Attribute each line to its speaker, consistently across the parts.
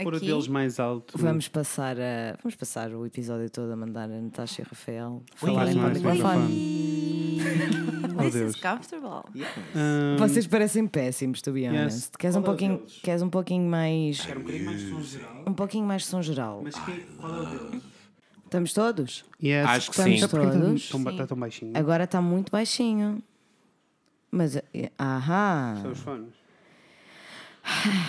Speaker 1: Pôr o
Speaker 2: Aqui,
Speaker 1: deles mais alto.
Speaker 2: Vamos passar, a, vamos passar o episódio todo a mandar a Natasha e Rafael
Speaker 1: Falar
Speaker 2: falarem para o
Speaker 1: mais,
Speaker 2: microfone.
Speaker 1: Oh,
Speaker 3: This
Speaker 1: Deus.
Speaker 3: is comfortable.
Speaker 1: Hum,
Speaker 2: Vocês parecem péssimos, to be honest. Queres, um
Speaker 1: Qual é
Speaker 2: pouquinho,
Speaker 1: deles?
Speaker 2: queres um pouquinho mais.
Speaker 1: Quero um bocadinho mais som geral.
Speaker 2: Um pouquinho mais som geral.
Speaker 1: Mas que, qual é o deles?
Speaker 2: Estamos todos?
Speaker 1: Yes.
Speaker 4: Acho que
Speaker 2: Estamos
Speaker 4: sim.
Speaker 2: todos.
Speaker 1: Está tão, baixinho.
Speaker 2: Agora está muito baixinho. Mas. eh,
Speaker 1: São
Speaker 2: Ahá!
Speaker 1: os fones.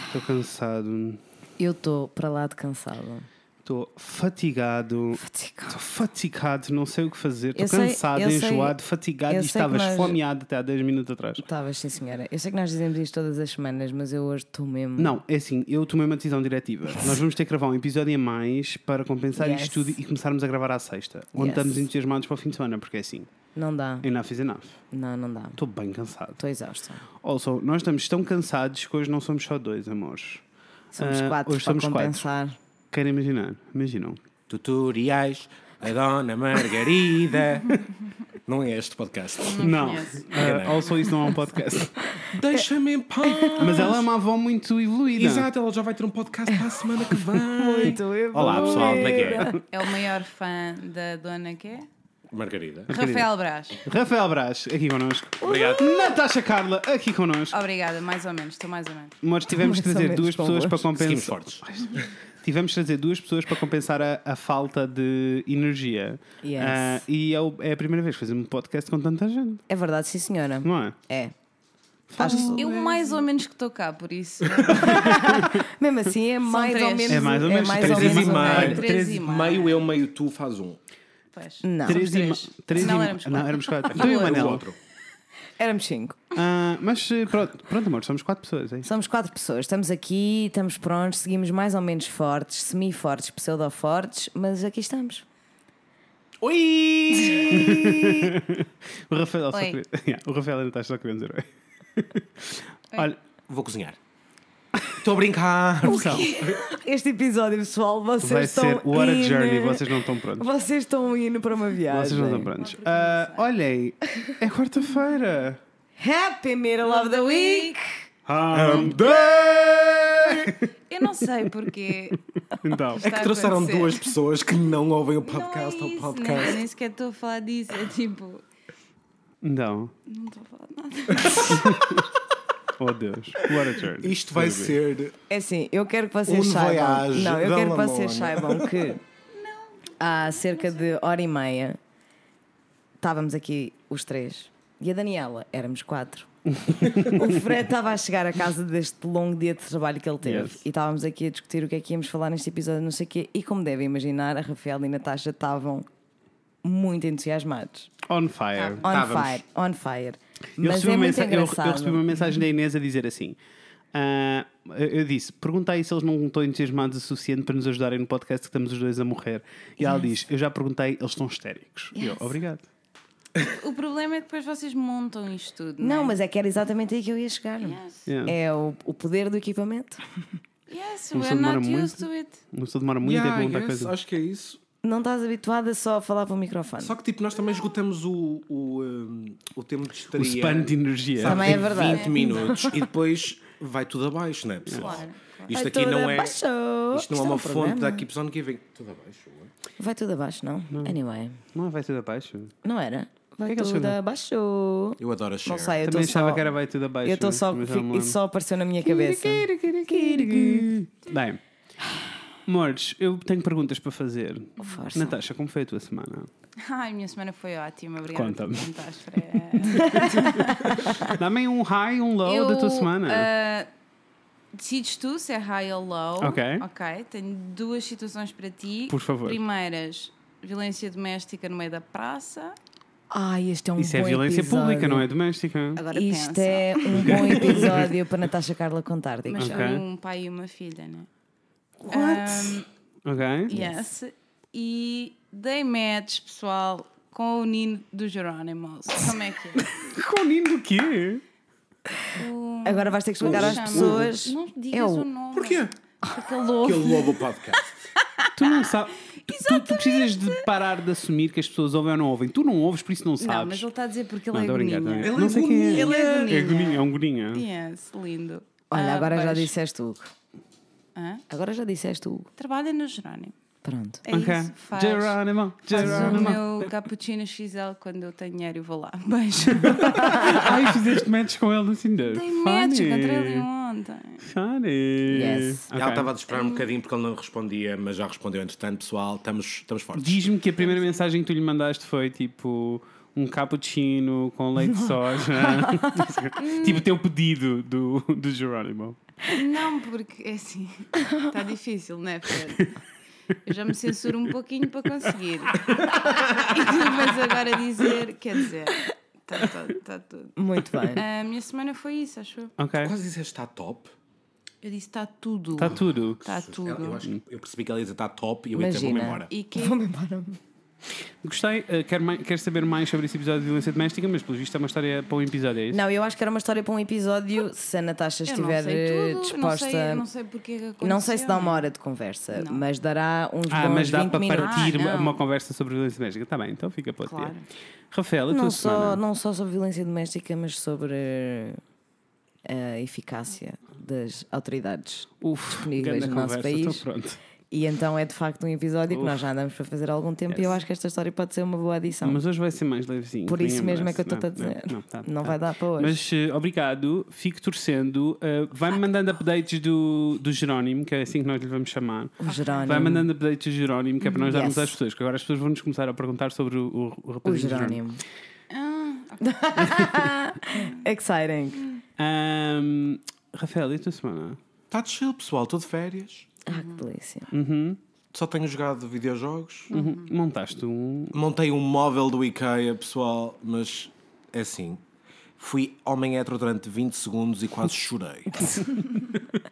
Speaker 1: Estou cansado.
Speaker 2: Eu estou para lá de cansada.
Speaker 1: Estou fatigado.
Speaker 2: Fatigado.
Speaker 1: Estou fatigado, não sei o que fazer.
Speaker 2: Eu
Speaker 1: Estou
Speaker 2: sei-
Speaker 1: cansado,
Speaker 2: eu sei-
Speaker 1: enjoado, fatigado
Speaker 2: eu
Speaker 1: e
Speaker 2: sei que
Speaker 1: estavas
Speaker 2: nós- Hum.
Speaker 1: fomeado até há 10 minutos atrás.
Speaker 2: Estavas, sim, assim, senhora. Eu sei que nós dizemos isto todas as semanas, mas eu hoje estou mesmo.
Speaker 1: Não, é assim, eu tomei uma decisão diretiva. Nós vamos ter que gravar um episódio a mais para compensar
Speaker 2: Yes.
Speaker 1: isto tudo e começarmos a gravar à sexta. Onde
Speaker 2: Yes.
Speaker 1: estamos entusiasmados para o fim de semana, porque é assim,
Speaker 2: Não dá.
Speaker 1: enough is enough.
Speaker 2: Não, não dá.
Speaker 1: Estou bem cansado.
Speaker 2: Estou exausta.
Speaker 1: Also, nós estamos tão cansados que hoje não somos só dois, amores.
Speaker 2: Somos
Speaker 1: Ah,
Speaker 2: quatro
Speaker 1: hoje
Speaker 2: para
Speaker 1: somos quatro.
Speaker 2: compensar.
Speaker 1: Querem imaginar? Imaginam.
Speaker 4: Tutoriais da Dona Margarida. não é este podcast.
Speaker 1: Não.
Speaker 3: conheço.
Speaker 1: Ah, also, isso não é um podcast.
Speaker 4: Deixa-me em paz.
Speaker 1: Mas ela é uma avó muito evoluída.
Speaker 4: Exato, ela já vai ter um podcast para a semana que vem.
Speaker 1: Olá, pessoal, como é que é?
Speaker 3: É o maior fã da dona que é?
Speaker 4: Margarida.
Speaker 3: Rafael Brás.
Speaker 1: Rafael Brás, aqui connosco.
Speaker 4: Obrigado.
Speaker 1: Natasha Carla, aqui connosco.
Speaker 3: Obrigada, mais ou menos, estou mais ou menos.
Speaker 1: Nós tivemos que
Speaker 2: Mais ou
Speaker 1: trazer
Speaker 2: menos
Speaker 1: duas
Speaker 2: com
Speaker 1: pessoas para
Speaker 2: gosto.
Speaker 4: Seguimos
Speaker 1: compensar.
Speaker 4: fortes.
Speaker 1: Tivemos que trazer duas pessoas para compensar a, a falta de energia.
Speaker 2: Yes.
Speaker 1: Ah, e é, o- é a primeira vez que fazemos um podcast com tanta gente,
Speaker 2: É verdade, sim, senhora.
Speaker 1: não é?
Speaker 2: É. Acho-
Speaker 3: Eu mais ou menos que estou cá, por isso.
Speaker 2: mesmo assim, é mais ou
Speaker 3: três.
Speaker 2: menos.
Speaker 1: É mais ou menos
Speaker 2: mais
Speaker 1: três
Speaker 2: ou
Speaker 1: e
Speaker 2: menos um
Speaker 1: meio.
Speaker 2: ok.
Speaker 3: Olha, três três e e meio. meio,
Speaker 4: eu, meio tu, faz um.
Speaker 3: Pois.
Speaker 2: Não,
Speaker 1: Três e
Speaker 3: três.
Speaker 1: ma- três e
Speaker 3: Não,
Speaker 1: ma-
Speaker 3: éramos
Speaker 1: Não,
Speaker 3: quatro.
Speaker 1: éramos quatro.
Speaker 4: Então
Speaker 1: Tu e o
Speaker 3: Dois.
Speaker 1: Manel.
Speaker 4: outro.
Speaker 2: éramos cinco.
Speaker 1: Ah, mas eh, pronto, pronto, amor, somos quatro pessoas, é isso?
Speaker 2: Somos quatro pessoas, estamos aqui, estamos prontos, seguimos mais ou menos fortes, semi-fortes, pseudo-fortes, mas aqui estamos.
Speaker 4: Oi!
Speaker 1: O Rafael, só
Speaker 3: Oi.
Speaker 1: queria... Yeah, o Rafael e a Natasha só queremos dizer oi. Olha,
Speaker 4: Vou cozinhar. Estou a brincar.
Speaker 1: pessoal,
Speaker 2: Este episódio, pessoal, vocês
Speaker 1: vai
Speaker 2: estão.
Speaker 1: ser What a
Speaker 2: in-
Speaker 1: Journey, vocês não estão prontos.
Speaker 2: Vocês estão indo para uma viagem.
Speaker 1: Vocês não estão prontos. Ah, olhem, é quarta-feira.
Speaker 2: Happy Middle of the Week!
Speaker 1: Um, day!
Speaker 3: Eu não sei porque.
Speaker 1: Então,
Speaker 4: É que
Speaker 3: Está a
Speaker 4: trouxeram
Speaker 3: acontecer.
Speaker 4: duas pessoas que não ouvem o
Speaker 3: Não é
Speaker 4: podcast ao
Speaker 3: isso,
Speaker 4: podcast.
Speaker 3: Nem, nem sequer estou a falar disso. É tipo.
Speaker 1: então,
Speaker 3: Não estou a falar de nada.
Speaker 1: oh Deus, what a journey.
Speaker 4: Isto vai
Speaker 1: Tudo bem.
Speaker 4: ser.
Speaker 2: É assim, eu quero que vocês
Speaker 4: Um
Speaker 2: saibam.
Speaker 4: voyage
Speaker 2: não, eu
Speaker 4: da
Speaker 2: quero que
Speaker 4: Lamona.
Speaker 2: vocês saibam que há cerca de hora e meia estávamos aqui os três e a Daniela éramos quatro. o Fred estava a chegar a casa deste longo dia de trabalho que ele teve
Speaker 1: Yes.
Speaker 2: e estávamos aqui a discutir o que é que íamos falar neste episódio, não sei o quê. E como devem imaginar, a Rafael e a Natasha estavam muito entusiasmados.
Speaker 1: On fire.
Speaker 2: Tá, On
Speaker 4: Estávamos.
Speaker 2: fire, on fire.
Speaker 1: Eu
Speaker 2: Mas
Speaker 1: recebi,
Speaker 2: é
Speaker 1: uma
Speaker 2: muito
Speaker 1: mensa- eu- eu
Speaker 2: engraçado.
Speaker 1: recebi uma mensagem da Inês a dizer assim. ah, eu eu disse, perguntei se eles não estão entusiasmados o suficiente para nos ajudarem no podcast que estamos os dois a morrer. E ela diz: Eu já perguntei, eles estão histéricos. E eu,
Speaker 3: Yes.
Speaker 1: obrigado.
Speaker 3: O problema é que depois vocês montam isto tudo.
Speaker 2: Não,
Speaker 3: é?
Speaker 2: mas é que era exatamente aí que eu ia chegar.
Speaker 3: Yes.
Speaker 1: Yeah.
Speaker 2: É o, o poder do equipamento.
Speaker 3: Yes,
Speaker 1: Não se
Speaker 3: we're not
Speaker 1: demora muito.
Speaker 3: used to it.
Speaker 1: Não só demora muito
Speaker 4: Yeah,
Speaker 1: a perguntar
Speaker 4: yes,
Speaker 1: coisa.
Speaker 4: acho que é isso.
Speaker 2: Não estás habituada só a falar para o microfone.
Speaker 4: Só que tipo, nós também esgotamos o, o, um, o tempo de
Speaker 1: O
Speaker 4: estaria.
Speaker 1: span de energia.
Speaker 4: Sabe,
Speaker 2: Também é
Speaker 4: tem
Speaker 2: verdade.
Speaker 4: 20 minutos e depois vai tudo abaixo, não é, pessoal?
Speaker 3: Claro, claro.
Speaker 4: Isto
Speaker 2: Vai
Speaker 4: aqui
Speaker 2: tudo
Speaker 4: não é.
Speaker 2: abaixo.
Speaker 4: Isto não é
Speaker 2: Isto é
Speaker 4: uma
Speaker 2: um
Speaker 4: fonte
Speaker 2: programa.
Speaker 4: da Keeps On Giving. Tudo abaixo. ué.
Speaker 2: Vai tudo abaixo, não? Anyway,
Speaker 1: Não, é vai tudo abaixo.
Speaker 2: não era? Vai
Speaker 1: que é que eles
Speaker 2: tudo
Speaker 1: chamam?
Speaker 2: abaixo.
Speaker 4: Eu adoro a Cher.
Speaker 2: Não sei,
Speaker 1: Também
Speaker 2: eu estou
Speaker 1: achava
Speaker 2: só.
Speaker 1: que era vai tudo abaixo.
Speaker 2: Eu estou só.
Speaker 1: mas é já me
Speaker 2: fico-
Speaker 1: lembro.
Speaker 2: Isso só apareceu na minha cabeça.
Speaker 1: Bem, Mores, eu tenho perguntas para fazer.
Speaker 2: Força.
Speaker 1: Natasha, como foi a tua semana?
Speaker 3: Ai, minha semana foi ótima. Obrigada
Speaker 1: Conta-me.
Speaker 3: por perguntar, Fred.
Speaker 1: Dá-me um high, um low da tua semana.
Speaker 3: ah, decides tu se é high ou low.
Speaker 1: Ok.
Speaker 3: Ok. Tenho duas situações para ti.
Speaker 1: Por favor.
Speaker 3: Primeiras, violência doméstica no meio da praça.
Speaker 2: Ai, este é um
Speaker 1: Isso
Speaker 2: bom
Speaker 1: é violência
Speaker 2: episódio.
Speaker 1: pública, não é doméstica.
Speaker 3: Agora
Speaker 2: Isto
Speaker 3: pensa.
Speaker 2: é um bom episódio para Natasha Carla contar. digo
Speaker 3: Mas
Speaker 1: Ok.
Speaker 3: foi um pai e uma filha, né?
Speaker 4: What?
Speaker 1: Ok?
Speaker 3: Yes. E dei match, pessoal, com o Nino do Jerónimos. Como é que é?
Speaker 1: Com o Nino do quê?
Speaker 3: O...
Speaker 2: Agora vais ter que explicar às
Speaker 3: Chama-
Speaker 2: pessoas.
Speaker 3: Não digas
Speaker 2: É o-
Speaker 3: o nome.
Speaker 4: Porquê?
Speaker 3: Aquele louco.
Speaker 4: Que eu louvo o podcast.
Speaker 1: Tu não sabes. tu- tu, tu precisas de parar de assumir que as pessoas ouvem ou não ouvem. Tu não ouves, por isso não sabes.
Speaker 3: Não, mas ele está a dizer porque ele
Speaker 1: Não,
Speaker 3: é
Speaker 1: tô a brincar, tô a
Speaker 3: goninha.
Speaker 1: brincar.
Speaker 4: Ele
Speaker 1: não
Speaker 4: é
Speaker 1: sei quem é.
Speaker 3: Ele é
Speaker 1: É
Speaker 3: goninha.
Speaker 1: goninha, é um goninha.
Speaker 3: Yes, lindo.
Speaker 2: Olha,
Speaker 3: Ah,
Speaker 2: agora já
Speaker 3: pois.
Speaker 2: disseste o.
Speaker 3: Hã?
Speaker 2: Agora já disseste o.
Speaker 3: Trabalha no Jerónimo.
Speaker 2: Pronto.
Speaker 3: É isso. Faz,
Speaker 1: Geronimo,
Speaker 3: faz um o
Speaker 1: Geronimo.
Speaker 3: meu cappuccino XL quando eu tenho dinheiro e vou lá. Beijo.
Speaker 1: Ai, fizeste match com ele no Tinder.
Speaker 3: Tem medos,
Speaker 1: Funny.
Speaker 3: encontrei ele um- ontem.
Speaker 1: Funny.
Speaker 2: Yes.
Speaker 1: Ok.
Speaker 4: Ela estava a esperar um bocadinho porque ele não respondia, mas já respondeu. Entretanto, pessoal, estamos, estamos fortes.
Speaker 1: Diz-me que a primeira mensagem que tu lhe mandaste foi tipo um cappuccino com leite de soja. tipo teu pedido do, do Jerónimo.
Speaker 3: Não, porque é assim, está difícil, não é, Fred? Eu já me censuro um pouquinho para conseguir. E tu vais agora dizer, quer dizer, está tudo.
Speaker 2: Muito bem.
Speaker 3: A minha semana foi isso, acho eu.
Speaker 1: Ok.
Speaker 4: Quase disseste está top.
Speaker 3: Eu disse está tudo.
Speaker 2: Tá
Speaker 1: Está tudo.
Speaker 3: Está
Speaker 4: Ela- Eu,
Speaker 3: tudo.
Speaker 4: acho que- eu percebi que ela ia dizer está top e eu ia dizer vou-me
Speaker 2: Imagina.
Speaker 4: embora.
Speaker 3: E que é
Speaker 2: Vou-me embora.
Speaker 1: Gostei. eh, quero, mai- quero saber mais sobre esse episódio de violência doméstica, mas pelo visto é uma história para um episódio, é isso?
Speaker 2: Não, eu acho que era uma história para um episódio se a Natasha
Speaker 3: eu não
Speaker 2: estiver
Speaker 3: sei
Speaker 2: eh,
Speaker 3: tudo,
Speaker 2: disposta.
Speaker 3: Não sei, não sei porque é que aconteceu.
Speaker 2: Não sei se dá uma hora de conversa,
Speaker 3: Não.
Speaker 2: mas dará uns
Speaker 1: Ah,
Speaker 2: bons
Speaker 1: mas dá
Speaker 2: 20
Speaker 1: para
Speaker 2: minutos.
Speaker 1: partir
Speaker 3: Ah,
Speaker 1: uma,
Speaker 3: não.
Speaker 1: uma conversa sobre violência doméstica. Está bem, então fica para o
Speaker 3: Claro.
Speaker 1: dia. Rafael, a tua
Speaker 2: Ah, Não
Speaker 1: semana?
Speaker 2: só, não só sobre violência doméstica, mas sobre eh, a eficácia das autoridades
Speaker 1: Uf,
Speaker 2: disponíveis
Speaker 1: grande
Speaker 2: no nosso
Speaker 1: conversa, estou
Speaker 2: país.
Speaker 1: pronto.
Speaker 2: E então é de facto um episódio
Speaker 1: Uf.
Speaker 2: que nós já andamos para fazer há algum tempo e eu acho que esta história pode ser uma boa adição.
Speaker 1: Mas hoje vai ser mais levezinho.
Speaker 2: Por
Speaker 1: nem
Speaker 2: isso mesmo é
Speaker 1: abraço.
Speaker 2: que eu estou a dizer.
Speaker 1: Não, não, tá,
Speaker 2: Não
Speaker 1: tá.
Speaker 2: vai dar para hoje.
Speaker 1: Mas eh, obrigado, fico torcendo. eh, Vai-me mandando updates do, do Jerónimo, que é assim que nós lhe vamos chamar.
Speaker 2: o Jerónimo.
Speaker 1: Vai mandando updates do Jerónimo, que é para nós darmos
Speaker 2: Yes.
Speaker 1: às pessoas, que agora as pessoas vão nos começar a perguntar sobre o, o, o
Speaker 2: O
Speaker 1: rapazinho Jerónimo.
Speaker 2: Jerónimo.
Speaker 3: Ah,
Speaker 2: Exciting.
Speaker 1: Ahm, Rafael, e a tua semana?
Speaker 4: Está chill, pessoal, estou de férias.
Speaker 2: Ah, que delícia.
Speaker 4: Só tenho jogado videojogos.
Speaker 1: Uhum. Montaste um.
Speaker 4: Montei um móvel do IKEA, pessoal, mas é assim. Fui homem hétero durante 20 segundos e quase chorei.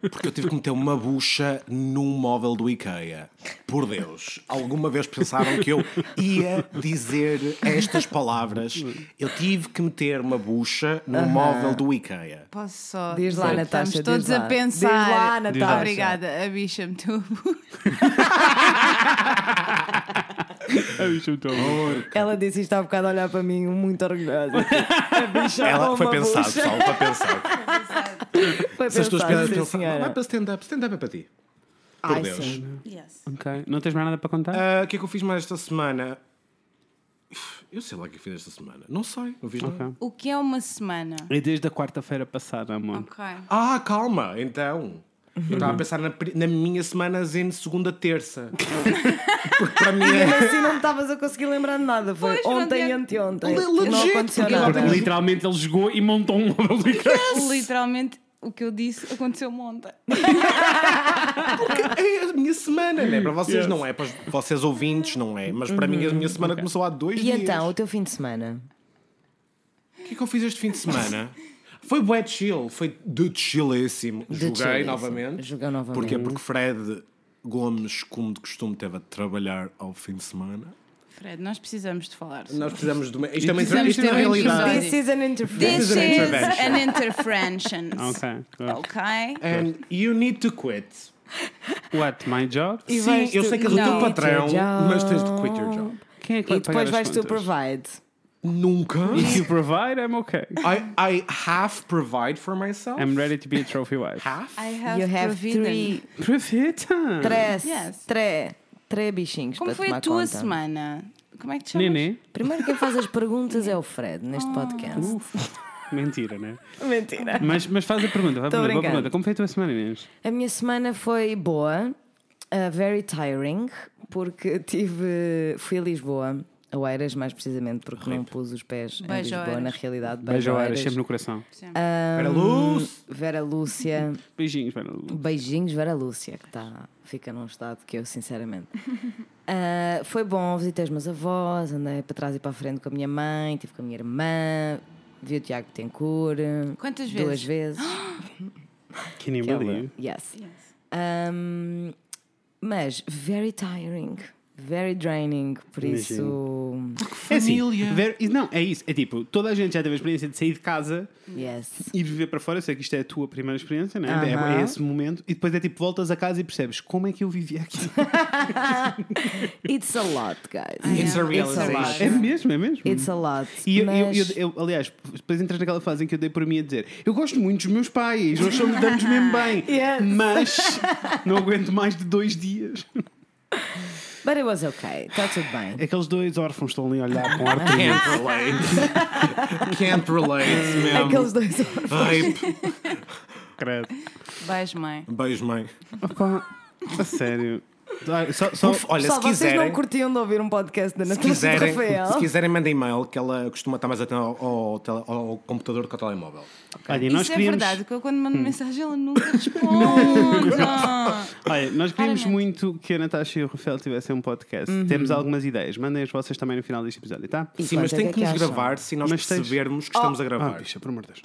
Speaker 4: Porque eu tive que meter uma bucha num móvel do IKEA. Por Deus, alguma vez pensaram que eu ia dizer estas palavras? Eu tive que meter uma bucha num móvel do IKEA.
Speaker 3: Posso só.
Speaker 2: Diz lá,
Speaker 3: dizer que
Speaker 2: Natasha, diz
Speaker 3: Estamos todos
Speaker 2: lá.
Speaker 3: a pensar.
Speaker 2: Diz lá, Natasha.
Speaker 3: Obrigada, a bicha meteu a bu-
Speaker 1: Ai, isto é muito bom.
Speaker 2: Ela disse isto há bocado a olhar para mim, muito orgulhosa. A bicha
Speaker 4: Ela
Speaker 2: arruma
Speaker 4: foi
Speaker 2: a
Speaker 4: pensado,
Speaker 2: bucha.
Speaker 4: pessoal, foi pensado.
Speaker 2: Foi
Speaker 4: Se as tuas
Speaker 2: pensado,
Speaker 4: piadas
Speaker 2: sim,
Speaker 4: pensaram,
Speaker 2: senhora.
Speaker 4: vai para "Ah, stand-up, stand-up é para ti. Por
Speaker 2: Ai,
Speaker 4: Deus.
Speaker 2: sim.
Speaker 3: Yes.
Speaker 1: Ok. Não tens mais nada para contar?
Speaker 4: Ah, O que é que eu fiz mais esta semana? Eu sei lá o que eu fiz esta semana. Não sei, não fiz nada.
Speaker 1: Ok.
Speaker 3: O que é uma semana?
Speaker 1: É desde a quarta-feira passada, amor.
Speaker 3: Ok.
Speaker 4: Ah, calma, então. Eu estava a pensar na, pri- na minha semana em segunda, terça. Porque para mim
Speaker 2: Mesmo
Speaker 4: é.
Speaker 2: assim não estavas a conseguir lembrar de nada. Foi
Speaker 3: Pois, não
Speaker 2: ontem e é
Speaker 3: tinha-
Speaker 2: anteontem.
Speaker 4: Le- legit,
Speaker 2: não aconteceu
Speaker 4: porque
Speaker 2: nada.
Speaker 1: Porque literalmente ele jogou e montou um móvel do IKEA.
Speaker 3: Literalmente, o que eu disse aconteceu-me ontem.
Speaker 4: É a minha semana, não é? Para vocês não é, para os- vocês ouvintes não é, mas para mim a minha semana começou há dois
Speaker 2: E
Speaker 4: dias.
Speaker 2: então, o teu fim de semana?
Speaker 4: O que é que eu fiz este fim de semana? Foi bué de chill, foi de chillíssimo. Joguei
Speaker 2: chillíssimo. Uhum.
Speaker 4: novamente.
Speaker 2: Jogou novamente.
Speaker 4: Porquê? Porque Fred Gomes, como de costume, teve a trabalhar ao fim de semana.
Speaker 3: Fred, nós precisamos de falar.
Speaker 4: Nós precisamos de uma. Isto é uma,
Speaker 3: Precisamos
Speaker 4: isto é uma
Speaker 3: ter um
Speaker 4: realidade.
Speaker 3: episódio.
Speaker 2: This is an interference.
Speaker 3: This
Speaker 4: is an
Speaker 3: is
Speaker 4: intervention.
Speaker 3: an intervention.
Speaker 1: Ok. claro.
Speaker 3: Ok.
Speaker 4: And you need to quit.
Speaker 1: What? My job?
Speaker 2: E
Speaker 4: Sim,
Speaker 2: vais
Speaker 4: eu
Speaker 2: tu-
Speaker 4: sei que és o teu
Speaker 3: Não.
Speaker 4: patrão,
Speaker 2: Quit your
Speaker 4: mas tens de
Speaker 2: job.
Speaker 4: quit your job.
Speaker 1: Quem é que vai
Speaker 2: E depois
Speaker 1: pagar
Speaker 2: vais
Speaker 1: as
Speaker 2: tu
Speaker 1: contas?
Speaker 2: provide.
Speaker 4: Nunca.
Speaker 1: If you provide, I'm okay.
Speaker 4: I, I half provide for myself.
Speaker 1: I'm ready to be a trophy wife.
Speaker 4: Half?
Speaker 3: I have,
Speaker 2: you have
Speaker 3: provided.
Speaker 2: three,
Speaker 1: Aproveita!
Speaker 2: três,
Speaker 3: Yes.
Speaker 2: três, três bichinhos
Speaker 3: Como
Speaker 2: para
Speaker 3: foi
Speaker 2: tomar
Speaker 3: a tua
Speaker 2: conta.
Speaker 3: semana? Como é que te chamas?
Speaker 1: Nenê?
Speaker 2: Primeiro quem faz as perguntas é o Fred
Speaker 3: Oh.
Speaker 2: neste
Speaker 3: Uh.
Speaker 2: podcast.
Speaker 1: Uf, mentira, né?
Speaker 3: é
Speaker 2: Mentira.
Speaker 1: Mas, mas faz a pergunta, vai a pergunta,
Speaker 2: Tô
Speaker 1: boa
Speaker 2: brincando.
Speaker 1: pergunta. Como foi a tua semana, Inês?
Speaker 2: A minha semana foi boa, uh, very tiring, porque tive, fui a Lisboa, a Oeiras mais precisamente, porque não pus os pés em
Speaker 3: Beijo,
Speaker 2: Lisboa,
Speaker 3: Oeiras.
Speaker 2: na realidade.
Speaker 1: Beijo,
Speaker 2: a Um,
Speaker 1: Eras, sempre no coração.
Speaker 4: Era luz.
Speaker 2: Vera Lúcia,
Speaker 1: Beijinhos, velho.
Speaker 2: beijinhos Vera Lúcia, que tá, fica num estado que eu sinceramente... Uh, foi bom, visitei os meus avós, andei para trás e para a frente com a minha mãe, estive com a minha irmã, vi o Tiago Tencourt.
Speaker 3: Quantas
Speaker 2: Duas
Speaker 3: vezes?
Speaker 2: vezes.
Speaker 1: Can you
Speaker 2: Aquela-
Speaker 1: believe?
Speaker 2: Yes. Um, mas very tiring. Very draining, por isso.
Speaker 1: É assim,
Speaker 4: Família.
Speaker 1: ver- não, é isso. É tipo, toda a gente já teve a experiência de sair de casa
Speaker 2: Yes.
Speaker 1: ir viver para fora, eu sei que isto é a tua primeira experiência, não é?
Speaker 2: Aham.
Speaker 1: é? É esse momento. E depois é tipo, voltas a casa e percebes como é que eu vivi aqui.
Speaker 2: It's a lot,
Speaker 3: Ah,
Speaker 2: guys.
Speaker 4: It's a
Speaker 3: lot.
Speaker 4: realization.
Speaker 1: é mesmo, é mesmo.
Speaker 2: It's a lot.
Speaker 1: E eu, eu-
Speaker 2: mas...
Speaker 1: eu- eu- aliás, depois entras naquela fase em que eu dei por mim a dizer: Eu gosto muito dos meus pais, nós somos damos mesmo bem,
Speaker 2: Yes.
Speaker 1: mas não aguento mais de dois dias.
Speaker 2: But it was okay, está tudo bem.
Speaker 1: Aqueles dois órfãos estão ali a olhar um com ar triste.
Speaker 4: Can't
Speaker 1: é
Speaker 4: relate. Can't relate mesmo.
Speaker 2: Aqueles dois.
Speaker 4: Rape.
Speaker 1: Credo.
Speaker 3: Beijo, mãe.
Speaker 4: Beijo, mãe.
Speaker 1: Opa, a sério. Ah, Só, só,
Speaker 4: Uf, olha,
Speaker 2: Pessoal,
Speaker 4: se
Speaker 2: vocês
Speaker 4: quiserem.
Speaker 2: não curtiam de ouvir um podcast da
Speaker 4: Se
Speaker 2: Natasha
Speaker 4: quiserem,
Speaker 2: Rafael?
Speaker 4: se quiserem, mandem e-mail que ela costuma estar mais atenta ao, ao tele- ao computador do que ao telemóvel.
Speaker 1: olha, e
Speaker 3: Isso
Speaker 1: nós
Speaker 3: é
Speaker 1: queríamos. Hum.
Speaker 3: verdade, que eu quando mando mensagem ela nunca responde.
Speaker 1: Olha, nós queríamos
Speaker 3: Claramente.
Speaker 1: muito que a Natasha e o Rafael tivessem um podcast.
Speaker 2: Uhum.
Speaker 1: Temos algumas ideias. Mandem as vossas também no final deste episódio, tá?
Speaker 2: E
Speaker 4: Sim, mas
Speaker 2: quanto é
Speaker 4: tem
Speaker 2: é
Speaker 4: que nos
Speaker 2: acham?
Speaker 4: gravar se nós
Speaker 1: Mas tens-
Speaker 4: percebermos que estamos a
Speaker 1: Ah,
Speaker 4: gravar.
Speaker 1: bicha, por amor de Deus.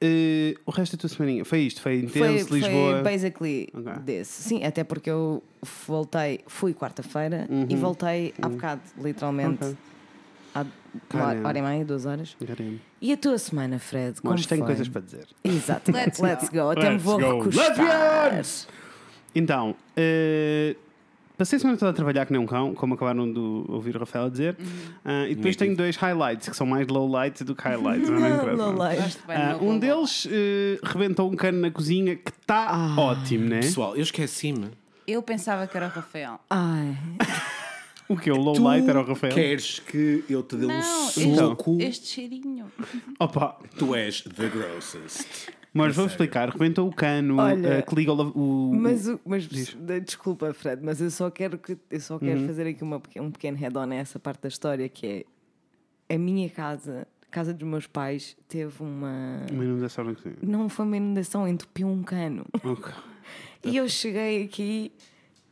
Speaker 1: Eh, o resto da tua semaninha foi isto? Foi
Speaker 2: Foi,
Speaker 1: intenso,
Speaker 2: foi
Speaker 1: Lisboa?
Speaker 2: basically
Speaker 1: Ok.
Speaker 2: desse. Sim, até porque eu voltei, fui quarta-feira e
Speaker 4: Uhum.
Speaker 2: voltei há bocado, literalmente.
Speaker 1: Ok.
Speaker 2: Há uma
Speaker 1: Caramba.
Speaker 2: hora e meia, duas horas.
Speaker 1: Caramba.
Speaker 2: E a tua semana, Fred? Como
Speaker 1: Mas tenho
Speaker 2: foi?
Speaker 1: coisas para dizer.
Speaker 2: Exatamente. Let's, go. Até me
Speaker 1: Let's
Speaker 2: vou
Speaker 1: go.
Speaker 2: recostar.
Speaker 1: Então, eh, passei a semana toda a trabalhar que nem um cão, como acabaram de ouvir o Rafael dizer.
Speaker 2: Uhum.
Speaker 1: Ah, e depois
Speaker 4: Nítido.
Speaker 1: tenho dois highlights, que são mais lowlights do que highlights. mas não interessa.
Speaker 2: Lolei.
Speaker 3: Gosto bem do
Speaker 1: Ah,
Speaker 3: meu
Speaker 1: um
Speaker 3: bombom.
Speaker 1: deles eh, rebentou um cano na cozinha que está
Speaker 2: Ah.
Speaker 1: ótimo, né?
Speaker 4: Pessoal, eu esqueci-me.
Speaker 3: Eu pensava que era o Rafael.
Speaker 2: Ai,
Speaker 1: O que? é O lowlight era o Rafael?
Speaker 4: queres é que é- eu te dê um
Speaker 3: Não,
Speaker 4: soco?
Speaker 1: Então.
Speaker 3: este, este cheirinho.
Speaker 1: Opa,
Speaker 4: Tu és the grossest.
Speaker 1: Mas vou explicar, rebentou o cano
Speaker 2: Olha,
Speaker 1: eh, que liga o. o-
Speaker 2: mas, o- mas desculpa, Fred, mas eu só quero, que, eu só quero
Speaker 1: Uhum.
Speaker 2: fazer aqui uma, pequ- um pequeno head-on a essa parte da história que é a minha casa, a casa dos meus pais, teve uma.
Speaker 1: Uma inundação é na cozinha.
Speaker 2: Não foi uma inundação, entupiu um cano.
Speaker 1: Ok.
Speaker 2: E eu cheguei aqui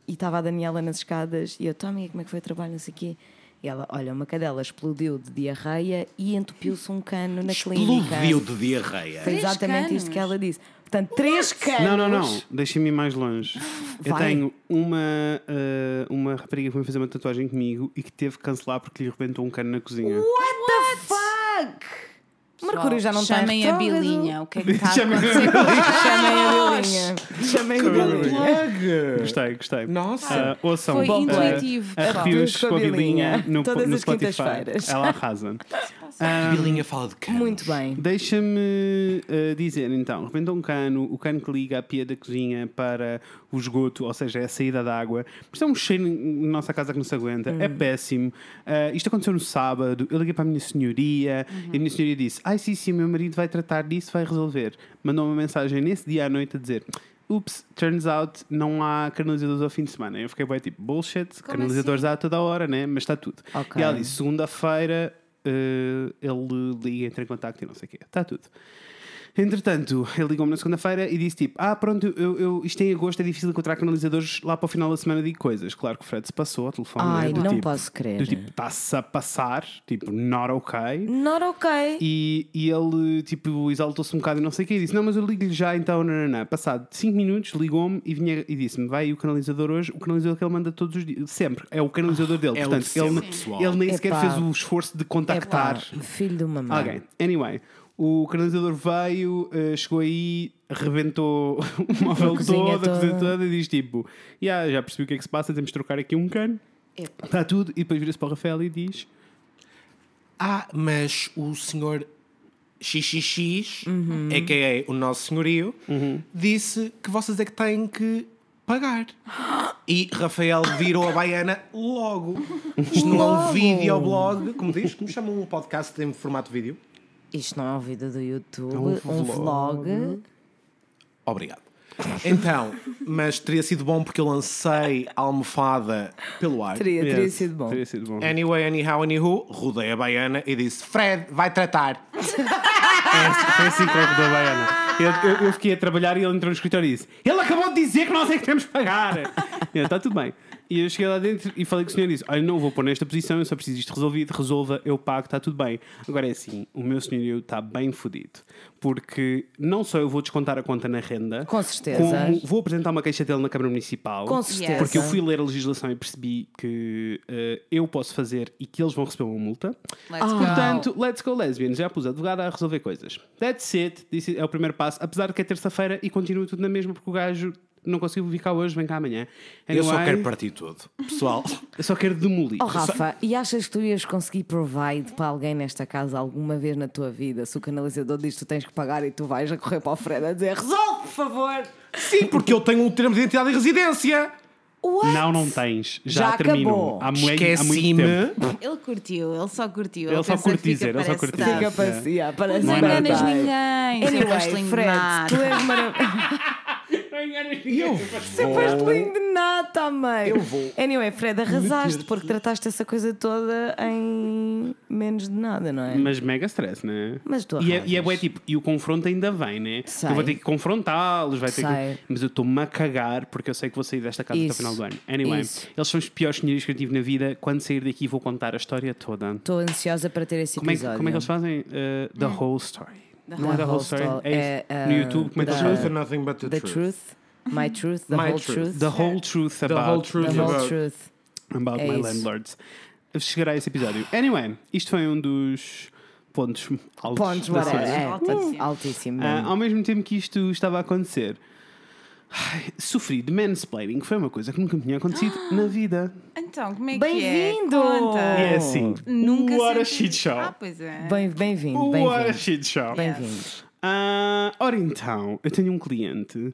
Speaker 2: e estava a Daniela nas escadas e eu, "Então, amiga, como é que foi o trabalho? Não sei o quê. E ela, olha, uma cadela explodiu de diarreia e entupiu-se um cano na clínica.
Speaker 4: Explodiu de diarreia.
Speaker 2: Foi
Speaker 3: Três
Speaker 2: exatamente
Speaker 3: canos?
Speaker 2: isto que ela disse. Portanto, três canos.
Speaker 1: Não, não, não, deixem-me ir mais longe. Eu
Speaker 2: Vai.
Speaker 1: tenho uma, eh, uma rapariga que foi fazer uma tatuagem comigo e que teve que cancelar porque lhe rebentou um cano na cozinha.
Speaker 2: What, the fuck? Mercúrio já não tá está em
Speaker 3: Chamem a
Speaker 2: retrógrado.
Speaker 3: Bilinha. O que é que está a
Speaker 1: Chamem a
Speaker 3: acontecer com
Speaker 2: Chamem
Speaker 1: Ah,
Speaker 2: a
Speaker 3: os
Speaker 2: Bilinha. Chamem
Speaker 1: Chamem a
Speaker 2: a Bilinha.
Speaker 4: Plug!
Speaker 1: Gostei, gostei.
Speaker 4: Nossa!
Speaker 1: Ah, ouçam,
Speaker 3: Foi
Speaker 1: ah,
Speaker 3: intuitivo, pessoal.
Speaker 1: arrepios
Speaker 2: Tudo
Speaker 1: com a bilinha no,
Speaker 2: Todas
Speaker 1: no
Speaker 2: as
Speaker 1: Spotify.
Speaker 2: quintas-feiras.
Speaker 1: Ela arrasa. Ah,
Speaker 4: A Bilinha fala de canos.
Speaker 2: Muito bem.
Speaker 1: Deixa-me eh, dizer então, rebentou um cano, o cano que liga a pia da cozinha para o esgoto, ou seja, é a saída da água. Isto é um cheiro na nossa casa que não se aguenta, é péssimo. Eh, isto aconteceu no sábado, eu liguei para a minha senhoria e a minha senhoria disse: Ai, sim, sim, meu marido vai tratar disso, vai resolver. Mandou uma mensagem nesse dia à noite a dizer. Ups, turns out não há canalizadores ao fim de semana. Eu fiquei bem tipo, bullshit, canalizadores há a toda a hora, né? Mas está tudo.
Speaker 2: Ok.
Speaker 1: E ela disse: segunda-feira eh, ele liga, entra em contacto e não sei o quê. Está tudo. Entretanto, ele ligou-me na segunda-feira e disse tipo: Ah, pronto, eu, eu- isto em agosto é difícil encontrar canalizadores lá para o final da semana de coisas. Claro que o Fred se passou ao telefone.
Speaker 2: Ai,
Speaker 1: né, do
Speaker 2: não
Speaker 1: tipo,
Speaker 2: posso crer.
Speaker 1: Do tipo, está-se a passar, tipo, not ok.
Speaker 2: Not ok.
Speaker 1: E, e ele, tipo, exaltou-se um bocado e não sei o quê e disse: Não, mas eu ligo-lhe já então. Não, não, não. Passado 5 minutos, ligou-me e, vinha- e disse-me: Vai aí o canalizador hoje, o canalizador que ele manda todos os dias, sempre. É o canalizador dele.
Speaker 4: É o de
Speaker 1: Portanto, ele,
Speaker 4: sempre, pessoal.
Speaker 1: ele nem
Speaker 2: Epá.
Speaker 1: sequer fez o esforço de
Speaker 2: Epá,
Speaker 1: contactar
Speaker 2: filho de uma mãe.
Speaker 1: alguém. Anyway, o canalizador veio, eh, chegou aí, reventou o móvel
Speaker 2: cozinha
Speaker 1: todo, a cozinha
Speaker 2: toda.
Speaker 1: toda e diz: Tipo, "Ya, já percebi o que é que se passa, temos de trocar aqui um cano. Está tudo. E depois vira-se para o Rafael e diz:
Speaker 4: Ah, mas o senhor XXX, a.k.a. é o nosso senhorio,
Speaker 1: Uhum.
Speaker 4: disse que vocês é que têm que pagar. E Rafael virou a baiana logo. Isto não é um
Speaker 2: Logo.
Speaker 4: videoblog, como diz, como chamam um podcast em formato vídeo.
Speaker 2: Isto não é um vídeo do YouTube,
Speaker 1: É um
Speaker 2: um
Speaker 1: vlog.
Speaker 2: vlog.
Speaker 4: Obrigado. Então, mas teria sido bom porque eu lancei a almofada pelo ar.
Speaker 2: Teria, teria
Speaker 1: "Yes,
Speaker 2: sido bom.
Speaker 1: Teria sido bom.
Speaker 4: Anyway, anyhow, anywho, rodei a baiana e disse: Fred, vai tratar.
Speaker 1: Foi assim que ele rodou a baiana. Eu, eu- eu fiquei a trabalhar e ele entrou no escritório e disse: Ele acabou de dizer que nós é que temos que pagar. Está tudo bem. E eu cheguei lá dentro e falei com o senhor e disse: Olha, não vou pôr nesta posição, eu só preciso disto resolvido, resolva, eu pago, está tudo bem. Agora é assim: o meu senhorio está bem fodido. Porque não só eu vou descontar a conta na renda,
Speaker 2: Com certeza.
Speaker 1: como vou apresentar uma queixa dele na Câmara Municipal.
Speaker 2: Com certeza.
Speaker 1: Porque eu fui ler a legislação e percebi que eh, eu posso fazer e que eles vão receber uma multa.
Speaker 3: Let's go.
Speaker 1: Ah, Portanto, let's go lesbians. Já pus a advogada a resolver coisas. That's it. This is- é o primeiro passo. Apesar de que é terça-feira e continua tudo na mesma porque o gajo não conseguiu vir cá hoje, vem cá amanhã.
Speaker 4: Eu só
Speaker 1: Anyway,
Speaker 4: quero partir tudo. Pessoal,
Speaker 1: eu só quero demolir.
Speaker 2: Oh, Rafa, e achas que tu ias conseguir provide para alguém nesta casa alguma vez na tua vida? Se o canalizador diz que tu tens que pagar e tu vais a correr para o Fred a dizer
Speaker 3: Oh,
Speaker 2: resolve, por favor.
Speaker 4: sim, porque eu tenho um termo de identidade e residência.
Speaker 2: What?
Speaker 1: Não, não tens. Já,
Speaker 2: Já
Speaker 1: terminou.
Speaker 2: acabou.
Speaker 1: Há, mui- há muito
Speaker 4: Esqueci-me.
Speaker 1: tempo.
Speaker 3: Ele curtiu, ele só curtiu.
Speaker 1: Ele só
Speaker 3: pensa que
Speaker 1: curte
Speaker 3: fica
Speaker 1: dizer, ele só
Speaker 3: para
Speaker 1: curte
Speaker 3: staff.
Speaker 1: dizer.
Speaker 2: Fica para si, ah, para
Speaker 3: Não
Speaker 1: é
Speaker 3: enganas
Speaker 1: verdade.
Speaker 3: ninguém. sempre vais
Speaker 2: Anyway, Fred,
Speaker 3: lindar.
Speaker 2: tu és maravilhoso.
Speaker 4: E eu
Speaker 2: Foste
Speaker 4: vou.
Speaker 2: lindo de nada também.
Speaker 4: Eu vou.
Speaker 2: Anyway, Fred, arrasaste porque trataste essa coisa toda em menos de nada, não é?
Speaker 1: Mas mega stress, né?
Speaker 2: Mas tu
Speaker 1: e é,
Speaker 2: arranjas.
Speaker 1: e é bué, tipo, e o confronto ainda vem, né?
Speaker 2: Sei.
Speaker 1: Eu vou ter que confrontá-los, vai ter
Speaker 2: Sei.
Speaker 1: que. Mas eu estou-me a cagar porque eu sei que vou sair desta casa até o
Speaker 2: Isso.
Speaker 1: final do ano. Anyway,
Speaker 2: Isso.
Speaker 1: eles são os piores senhores que eu tive na vida. Quando sair daqui, vou contar a história toda.
Speaker 2: Estou ansiosa para ter esse
Speaker 1: Como é, que,
Speaker 2: episódio.
Speaker 1: como é que eles fazem? Uh, the whole story. Não é
Speaker 2: The
Speaker 1: the
Speaker 2: Whole
Speaker 1: whole story.
Speaker 2: Story.
Speaker 1: É, isso?
Speaker 2: É,
Speaker 1: no
Speaker 2: uh,
Speaker 1: YouTube, como é que
Speaker 2: da-
Speaker 1: eles
Speaker 4: Truth
Speaker 1: fazem?
Speaker 4: and nothing but the,
Speaker 2: The
Speaker 4: truth.
Speaker 2: truth, my truth, the
Speaker 4: My
Speaker 2: whole
Speaker 4: truth.
Speaker 2: truth.
Speaker 1: The whole truth
Speaker 4: The
Speaker 1: about,
Speaker 4: whole truth.
Speaker 2: The whole
Speaker 4: about-
Speaker 2: truth.
Speaker 1: about
Speaker 2: É
Speaker 1: my
Speaker 2: isso.
Speaker 1: landlords. Chegará esse episódio. Anyway, isto foi um dos pontos altos
Speaker 2: Pontos, É.
Speaker 1: da
Speaker 2: whatever.
Speaker 1: semana.
Speaker 2: É,
Speaker 3: Altíssimo.
Speaker 2: altíssimo.
Speaker 1: Ah, ao mesmo tempo que isto estava a acontecer, ai, sofri de mansplaining, que foi uma coisa que nunca me tinha acontecido na vida.
Speaker 3: Então, como é que
Speaker 2: Bem-vindo!
Speaker 3: é? Conta.
Speaker 1: E é
Speaker 2: Oh.
Speaker 1: assim,
Speaker 3: Nunca
Speaker 1: what a
Speaker 3: senti-
Speaker 1: shit show.
Speaker 3: Ah, pois é.
Speaker 2: Bem- Bem-vindo,
Speaker 1: What a
Speaker 2: bem-vindo.
Speaker 1: shit show.
Speaker 2: Bem-vindo.
Speaker 1: Ah, ora então, eu tenho um cliente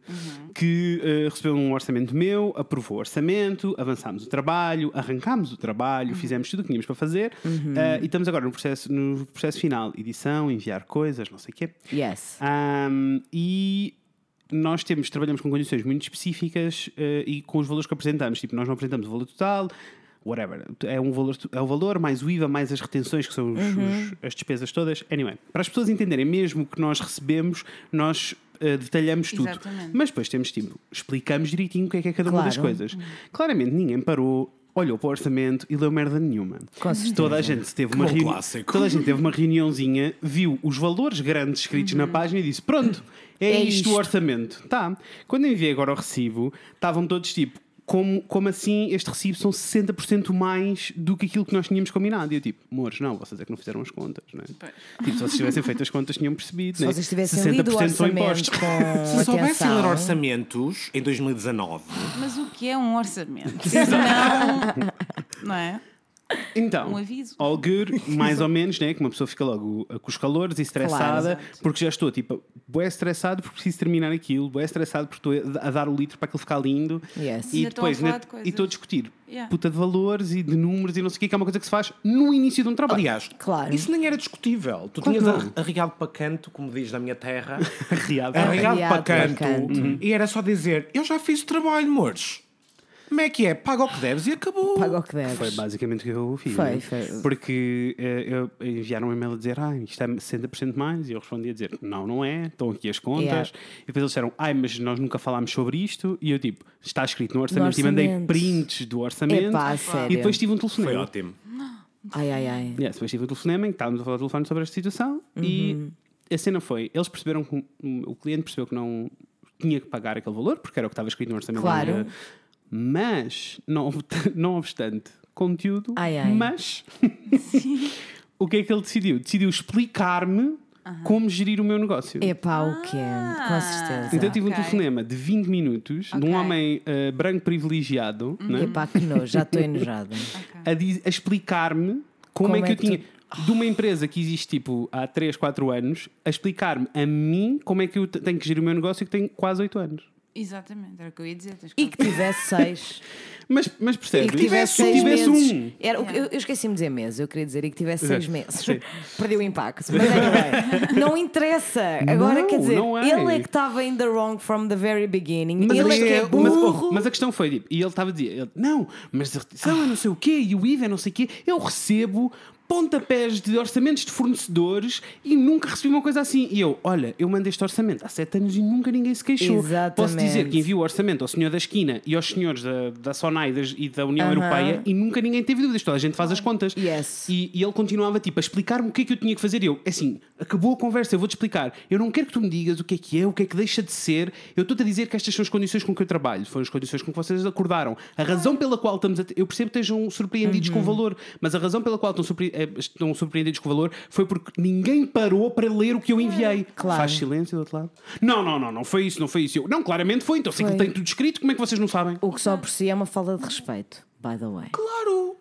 Speaker 1: que eh, recebeu um orçamento meu, aprovou o orçamento, avançámos o trabalho, arrancámos o trabalho, fizemos tudo o que tínhamos para fazer ah, e estamos agora no processo, no processo final, edição, enviar coisas, não sei o quê.
Speaker 2: Yes.
Speaker 1: Ahm, e nós temos, trabalhamos com condições muito específicas eh, e com os valores que apresentamos. Tipo, nós não apresentamos o valor total, whatever. É, um valor, é o valor mais o IVA, mais as retenções, que são os-
Speaker 2: Uhum.
Speaker 1: os- as despesas todas. Anyway, para as pessoas entenderem mesmo o que nós recebemos, nós eh, detalhamos tudo.
Speaker 3: Exatamente.
Speaker 1: Mas depois temos tipo, explicamos direitinho o que é que é cada uma das
Speaker 2: Claro.
Speaker 1: coisas. Claramente ninguém parou. Olhou para o orçamento e leu merda nenhuma.
Speaker 2: Com certeza.
Speaker 1: Toda a gente teve uma
Speaker 4: bom
Speaker 1: reuni-
Speaker 4: clássico.
Speaker 1: Toda a gente teve uma reuniãozinha, viu os valores grandes escritos na página e disse: Pronto, é,
Speaker 2: Uhum. É
Speaker 1: isto, o
Speaker 2: isto.
Speaker 1: orçamento. Tá. Quando eu enviei agora o recibo, estavam todos tipo: como, como assim este recibo são 60% mais do que aquilo que nós tínhamos combinado? E eu tipo: Mores, não, vocês é que não fizeram as contas, não é? Tipo, se vocês tivessem feito as contas, tinham percebido.
Speaker 2: Se
Speaker 1: né?
Speaker 2: vocês tivessem lido o
Speaker 1: são
Speaker 2: orçamento
Speaker 1: impostos.
Speaker 2: com
Speaker 4: Se soubessem ler
Speaker 2: atenção...
Speaker 4: orçamentos em 2019,
Speaker 3: Mas o que é um orçamento? Não, não é?
Speaker 1: Então,
Speaker 3: Um aviso.
Speaker 1: all good, mais ou menos, né? Que uma pessoa fica logo uh, com os calores e estressada,
Speaker 3: exato.
Speaker 1: porque já estou tipo, boé estressado porque preciso terminar aquilo, boé estressado porque estou a dar o litro para aquilo ficar lindo.
Speaker 2: Yes.
Speaker 1: E
Speaker 3: Ainda estão a
Speaker 1: depois
Speaker 3: falar
Speaker 1: ainda-
Speaker 3: de coisas.
Speaker 1: e estou a discutir
Speaker 3: Yeah.
Speaker 1: puta de valores e de números e não sei o que, que é uma coisa que se faz no início de um trabalho.
Speaker 4: aliás,
Speaker 2: Claro.
Speaker 4: isso nem era discutível. Tu
Speaker 1: Claro
Speaker 4: tinhas
Speaker 1: que não.
Speaker 4: ar- arreado para canto, como diz na minha terra,
Speaker 1: Arriado.
Speaker 4: arreado para
Speaker 2: Arreado para
Speaker 4: canto, Uhum.
Speaker 2: canto.
Speaker 4: e era só dizer: Eu já fiz o trabalho, amores. Como é que é? Paga o que deves e acabou.
Speaker 2: Paga o que deves.
Speaker 1: Foi basicamente o que eu fiz.
Speaker 2: Foi,
Speaker 1: né?
Speaker 2: foi.
Speaker 1: Porque eh, eu enviaram um e-mail a dizer, ah, isto é 60% mais, e eu respondi a dizer, não, não é, estão aqui as contas.
Speaker 2: Yeah.
Speaker 1: E depois eles disseram, ai, mas nós nunca falámos sobre isto. E eu, tipo, está escrito no orçamento, e mandei
Speaker 2: orçamento.
Speaker 1: prints do orçamento.
Speaker 2: Epá, a
Speaker 1: e
Speaker 2: sério.
Speaker 1: depois tive um telefonema.
Speaker 4: Foi ótimo.
Speaker 2: Ai, ai, ai.
Speaker 1: Yeah, depois tive um telefonema em que estávamos a falar do telefone sobre esta situação
Speaker 2: Uhum.
Speaker 1: e a cena foi, eles perceberam que um- o cliente percebeu que não tinha que pagar aquele valor, porque era o que estava escrito no orçamento.
Speaker 2: Claro.
Speaker 1: Era- Mas, não, obst- não obstante, conteúdo,
Speaker 2: Ai, ai.
Speaker 1: mas o que é que ele decidiu? Decidiu explicar-me como gerir o meu negócio.
Speaker 2: Epá, o quê? Com certeza.
Speaker 1: Então eu tive um
Speaker 3: Ok.
Speaker 1: telefonema de 20 minutos de um
Speaker 3: Ok.
Speaker 1: homem eh, branco privilegiado, né?
Speaker 2: Epá, que nojo. Já estou enojada.
Speaker 1: a, diz- a explicar-me como,
Speaker 2: Como
Speaker 1: é que
Speaker 2: é
Speaker 1: eu
Speaker 2: que
Speaker 1: tinha. De uma empresa que existe tipo há 3, 4 anos, a explicar-me a mim como é que eu te- tenho que gerir o meu negócio que tenho quase 8 anos.
Speaker 3: Exatamente, era o que eu ia dizer. tens
Speaker 2: E que tivesse seis.
Speaker 1: Mas, mas percebe?
Speaker 2: E que tivesse
Speaker 1: se
Speaker 2: seis
Speaker 1: tivesse
Speaker 2: meses.
Speaker 1: um.
Speaker 2: Era, o que- eu, eu esqueci-me de dizer meses, eu queria dizer, e que tivesse seis
Speaker 1: Exato.
Speaker 2: meses.
Speaker 1: Sim.
Speaker 2: Perdeu o impacto. Mas anyway, não interessa. Agora,
Speaker 1: Não,
Speaker 2: quer dizer,
Speaker 1: não é.
Speaker 2: ele é que estava in the wrong from the very beginning.
Speaker 1: Mas,
Speaker 2: ele
Speaker 1: a
Speaker 2: é que é
Speaker 1: questão- mas- oh,
Speaker 2: burro.
Speaker 1: mas a questão foi, tipo, e ele estava a dizer, ele, não, mas a retenção é não sei o quê, e o IVA é não sei o quê, eu recebo pontapés de orçamentos de fornecedores e nunca recebi uma coisa assim. E eu, olha, eu mando este orçamento há sete anos e nunca ninguém se queixou. Posso dizer
Speaker 2: Exatamente.
Speaker 1: que envio o orçamento ao senhor da esquina e aos senhores da, da SONAI e das- e da União
Speaker 2: Aham.
Speaker 1: Europeia e nunca ninguém teve dúvidas. Toda a gente faz as contas.
Speaker 2: Yes.
Speaker 1: E, e ele continuava tipo a explicar-me o que é que eu tinha que fazer. E eu, assim, acabou a conversa, eu vou-te explicar. Eu não quero que tu me digas o que é que é, o que é que deixa de ser. Eu estou-te a dizer que estas são as condições com que eu trabalho, foram as condições com que vocês acordaram. A razão pela qual estamos a. Eu percebo que estejam surpreendidos
Speaker 2: Uhum.
Speaker 1: com o valor, mas a razão pela qual estão, surpre- eh, estão surpreendidos com o valor foi porque ninguém parou para ler o que eu enviei.
Speaker 2: Claro.
Speaker 1: Faz silêncio do outro lado. Não, não, não, não foi isso, não foi isso. Eu, não, claramente foi, então sei que
Speaker 2: Foi.
Speaker 1: tem tudo escrito, como é que vocês não sabem?
Speaker 2: O que só por si é uma falta de respeito, by the way.
Speaker 1: Claro!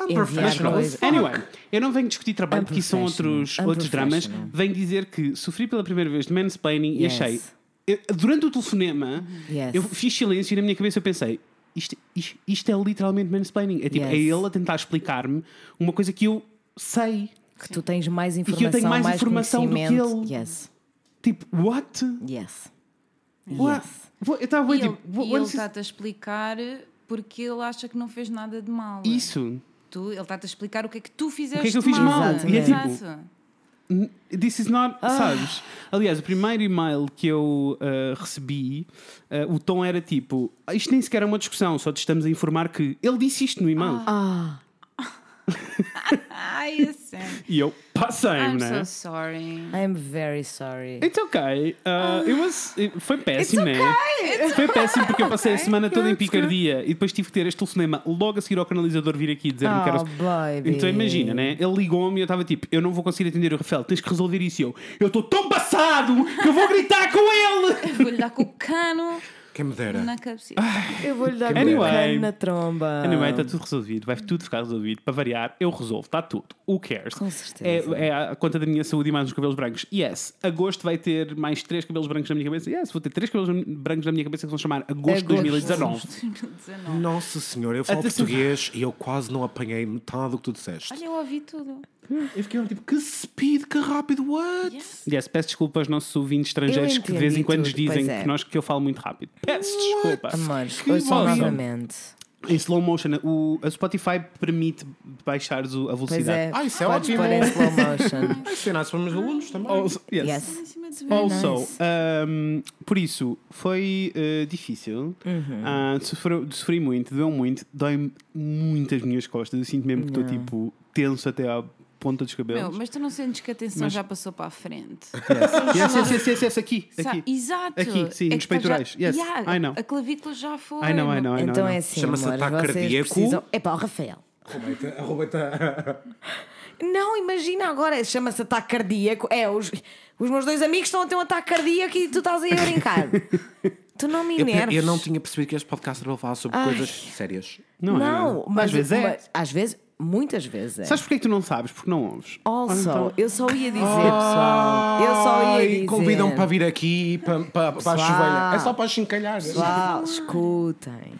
Speaker 1: I'm
Speaker 2: Enviar
Speaker 1: professional.
Speaker 2: coisa.
Speaker 1: Anyway, eu não venho discutir trabalho
Speaker 2: I'm
Speaker 1: porque isso são
Speaker 2: professional.
Speaker 1: outros,
Speaker 2: I'm
Speaker 1: outros dramas.
Speaker 2: professional.
Speaker 1: Venho dizer que sofri pela primeira vez de mansplaining e
Speaker 2: Yes.
Speaker 1: achei. eu- durante o telefonema,
Speaker 2: Yes.
Speaker 1: eu fiz silêncio e na minha cabeça eu pensei. Isto, isto, isto é literalmente mansplaining. É tipo,
Speaker 2: Yes.
Speaker 1: é ele a tentar explicar-me uma coisa que eu sei.
Speaker 2: Que tu tens mais
Speaker 1: eu
Speaker 2: informação,
Speaker 1: tenho mais informação do que
Speaker 2: conhecimento.
Speaker 1: ele.
Speaker 2: Yes,
Speaker 1: Tipo, what?
Speaker 2: yes.
Speaker 1: What? What? Eu estava bem
Speaker 3: E ele tá
Speaker 1: tipo, what- what is this-
Speaker 3: está-te a explicar porque ele acha que não fez nada de mal.
Speaker 1: Isso.
Speaker 3: Tu, ele está-te a explicar o que é que tu fizeste
Speaker 1: eu fiz
Speaker 2: mal? E é
Speaker 1: tipo-
Speaker 3: Exato.
Speaker 1: This is not.
Speaker 2: Ah.
Speaker 1: Sabes? Aliás, o primeiro e-mail que eu ah, recebi, ah, o tom era tipo: "Ah, Isto nem sequer é uma discussão, só te estamos a informar que ele disse isto no e-mail.
Speaker 2: Ah,
Speaker 3: Ai, é sério.
Speaker 1: E eu passei-me,
Speaker 2: Ah,
Speaker 3: I'm
Speaker 1: né?
Speaker 3: so
Speaker 2: assim.
Speaker 3: sorry.
Speaker 2: I'm very sorry.
Speaker 1: It's ok. Ah, it was- foi péssimo, né? Foi péssimo porque eu passei a semana toda em picardia e depois tive que ter este telefonema logo a seguir ao canalizador vir aqui dizer-me que era.
Speaker 2: Oh, baby.
Speaker 1: Então imagina, né? Ele ligou-me e eu estava tipo: Eu não vou conseguir atender o Rafael, tens que resolver isso. E eu: Eu estou tão passado que eu vou gritar com ele!
Speaker 3: Vou-lhe dar com o cano
Speaker 4: Quem me dera.
Speaker 3: na cabecita.
Speaker 1: Ah.
Speaker 2: Eu vou-lhe dar
Speaker 1: Anyway.
Speaker 2: um cano na tromba.
Speaker 1: Anyway,
Speaker 4: tá-
Speaker 1: está tudo resolvido, vai tudo ficar resolvido. Para variar, eu resolvo, está tudo. Who cares?
Speaker 2: Com certeza.
Speaker 1: É, é a conta da minha saúde e mais uns cabelos brancos. Yes, agosto vai ter mais três cabelos brancos na minha cabeça. Yes, vou ter três cabelos brancos na minha cabeça que vão chamar agosto de
Speaker 2: Agosto.
Speaker 1: 2019.
Speaker 3: 19.
Speaker 4: Nossa senhora, eu falo
Speaker 1: Atenção.
Speaker 4: português e eu quase não apanhei metade do que tu disseste.
Speaker 3: Olha, eu ouvi tudo.
Speaker 4: Eu fiquei tipo, que speed, que rápido, what?
Speaker 3: Yes.
Speaker 1: Yes, peço desculpa aos nossos ouvintes estrangeiros
Speaker 2: Eu
Speaker 1: que de vez em
Speaker 2: entendi
Speaker 1: quando nos
Speaker 2: tudo,
Speaker 1: dizem
Speaker 2: pois é.
Speaker 1: que, nós, que eu falo muito rápido. Peço desculpa.
Speaker 2: Amores,
Speaker 1: Que
Speaker 2: ouçam
Speaker 1: awesome.
Speaker 2: novamente.
Speaker 1: Em slow motion, o, a Spotify permite baixares o- a
Speaker 2: Pois
Speaker 1: velocidade.
Speaker 2: é,
Speaker 4: Ah, isso é
Speaker 2: podes
Speaker 4: ótimo. é
Speaker 2: pôr em slow motion.
Speaker 4: Ai, se nós formos alunos também.
Speaker 1: Also- yes.
Speaker 2: é. yes.
Speaker 3: Em cima de mim.
Speaker 1: Also,
Speaker 2: nice.
Speaker 1: um, por isso, foi uh, difícil.
Speaker 2: Uhum.
Speaker 1: Ah, sofreu- sofri, muito, doeu muito, dói-me muito as minhas costas. Eu sinto mesmo que estou
Speaker 2: Não.
Speaker 1: tipo tenso até à ponta dos
Speaker 3: Meu,
Speaker 1: cabelos.
Speaker 3: mas tu não sentes que a tensão
Speaker 1: Mas-
Speaker 3: já passou para a frente.
Speaker 1: yes, yes, yes, yes, yes, aqui,
Speaker 3: Sa-
Speaker 1: aqui.
Speaker 3: Exato.
Speaker 1: Aqui, sim,
Speaker 3: É que
Speaker 1: nos
Speaker 3: tá
Speaker 1: peitorais.
Speaker 3: já-
Speaker 1: Yes,
Speaker 3: Yeah,
Speaker 1: I know.
Speaker 3: A clavícula já foi.
Speaker 1: Ai não, ai não, ai não.
Speaker 2: Então
Speaker 1: ai
Speaker 2: é
Speaker 1: não.
Speaker 2: assim,
Speaker 4: Chama-se
Speaker 2: amores,
Speaker 4: ataque
Speaker 2: vocês
Speaker 4: cardíaco.
Speaker 2: precisam... É para o Rafael.
Speaker 4: tá.
Speaker 2: Não, imagina agora, chama-se ataque cardíaco. É, os, os meus dois amigos estão a ter um ataque cardíaco e tu estás aí a brincar. tu não me
Speaker 4: Eu,
Speaker 2: enerves.
Speaker 4: eu não tinha percebido que este podcast era para falar sobre coisas sérias.
Speaker 1: Não é.
Speaker 2: Não, mas
Speaker 1: Às vezes é.
Speaker 2: mas- às vezes, muitas vezes é.
Speaker 1: Sabes porquê que tu não sabes? Porque não ouves.
Speaker 2: Also,
Speaker 1: Então-
Speaker 2: eu só ia dizer, pessoal. Eu só ia
Speaker 4: Ai,
Speaker 2: dizer.
Speaker 4: Convidam-me para vir aqui e para, para, para a
Speaker 2: Pessoal.
Speaker 4: chuveira. É só para chincalhar.
Speaker 2: Pessoal, escutem.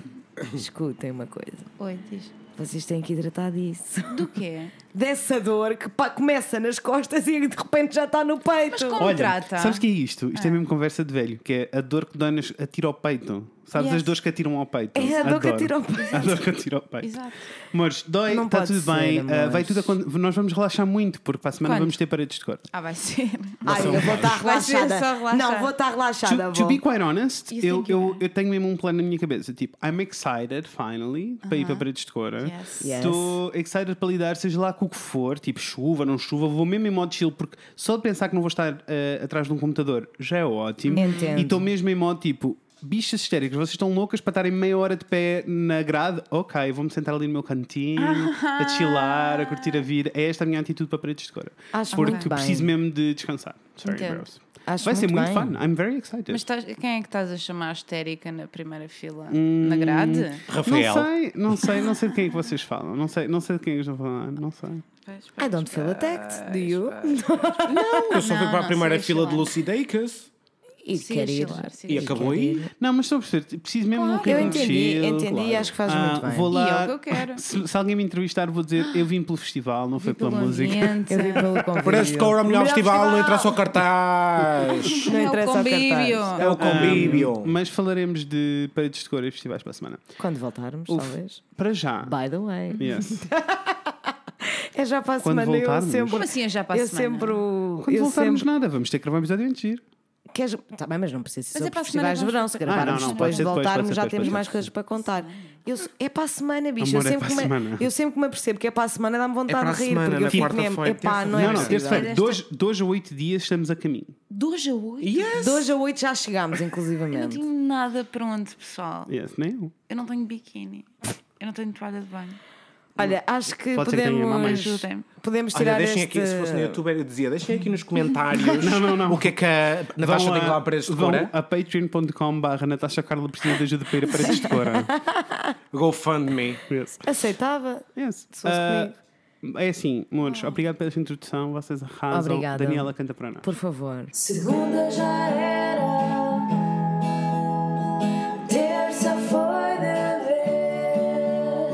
Speaker 2: Escutem uma coisa.
Speaker 3: Oi, diz.
Speaker 2: Vocês têm que hidratar disso.
Speaker 3: Do quê?
Speaker 2: Dessa dor que pá, começa nas costas e de repente já está no peito.
Speaker 3: como-
Speaker 1: Olha,
Speaker 3: trata.
Speaker 1: sabes que é isto?
Speaker 2: Ah.
Speaker 1: Isto é. mesmo conversa de velho, que é a dor que dói nas- atira ao peito. Sabes
Speaker 3: Yes.
Speaker 1: as dores que atiram ao peito?
Speaker 2: É a dor que atira ao peito.
Speaker 1: A dor que atira ao peito.
Speaker 3: Exato.
Speaker 1: Amores, dói,
Speaker 2: Não
Speaker 1: está
Speaker 2: pode
Speaker 1: tudo
Speaker 2: ser,
Speaker 1: bem.
Speaker 2: amores.
Speaker 1: ah, vai tudo a... Nós vamos relaxar muito, porque para a semana
Speaker 3: Quando?
Speaker 1: vamos ter paredes de cor.
Speaker 3: Ah, vai ser.
Speaker 2: Ai, eu vou estar
Speaker 3: Vai ser
Speaker 2: relaxada.
Speaker 3: só relaxar.
Speaker 2: Não, vou estar
Speaker 3: Tá,
Speaker 2: relaxada.
Speaker 1: To, to
Speaker 2: vou.
Speaker 1: be quite honest,
Speaker 3: You
Speaker 1: eu,
Speaker 3: think you
Speaker 1: eu,
Speaker 3: are.
Speaker 1: eu tenho mesmo um plano na minha cabeça. Tipo, I'm excited, finally, para ir para paredes de cor.
Speaker 3: Yes.
Speaker 2: Yes.
Speaker 1: Estou excited para lidar, seja lá com o que for, tipo chuva, não chuva, vou mesmo em modo chill, porque só de pensar que não vou estar eh, atrás de um computador já é ótimo.
Speaker 2: Entendo.
Speaker 1: E estou mesmo em modo tipo. Bichas histéricas, vocês estão loucas para estarem meia hora de pé na grade? Ok, vou-me sentar ali no meu cantinho, a chilar, a curtir a vida. É esta a minha atitude para paredes de cor.
Speaker 2: Acho
Speaker 1: Porque
Speaker 2: muito bem.
Speaker 1: preciso mesmo de descansar. Sorry,
Speaker 3: Entendo.
Speaker 1: bros.
Speaker 2: Acho
Speaker 1: Vai ser
Speaker 2: muito
Speaker 1: muito
Speaker 2: bem.
Speaker 1: fun. I'm very excited.
Speaker 3: Mas estás- quem é que estás a chamar histérica na primeira fila? Na grade?
Speaker 4: Rafael.
Speaker 1: Não sei, não sei, não sei de quem é que vocês falam. Não sei, não sei de quem é que estão a falar. Não sei.
Speaker 3: Pois, pois,
Speaker 2: I don't feel attacked, do you?
Speaker 4: Eu só fui
Speaker 3: Não,
Speaker 4: para a
Speaker 3: não,
Speaker 4: primeira
Speaker 3: sei
Speaker 4: fila de
Speaker 3: chilar.
Speaker 4: Lucy Dacus
Speaker 2: E
Speaker 3: Sim,
Speaker 2: quer ir.
Speaker 3: chilar, sim,
Speaker 4: e
Speaker 3: sim.
Speaker 4: acabou aí.
Speaker 1: Não, mas estou a perceber. Preciso mesmo de um
Speaker 2: Eu
Speaker 1: bocadinho de
Speaker 2: entendi,
Speaker 1: chill,
Speaker 2: entendi e
Speaker 1: claro.
Speaker 2: acho que faz
Speaker 1: Ah,
Speaker 2: muito bem.
Speaker 1: Vou lá.
Speaker 3: E é o que eu quero.
Speaker 1: Se, se alguém me entrevistar, vou dizer eu vim pelo festival, não foi pela
Speaker 3: Pelo
Speaker 1: música.
Speaker 3: ambiente.
Speaker 2: Eu vi pelo convívio.
Speaker 4: Parece que era o melhor
Speaker 2: Melhor
Speaker 4: festival, não
Speaker 2: festival.
Speaker 4: interessa ao cartaz.
Speaker 2: Não
Speaker 3: É o
Speaker 2: interessa ao
Speaker 3: convívio.
Speaker 2: cartaz.
Speaker 4: É o
Speaker 1: Ah,
Speaker 4: convívio.
Speaker 1: mas falaremos de paredes de cor e festivais para a semana.
Speaker 2: Quando voltarmos,
Speaker 1: Uf.
Speaker 2: talvez.
Speaker 1: Para já.
Speaker 2: By the way.
Speaker 1: Yes.
Speaker 2: É já para a
Speaker 1: Quando
Speaker 2: semana. Eu
Speaker 1: voltarmos.
Speaker 2: sempre.
Speaker 1: Como
Speaker 3: assim é já para a
Speaker 2: eu
Speaker 3: semana?
Speaker 2: Sempre, o-
Speaker 1: Quando
Speaker 2: eu
Speaker 1: voltarmos
Speaker 2: sempre.
Speaker 1: nada, vamos ter que gravar um episódio antes de ir.
Speaker 2: Queres... Tá bem, mas não precisa ser
Speaker 3: Mas é
Speaker 2: sobre
Speaker 3: para a
Speaker 2: festivais de
Speaker 3: semana,
Speaker 2: verão.
Speaker 3: vamos-
Speaker 2: Se gravarmos
Speaker 1: Ah, não, não, pode
Speaker 2: depois
Speaker 1: ser
Speaker 2: de
Speaker 1: depois,
Speaker 2: voltarmos,
Speaker 1: pode ser
Speaker 2: já
Speaker 1: depois,
Speaker 2: temos
Speaker 1: pode
Speaker 2: mais
Speaker 1: ser.
Speaker 2: coisas para contar. Eu sou- É para a semana, bicho.
Speaker 1: Amor, é
Speaker 2: eu, sempre
Speaker 1: para a
Speaker 2: que me...
Speaker 1: semana.
Speaker 2: eu sempre que me apercebo que é para a semana, dá-me vontade
Speaker 4: para a
Speaker 2: de rir,
Speaker 4: semana,
Speaker 2: porque
Speaker 4: na
Speaker 2: eu fico
Speaker 4: quarta
Speaker 2: mesmo.
Speaker 4: foi,
Speaker 2: É pá,
Speaker 4: terça-feira.
Speaker 2: não é
Speaker 1: Não, não,
Speaker 2: possível.
Speaker 1: terça-feira. Dois, dois a oito dias estamos a caminho.
Speaker 3: 2 a 8?
Speaker 2: De hoje a oito já chegámos,
Speaker 3: Eu não
Speaker 2: inclusivamente.
Speaker 3: tenho nada pronto, pessoal.
Speaker 1: Yes, nem eu.
Speaker 3: Eu não tenho biquíni. Eu não tenho toalha de banho.
Speaker 2: Olha, acho que
Speaker 1: Pode ser que tenha
Speaker 2: podemos.
Speaker 1: mamães.
Speaker 3: Ajudem-me.
Speaker 2: podemos
Speaker 4: Olha,
Speaker 2: tirar
Speaker 4: deixem
Speaker 2: este...
Speaker 4: aqui, se fosse no YouTube, eu dizia, deixem aqui nos comentários o que é que a Natasha
Speaker 1: Vão
Speaker 4: tem
Speaker 1: a-
Speaker 4: lá para este eh?
Speaker 1: Vão
Speaker 2: é?
Speaker 4: cora.
Speaker 1: a patreon.com barra Natasha Carla precisa de ajuda para ir a paredes de cora.
Speaker 4: GoFundMe.
Speaker 1: Yes.
Speaker 2: Aceitava.
Speaker 1: Yes.
Speaker 2: Se fosse
Speaker 1: Ah, é assim, Mouros, obrigado pela esta introdução. Vocês arrasam.
Speaker 2: Obrigada.
Speaker 1: Daniela canta para nós.
Speaker 2: Por favor.
Speaker 5: Segunda já era, terça foi de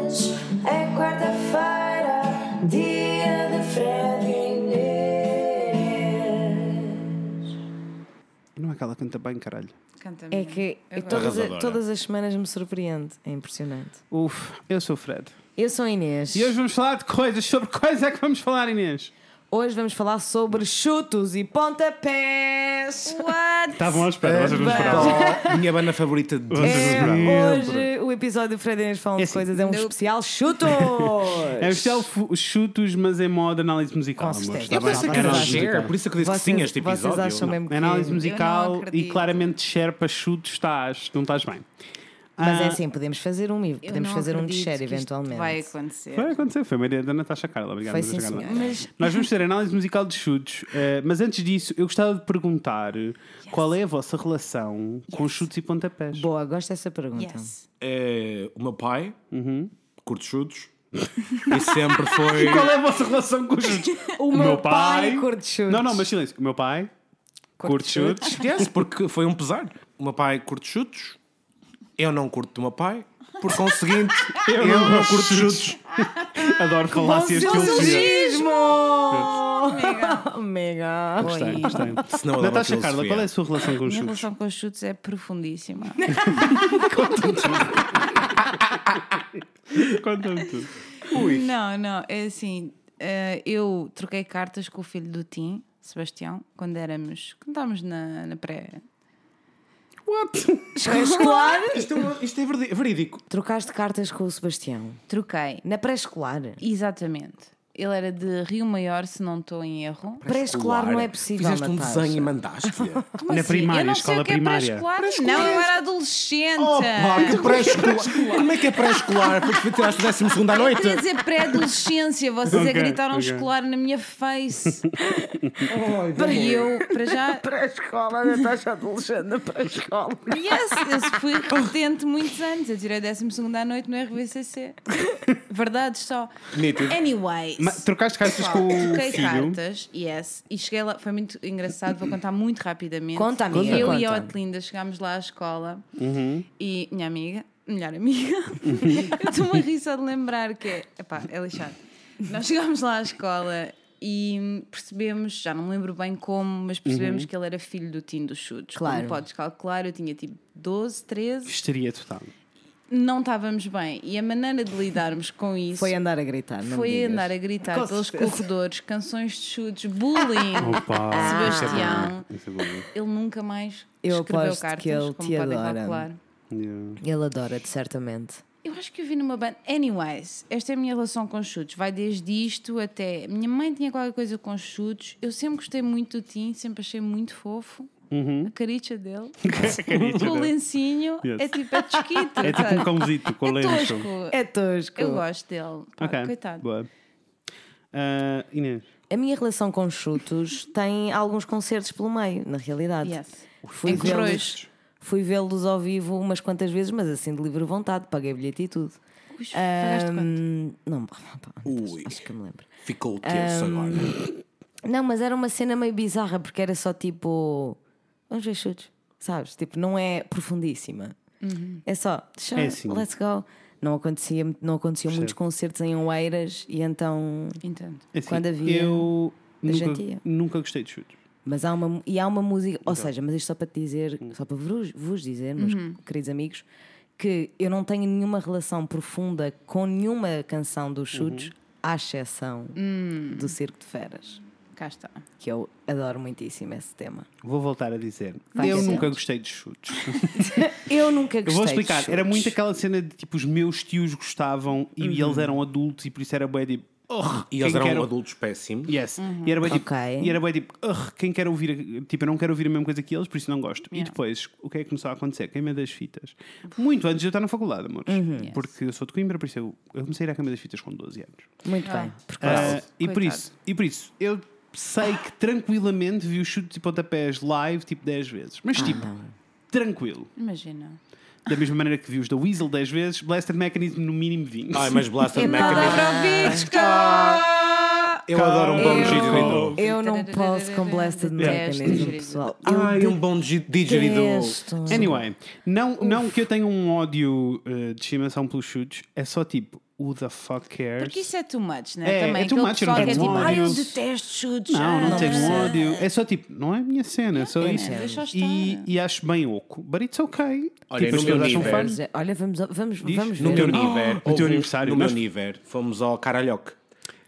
Speaker 5: vez, é quarta-feira, dia de Fred e Inês.
Speaker 1: Não é aquela que canta bem, caralho.
Speaker 3: Canta-me.
Speaker 2: É que eu
Speaker 3: gosto.
Speaker 2: todas,
Speaker 4: Arrasadora.
Speaker 2: todas as semanas me surpreende. É impressionante.
Speaker 1: Uf, eu sou o Fred.
Speaker 2: Eu sou a Inês.
Speaker 1: E hoje vamos falar de coisas. Sobre coisas é que vamos falar, Inês.
Speaker 2: Hoje vamos falar sobre chutos e pontapés.
Speaker 3: What?
Speaker 1: Estavam à espera, vocês não esperavam.
Speaker 4: Dó, minha banda favorita de
Speaker 2: É,
Speaker 1: Bravo.
Speaker 2: hoje o episódio do Fred e Inês falam
Speaker 1: É
Speaker 2: de
Speaker 1: assim,
Speaker 2: coisas. É um
Speaker 3: nope.
Speaker 2: especial chutos.
Speaker 1: É oficial fu- chutos, mas é modo análise musical.
Speaker 2: Com
Speaker 1: amor.
Speaker 2: certeza.
Speaker 1: Está
Speaker 4: Eu
Speaker 1: bem?
Speaker 4: pensei que
Speaker 1: É
Speaker 4: era
Speaker 1: análise
Speaker 4: share,
Speaker 1: musical.
Speaker 4: por isso é que eu disse que sim a este
Speaker 2: vocês
Speaker 4: episódio.
Speaker 2: acham mesmo que...
Speaker 1: Análise musical e
Speaker 3: acredito.
Speaker 1: claramente share para chutos estás, não estás bem.
Speaker 2: Mas é
Speaker 1: Ah,
Speaker 2: assim, podemos fazer um e
Speaker 3: Eu
Speaker 2: podemos
Speaker 3: não
Speaker 2: fazer um de
Speaker 3: acredito
Speaker 2: share
Speaker 3: que isto
Speaker 2: eventualmente.
Speaker 3: Vai acontecer.
Speaker 1: Foi acontecer, foi uma ideia da Natasha Carla. Obrigado,
Speaker 2: Foi
Speaker 1: Natasha
Speaker 2: sim,
Speaker 1: Carla.
Speaker 2: senhora.
Speaker 3: Mas
Speaker 1: Nós vamos ter análise musical de chutes, eh, mas antes disso, eu gostava de perguntar qual é a vossa relação com chutes e pontapés.
Speaker 2: Boa, gosto dessa pergunta.
Speaker 3: yes.
Speaker 4: É, o meu pai, curto chutos, e sempre foi.
Speaker 1: Qual é a vossa relação com chutes?
Speaker 2: O,
Speaker 1: meu pai-
Speaker 2: curte chutes.
Speaker 1: não, não, mas silêncio. O meu pai curte chutes.
Speaker 4: Yes, porque foi um pesar. O meu pai curte chutos, eu não curto do meu pai, por conseguinte, eu, não, curto chutos.
Speaker 3: Ah,
Speaker 1: Adoro assim, falácias de filosofia.
Speaker 2: Silogismo! Mega!
Speaker 1: Gostei, gostei.
Speaker 4: Senão eu dava
Speaker 1: Natasha
Speaker 4: filosofia.
Speaker 1: Carla, qual é a sua relação com
Speaker 3: Minha
Speaker 1: chutes?
Speaker 3: relação com os chutes é profundíssima.
Speaker 1: Conta-me tudo.
Speaker 3: Não, não, é assim. eh, eu troquei cartas com o filho do Tim, Sebastião, quando éramos. Quando estávamos na, na pré.
Speaker 2: Pré-escolar?
Speaker 4: Isto é, uma- isto é verdi- verídico.
Speaker 2: Trocaste cartas com o Sebastião.
Speaker 3: Troquei.
Speaker 2: Na pré-escolar.
Speaker 3: Exatamente. Ele era de Rio Maior, se não estou em erro.
Speaker 2: Pré-escolar não é possível.
Speaker 4: Fizeste um
Speaker 2: Natasha.
Speaker 4: desenho e mandaste-lhe.
Speaker 3: Como
Speaker 1: Na
Speaker 3: assim?
Speaker 1: primária,
Speaker 3: eu não
Speaker 1: escola
Speaker 3: sei o que
Speaker 1: primária.
Speaker 3: É pré-escolar. não, eu era adolescente.
Speaker 4: Oh pá, que pré-escolar! Como é que é pré-escolar? Porque tiraste 12 segundo à noite?
Speaker 3: Quer dizer, pré-adolescência, vocês
Speaker 1: Ok,
Speaker 3: a gritaram
Speaker 1: ok.
Speaker 3: escolar na minha face. e eu, para já, Oh,
Speaker 2: Pré-escola, Natasha adolescente na pré-escola.
Speaker 3: Yes, eu fui retente muitos anos. Eu tirei 12 à noite no RVCC. Verdade só.
Speaker 4: Nítido.
Speaker 3: Anyways.
Speaker 1: Ma- trocaste cartas com o
Speaker 3: Toquei
Speaker 1: filho?
Speaker 3: É cartas, yes, e cheguei lá, foi muito engraçado, vou contar muito rapidamente.
Speaker 2: Conta, amiga,
Speaker 3: Eu
Speaker 2: conta.
Speaker 3: e a Otlinda chegámos lá à escola
Speaker 1: Uhum.
Speaker 3: e minha amiga, melhor amiga, eu estou-me a rir só de lembrar que é, epá, é lixado. Nós chegámos lá à escola e percebemos, já não me lembro bem como, mas percebemos
Speaker 1: Uhum.
Speaker 3: que ele era filho do Tim dos Chudos.
Speaker 2: Claro.
Speaker 3: Como podes calcular, eu tinha tipo 12, 13,
Speaker 1: Histeria total.
Speaker 3: não estávamos bem. E a maneira de lidarmos com isso
Speaker 2: Foi andar a gritar, não me
Speaker 3: foi
Speaker 2: digas.
Speaker 3: andar a gritar
Speaker 2: Com
Speaker 3: pelos
Speaker 2: certeza.
Speaker 3: corredores, canções de chutes, bullying.
Speaker 1: Opa,
Speaker 3: Sebastião.
Speaker 1: Isso é bom. Isso
Speaker 3: Ele nunca mais
Speaker 2: Eu
Speaker 3: escreveu
Speaker 2: aposto
Speaker 3: cartas,
Speaker 2: que ele
Speaker 3: como
Speaker 2: te
Speaker 3: podem
Speaker 2: adora.
Speaker 3: calcular.
Speaker 1: é bom. Yeah.
Speaker 2: Ele adora-te, certamente.
Speaker 3: Eu acho que eu vi numa banda. Anyways, esta é a minha relação com chutes. Vai desde isto até. Minha mãe tinha qualquer coisa com chutes. Eu sempre gostei muito do Tim, sempre achei muito fofo.
Speaker 2: Uhum.
Speaker 3: A caricha dele, com o lencinho,
Speaker 1: Yes.
Speaker 3: é tipo, é tosquito.
Speaker 1: É tipo um
Speaker 3: sabe?
Speaker 1: cãozito com
Speaker 3: é
Speaker 1: lenço.
Speaker 3: tosco.
Speaker 2: É tosco.
Speaker 3: Eu gosto dele. Pá,
Speaker 1: Ok,
Speaker 3: Coitado.
Speaker 1: Boa. Ah, Inês,
Speaker 2: A minha relação com chutos tem alguns concertos pelo meio, na realidade.
Speaker 3: Yes.
Speaker 2: Fui
Speaker 3: Em Coimbra.
Speaker 2: vê-los fui vê-los ao vivo umas quantas vezes, mas assim de livre vontade, paguei bilhete e tudo.
Speaker 3: Ux, pagaste quanto?
Speaker 2: Hum, não, pá, pá,
Speaker 4: Ui.
Speaker 2: acho que eu me lembro.
Speaker 4: Ficou o terço agora.
Speaker 2: Não, mas era uma cena meio bizarra porque era só tipo. Vamos ver chutes, sabes? Tipo, não é profundíssima.
Speaker 3: Uhum.
Speaker 2: É só. Sure,
Speaker 1: É assim.
Speaker 2: Let's go. Não acontecia, não aconteciam muitos concertos em Oeiras e então.
Speaker 3: Entendo.
Speaker 1: assim,
Speaker 2: Quando havia,
Speaker 1: eu
Speaker 2: gente
Speaker 1: nunca,
Speaker 2: ia.
Speaker 1: nunca gostei de chutes.
Speaker 2: Mas há uma, e há uma música, ou seja, mas isto só para te dizer,
Speaker 1: Hum.
Speaker 2: só para vos, vos dizer, meus
Speaker 3: Uhum.
Speaker 2: queridos amigos,
Speaker 1: Uhum.
Speaker 2: que eu não tenho nenhuma relação profunda com nenhuma canção dos chutes, à exceção
Speaker 3: Hum.
Speaker 2: do Circo de Feras,
Speaker 3: Cá está.
Speaker 2: que eu adoro muitíssimo esse tema.
Speaker 1: Vou voltar a dizer.
Speaker 2: Vai
Speaker 1: eu
Speaker 2: dizer.
Speaker 1: nunca gostei de chutes.
Speaker 2: Eu nunca
Speaker 1: Eu
Speaker 2: gostei.
Speaker 1: vou
Speaker 2: de
Speaker 1: explicar. Era
Speaker 2: chutes. Uhum.
Speaker 1: muito aquela cena de tipo, os meus tios gostavam e eles eram adultos e por isso era bem tipo. "Ugh,
Speaker 4: E eles
Speaker 1: quem
Speaker 4: eram
Speaker 1: quer-
Speaker 4: adultos péssimos.
Speaker 1: Yes. E era bem tipo,
Speaker 2: Uhum. Ok.
Speaker 1: e era bem tipo "Ugh, quem quer ouvir, tipo, eu não quero ouvir a mesma coisa que eles, por isso não gosto. E
Speaker 3: Yeah.
Speaker 1: depois, o que é que começou a acontecer? Queima das fitas. Muito antes de eu estar na faculdade, amores.
Speaker 2: Uhum.
Speaker 1: Porque eu sou de Coimbra, por isso eu, eu comecei a ir à queima das fitas com 12 anos.
Speaker 2: Muito bem. Porque
Speaker 1: Ah, e, por
Speaker 3: Coitado.
Speaker 1: isso, e por isso, eu sei que tranquilamente vi os chutes e pontapés live tipo 10 vezes. Mas
Speaker 4: Ah,
Speaker 1: tipo, tranquilo.
Speaker 3: Imagina.
Speaker 1: Da mesma maneira que vi os da Weasel 10 vezes, Blasted Mechanism no mínimo 20.
Speaker 4: Ai, mas
Speaker 3: É
Speaker 4: Blaster Mechanism.
Speaker 3: Dobrovichka!
Speaker 4: Eu adoro um bom
Speaker 2: Eu-
Speaker 4: didgeridoo.
Speaker 2: eu não posso com
Speaker 3: É,
Speaker 2: Blasted
Speaker 3: Detesto
Speaker 2: Mechanism,
Speaker 3: didgeridoo.
Speaker 2: pessoal.
Speaker 4: Ai,
Speaker 2: eu
Speaker 4: um bom digi- didgeridoo.
Speaker 2: detesto.
Speaker 3: É
Speaker 1: Anyway, não, não que eu tenha um ódio eh, de estimação pelos chutes, é só tipo, who the fuck cares?
Speaker 3: Porque isso é too much, né?
Speaker 1: É,
Speaker 3: Também.
Speaker 1: é too
Speaker 3: aquele
Speaker 1: much, eu não
Speaker 3: pessoal que é
Speaker 1: tenho
Speaker 3: tipo,
Speaker 1: ódio.
Speaker 3: ai, eu detesto chutes.
Speaker 1: Não, não,
Speaker 3: ah,
Speaker 1: tenho
Speaker 3: sei."
Speaker 1: ódio. É só tipo, não é a minha cena, é só isso.
Speaker 3: é, deixa estar.
Speaker 1: E, e acho bem oco. But it's okay.
Speaker 4: Olha,
Speaker 1: tipo, as
Speaker 4: no meu
Speaker 1: pessoas acham
Speaker 4: nível-
Speaker 1: fun.
Speaker 2: Mas, Olha, vamos, vamos,
Speaker 1: Diz?
Speaker 2: vamos
Speaker 4: No
Speaker 2: ver.
Speaker 4: teu
Speaker 1: Oh,
Speaker 4: nível.
Speaker 2: Ah,
Speaker 1: no
Speaker 4: houve
Speaker 1: teu
Speaker 4: um-
Speaker 1: aniversário,
Speaker 4: No meu
Speaker 1: nós-
Speaker 4: nível. Fomos ao Caralhoque.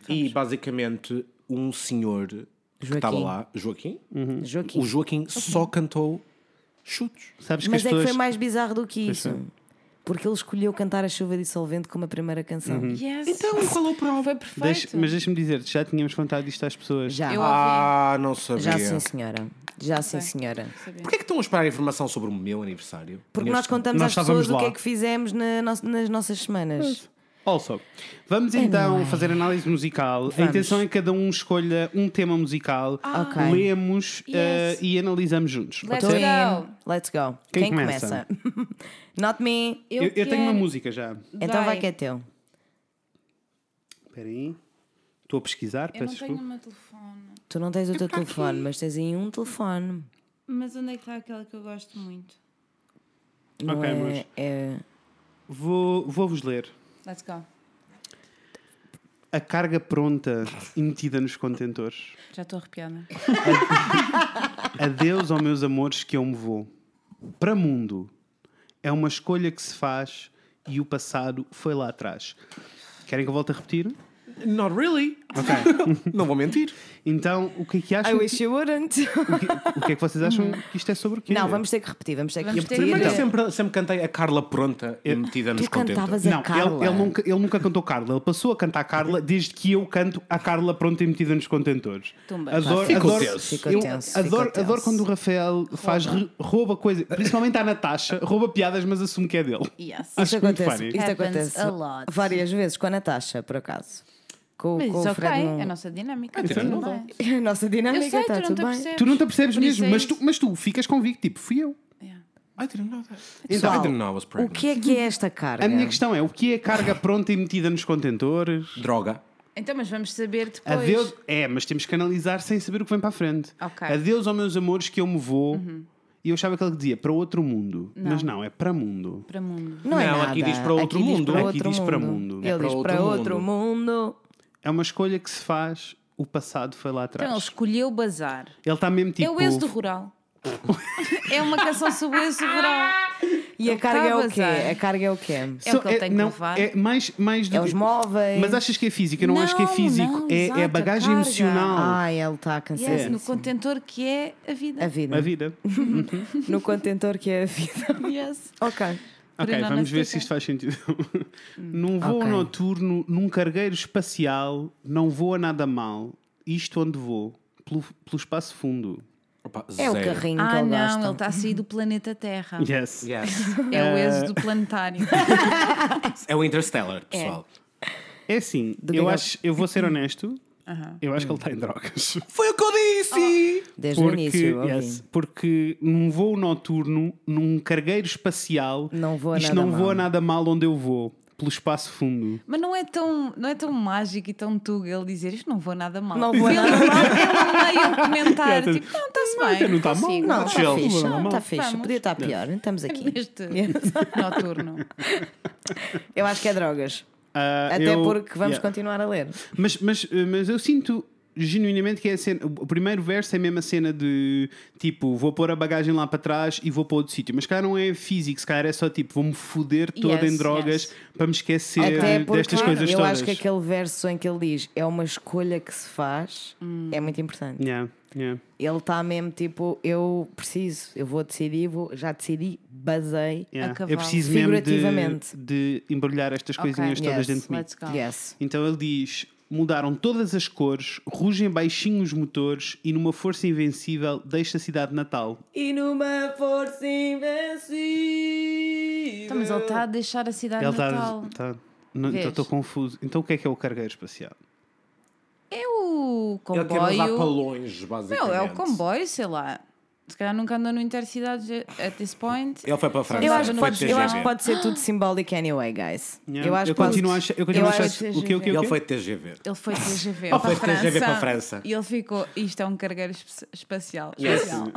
Speaker 4: E basicamente um senhor que
Speaker 2: Joaquim. Uhum.
Speaker 4: estava lá, Joaquim,
Speaker 2: Joaquim.
Speaker 4: o Joaquim só cantou chutes.
Speaker 1: Sabes
Speaker 2: Mas
Speaker 1: que
Speaker 2: é
Speaker 1: as
Speaker 2: que
Speaker 1: pessoas.
Speaker 2: foi mais bizarro do que isso. Porque ele escolheu cantar A Chuva Dissolvente como a primeira canção.
Speaker 1: Uhum.
Speaker 3: Yes.
Speaker 4: Então, qual é o problema?
Speaker 3: foi
Speaker 1: Deixa-
Speaker 3: perfeito.
Speaker 1: mas deixa-me dizer, já tínhamos contado isto às pessoas.
Speaker 2: Já.
Speaker 3: Eu ouvi.
Speaker 4: Ah, não sabia.
Speaker 2: Já sim, senhora. Já sim, senhora.
Speaker 4: Porquê é que estão a esperar informação sobre o meu aniversário?
Speaker 2: Porque nós
Speaker 4: Neste-
Speaker 2: contamos
Speaker 1: nós
Speaker 2: às pessoas
Speaker 1: estávamos
Speaker 2: o que
Speaker 1: lá.
Speaker 2: é que fizemos na nos- nas nossas semanas.
Speaker 1: Also, vamos
Speaker 3: É
Speaker 1: então fazer análise musical. A intenção é que cada um escolha um tema musical,
Speaker 2: Ok.
Speaker 1: lemos eh,
Speaker 3: Ah. Yes.
Speaker 1: e analisamos juntos. Pode
Speaker 3: Let's
Speaker 1: ser?
Speaker 2: Estou
Speaker 3: go.
Speaker 2: in. Let's go.
Speaker 1: Quem
Speaker 2: Quem
Speaker 1: começa?
Speaker 2: começa? Not me.
Speaker 1: Eu, eu tenho uma
Speaker 3: quero-
Speaker 1: música já.
Speaker 2: Então vai que é teu.
Speaker 1: Espera aí. Estou a pesquisar,
Speaker 3: Eu
Speaker 1: peço
Speaker 3: não tenho o
Speaker 1: desculpa.
Speaker 3: meu telefone.
Speaker 2: Tu não tens o teu telefone, mas tens aí um telefone.
Speaker 3: Mas onde é que está aquela que eu gosto muito?
Speaker 2: Não
Speaker 1: Ok,
Speaker 2: é,
Speaker 1: mas-
Speaker 2: é-
Speaker 1: Vou- Vou-vos ler.
Speaker 3: Let's go.
Speaker 1: A carga pronta e metida nos contentores.
Speaker 3: Já estou arrepiada.
Speaker 1: Adeus, ó meus amores, que eu me vou. Para mundo. É uma escolha que se faz e o passado foi lá atrás. Querem que eu volte a repetir?
Speaker 4: Not really. não vou mentir.
Speaker 1: Então, o que é que
Speaker 2: I
Speaker 1: acham?
Speaker 2: wish you wouldn't.
Speaker 1: O que, o que é que vocês acham que isto é sobre o quê?
Speaker 2: Hum. Não, vamos ter que repetir, vamos ter que
Speaker 3: Vamos ter que
Speaker 2: repetir.
Speaker 4: Mas eu
Speaker 3: Então.
Speaker 4: sempre, sempre cantei a Carla pronta e metida nos
Speaker 2: Tu
Speaker 4: contentores.
Speaker 2: cantavas
Speaker 1: Não,
Speaker 2: a Carla.
Speaker 1: ele, ele nunca, ele nunca cantou Carla, ele passou a cantar Carla desde que eu canto a Carla pronta e metida nos contentores.
Speaker 3: Tumba.
Speaker 1: Adoro,
Speaker 4: Ficou
Speaker 1: adoro,
Speaker 4: tenso.
Speaker 2: Ficou
Speaker 1: eu
Speaker 2: tenso,
Speaker 1: adoro,
Speaker 2: ficou
Speaker 1: adoro
Speaker 2: tenso.
Speaker 1: quando o Rafael faz re- rouba coisa, principalmente à Natasha, rouba piadas, mas assume que é dele.
Speaker 3: Yes.
Speaker 1: Acho
Speaker 2: Isto
Speaker 1: muito
Speaker 2: acontece,
Speaker 1: funny.
Speaker 2: isto é
Speaker 3: Happens
Speaker 2: acontece
Speaker 3: a lot.
Speaker 2: várias vezes com a Natasha, por acaso. Com,
Speaker 3: Mas
Speaker 2: com
Speaker 3: isso
Speaker 2: o
Speaker 3: ok,
Speaker 2: Fred
Speaker 3: é
Speaker 2: não-
Speaker 3: a nossa dinâmica.
Speaker 1: Então,
Speaker 3: tá tudo
Speaker 4: não
Speaker 3: bem.
Speaker 2: a nossa
Speaker 3: Eu
Speaker 2: dinâmica
Speaker 3: sei,
Speaker 2: está
Speaker 3: tu não
Speaker 2: tudo
Speaker 3: te
Speaker 2: bem.
Speaker 3: apercebes.
Speaker 1: tá Tu não te apercebes
Speaker 3: Por isso
Speaker 1: mesmo,
Speaker 3: é
Speaker 1: mas
Speaker 3: isso.
Speaker 1: tu, mas tu ficas convicto, tipo, fui eu.
Speaker 3: Yeah.
Speaker 4: I didn't know that.
Speaker 1: Então,
Speaker 4: I didn't know I was
Speaker 2: O
Speaker 4: pregnant.
Speaker 2: que é que é esta carga?
Speaker 1: A minha questão é: o que é carga pronta e metida nos contentores?
Speaker 2: é-
Speaker 4: Droga.
Speaker 3: Então, mas vamos saber depois.
Speaker 1: Adeus. É, mas temos que analisar sem saber o que vem para a frente.
Speaker 3: Ok. Uhum.
Speaker 1: Adeus, ó meus amores, que eu me vou. E eu achava que ele dizia para outro mundo. Mas não, é para mundo.
Speaker 3: Para mundo.
Speaker 2: Não, é
Speaker 4: Não,
Speaker 2: nada.
Speaker 4: aqui diz para outro
Speaker 2: diz
Speaker 4: mundo.
Speaker 2: para
Speaker 1: Aqui
Speaker 2: outro
Speaker 1: diz para mundo.
Speaker 2: Ele
Speaker 4: É para
Speaker 2: diz
Speaker 4: outro
Speaker 2: para outro mundo.
Speaker 1: É uma escolha que se faz, o passado foi lá atrás.
Speaker 3: Então, ele escolheu bazar.
Speaker 1: ele está mesmo Tá. tipo.
Speaker 3: É o êxodo rural. é uma canção sobre o êxodo rural.
Speaker 2: E a
Speaker 3: Ele
Speaker 2: carga é
Speaker 3: tá
Speaker 2: o quê?
Speaker 3: bazar.
Speaker 2: A carga é o quê?
Speaker 3: É o que ele tem que
Speaker 1: não,
Speaker 3: levar.
Speaker 1: É mais, mais do
Speaker 2: É os
Speaker 1: que-
Speaker 2: móveis.
Speaker 1: Mas achas que é físico? Eu não, acho que é
Speaker 3: Não,
Speaker 1: físico.
Speaker 3: não,
Speaker 1: é, é
Speaker 3: exato,
Speaker 1: a
Speaker 3: a
Speaker 1: bagagem
Speaker 3: carga.
Speaker 1: emocional.
Speaker 2: Ai, ele está a
Speaker 3: Yes,
Speaker 2: cansar.
Speaker 3: é assim, no contentor que é a vida.
Speaker 2: A vida.
Speaker 1: A vida.
Speaker 2: No contentor que é a vida.
Speaker 3: Yes.
Speaker 2: ok.
Speaker 1: Ok,
Speaker 3: Fernanda
Speaker 1: vamos ver
Speaker 3: Seca.
Speaker 1: se isto faz sentido. num voo
Speaker 2: Ok.
Speaker 1: noturno, num cargueiro espacial, não voa nada mal. Isto onde vou, pelo, pelo espaço fundo.
Speaker 4: Opa,
Speaker 2: É o
Speaker 4: zero.
Speaker 2: carrinho que
Speaker 3: Ah,
Speaker 2: ele
Speaker 3: não, ele
Speaker 2: gosta.
Speaker 3: está a sair do planeta Terra.
Speaker 1: Yes.
Speaker 4: Yes.
Speaker 3: É o êxodo planetário.
Speaker 4: É o Interstellar, pessoal.
Speaker 1: É assim,
Speaker 2: que é
Speaker 1: eu,
Speaker 2: que
Speaker 1: acho, eu vou ser honesto, eu acho que ele está em drogas.
Speaker 4: Foi o que eu disse!
Speaker 2: Desde o
Speaker 1: Porque,
Speaker 2: início. ouvi.
Speaker 1: yes, porque num voo noturno, num cargueiro espacial,
Speaker 2: Não voa
Speaker 1: isto
Speaker 2: nada
Speaker 1: não voa
Speaker 2: mal.
Speaker 1: nada mal onde eu vou, pelo espaço fundo.
Speaker 3: Mas não é, tão, não é tão mágico e tão tuga ele dizer isto não vou nada mal.
Speaker 2: Não vou
Speaker 3: ele, é
Speaker 2: nada
Speaker 3: Ele meio um
Speaker 1: Yeah,
Speaker 3: comentário, tipo, não, está-se
Speaker 1: Não,
Speaker 3: bem.
Speaker 1: até não está mal.
Speaker 3: consigo,
Speaker 2: Não,
Speaker 3: tá
Speaker 2: está
Speaker 1: Chill.
Speaker 2: fixe.
Speaker 1: Não,
Speaker 2: Está
Speaker 1: não.
Speaker 2: fixe.
Speaker 3: Vamos.
Speaker 2: Podia estar pior. Estamos aqui.
Speaker 3: Neste
Speaker 2: Yes.
Speaker 3: noturno.
Speaker 2: Eu acho que é drogas.
Speaker 1: Ah,
Speaker 2: Até
Speaker 1: eu-
Speaker 2: porque vamos
Speaker 1: yeah.
Speaker 2: continuar a ler.
Speaker 1: eh, Mas, mas, mas eu sinto genuinamente que é a cena. O primeiro verso é mesmo a cena de tipo, vou pôr a bagagem lá para trás e vou para outro sítio. Mas se calhar não é físico, se calhar é só tipo, vou-me foder toda
Speaker 3: Yes,
Speaker 1: em drogas
Speaker 3: yes.
Speaker 1: para me esquecer
Speaker 2: Até porque
Speaker 1: eh, destas coisas
Speaker 2: eu
Speaker 1: todas.
Speaker 2: acho que aquele verso em que ele diz é uma escolha que se faz é muito importante.
Speaker 1: Yeah, yeah.
Speaker 2: Ele está mesmo tipo, eu preciso, eu vou decidir, vou, já decidi, basei.
Speaker 1: Yeah.
Speaker 3: cavalo.
Speaker 1: Eu preciso mesmo de,
Speaker 2: Figurativamente.
Speaker 1: de embrulhar estas
Speaker 3: Ok,
Speaker 1: coisinhas todas
Speaker 2: yes,
Speaker 1: dentro de mim.
Speaker 3: let's go.
Speaker 2: Yes.
Speaker 1: Então ele diz: mudaram todas as cores, rugem baixinho os motores e numa força invencível deixa a cidade de natal.
Speaker 2: E numa força invencível.
Speaker 3: Então, mas ele está a deixar a cidade
Speaker 1: ele
Speaker 3: natal.
Speaker 1: está. Tá, não,
Speaker 3: Vês?
Speaker 1: então estou confuso. Então o que é que é o cargueiro espacial?
Speaker 3: É o
Speaker 2: Ah,
Speaker 4: Ele quer levar para
Speaker 3: comboio.
Speaker 4: longe, basicamente.
Speaker 3: Não, é o comboio, sei lá. Se calhar nunca andou no Intercidades at this point.
Speaker 4: Ele foi para a França.
Speaker 2: Eu acho, que
Speaker 4: foi
Speaker 2: pode,
Speaker 4: TGV.
Speaker 2: eu acho que pode ser tudo simbólico anyway, guys.
Speaker 1: Yeah.
Speaker 2: Eu acho que pode-
Speaker 1: continuo a achar. Eu continuo a
Speaker 2: acho-
Speaker 1: achar.
Speaker 3: que
Speaker 1: O que o que o
Speaker 4: Ele
Speaker 1: que?
Speaker 4: foi TGV.
Speaker 3: Ele foi de TGV
Speaker 4: Ele
Speaker 3: para,
Speaker 4: foi de TGV para a França.
Speaker 3: E ele ficou, isto é um cargueiro espe- espacial.
Speaker 4: Yes.
Speaker 3: Especial.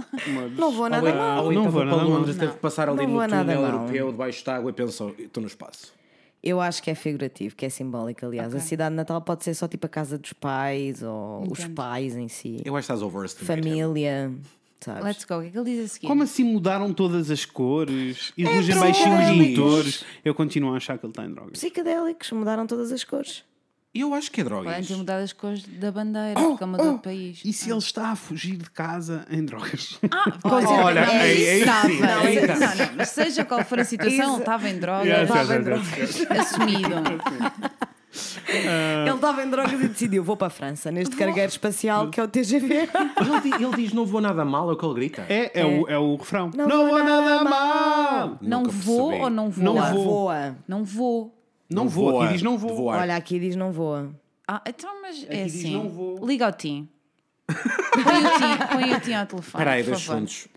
Speaker 2: Não vou
Speaker 4: Ou
Speaker 2: nada mal.
Speaker 4: então,
Speaker 1: Não
Speaker 4: ou então
Speaker 1: vou
Speaker 4: foi
Speaker 1: nada
Speaker 4: para
Speaker 1: mal.
Speaker 4: Londres, teve que passar ali
Speaker 2: Não
Speaker 4: no
Speaker 2: vou nada
Speaker 4: túnel
Speaker 2: mal.
Speaker 4: europeu, debaixo de água e pensou, estou no espaço.
Speaker 2: Eu acho que é figurativo, que é simbólico, aliás. A cidade de Natal pode ser só tipo a casa dos pais ou os pais em si.
Speaker 4: Eu acho que estás
Speaker 2: é
Speaker 4: overestimated.
Speaker 2: Família, sabes?
Speaker 3: Let's go. O que é que ele diz a seguir?
Speaker 1: Como assim mudaram todas as cores e rugem
Speaker 4: para
Speaker 1: baixinho os
Speaker 4: longe.
Speaker 1: motores? Eu continuo a achar que ele está em drogas.
Speaker 2: Psicodélicos mudaram todas as cores.
Speaker 4: Eu acho que Oh, é
Speaker 3: Podem
Speaker 4: drogas.
Speaker 3: ter mudado as cores da bandeira, porque é uma do país. Ah,
Speaker 1: E se ele está a fugir de casa em drogas?
Speaker 4: Olha, é
Speaker 3: Não,
Speaker 4: aí- aí
Speaker 3: estava.
Speaker 4: sim,
Speaker 3: Não,
Speaker 4: aí
Speaker 3: se-
Speaker 4: tá.
Speaker 3: não, não, mas seja qual for a situação, ele estava em droga,
Speaker 1: Yes,
Speaker 3: estava
Speaker 1: yes,
Speaker 3: em
Speaker 1: yes,
Speaker 3: drogas, assumido.
Speaker 2: Ele estava em drogas e decidiu, vou para a França, neste cargueiro espacial que é o TGV.
Speaker 4: Ele, di- ele diz, não vou nada mal, é o que ele grita.
Speaker 1: É, é, O, é o refrão. Não,
Speaker 2: vou
Speaker 1: vou nada
Speaker 2: nada
Speaker 1: mal!
Speaker 3: Não
Speaker 4: Nunca
Speaker 3: vou
Speaker 4: percebi.
Speaker 3: ou não vou?
Speaker 1: Não
Speaker 2: Ela
Speaker 1: vou.
Speaker 2: voa.
Speaker 3: Não vou.
Speaker 1: Não
Speaker 4: Não
Speaker 1: vou.
Speaker 4: voa.
Speaker 1: Aqui diz não vou.
Speaker 4: De voar.
Speaker 2: Olha, aqui diz não voa.
Speaker 3: Ah, então, mas
Speaker 1: Aqui
Speaker 3: é
Speaker 1: diz
Speaker 3: assim.
Speaker 1: não vou.
Speaker 3: Liga ao Tim. Põe o Tim, põe o Tim ao telefone.
Speaker 4: Espera aí,
Speaker 3: por
Speaker 4: dois
Speaker 3: favor.
Speaker 4: segundos.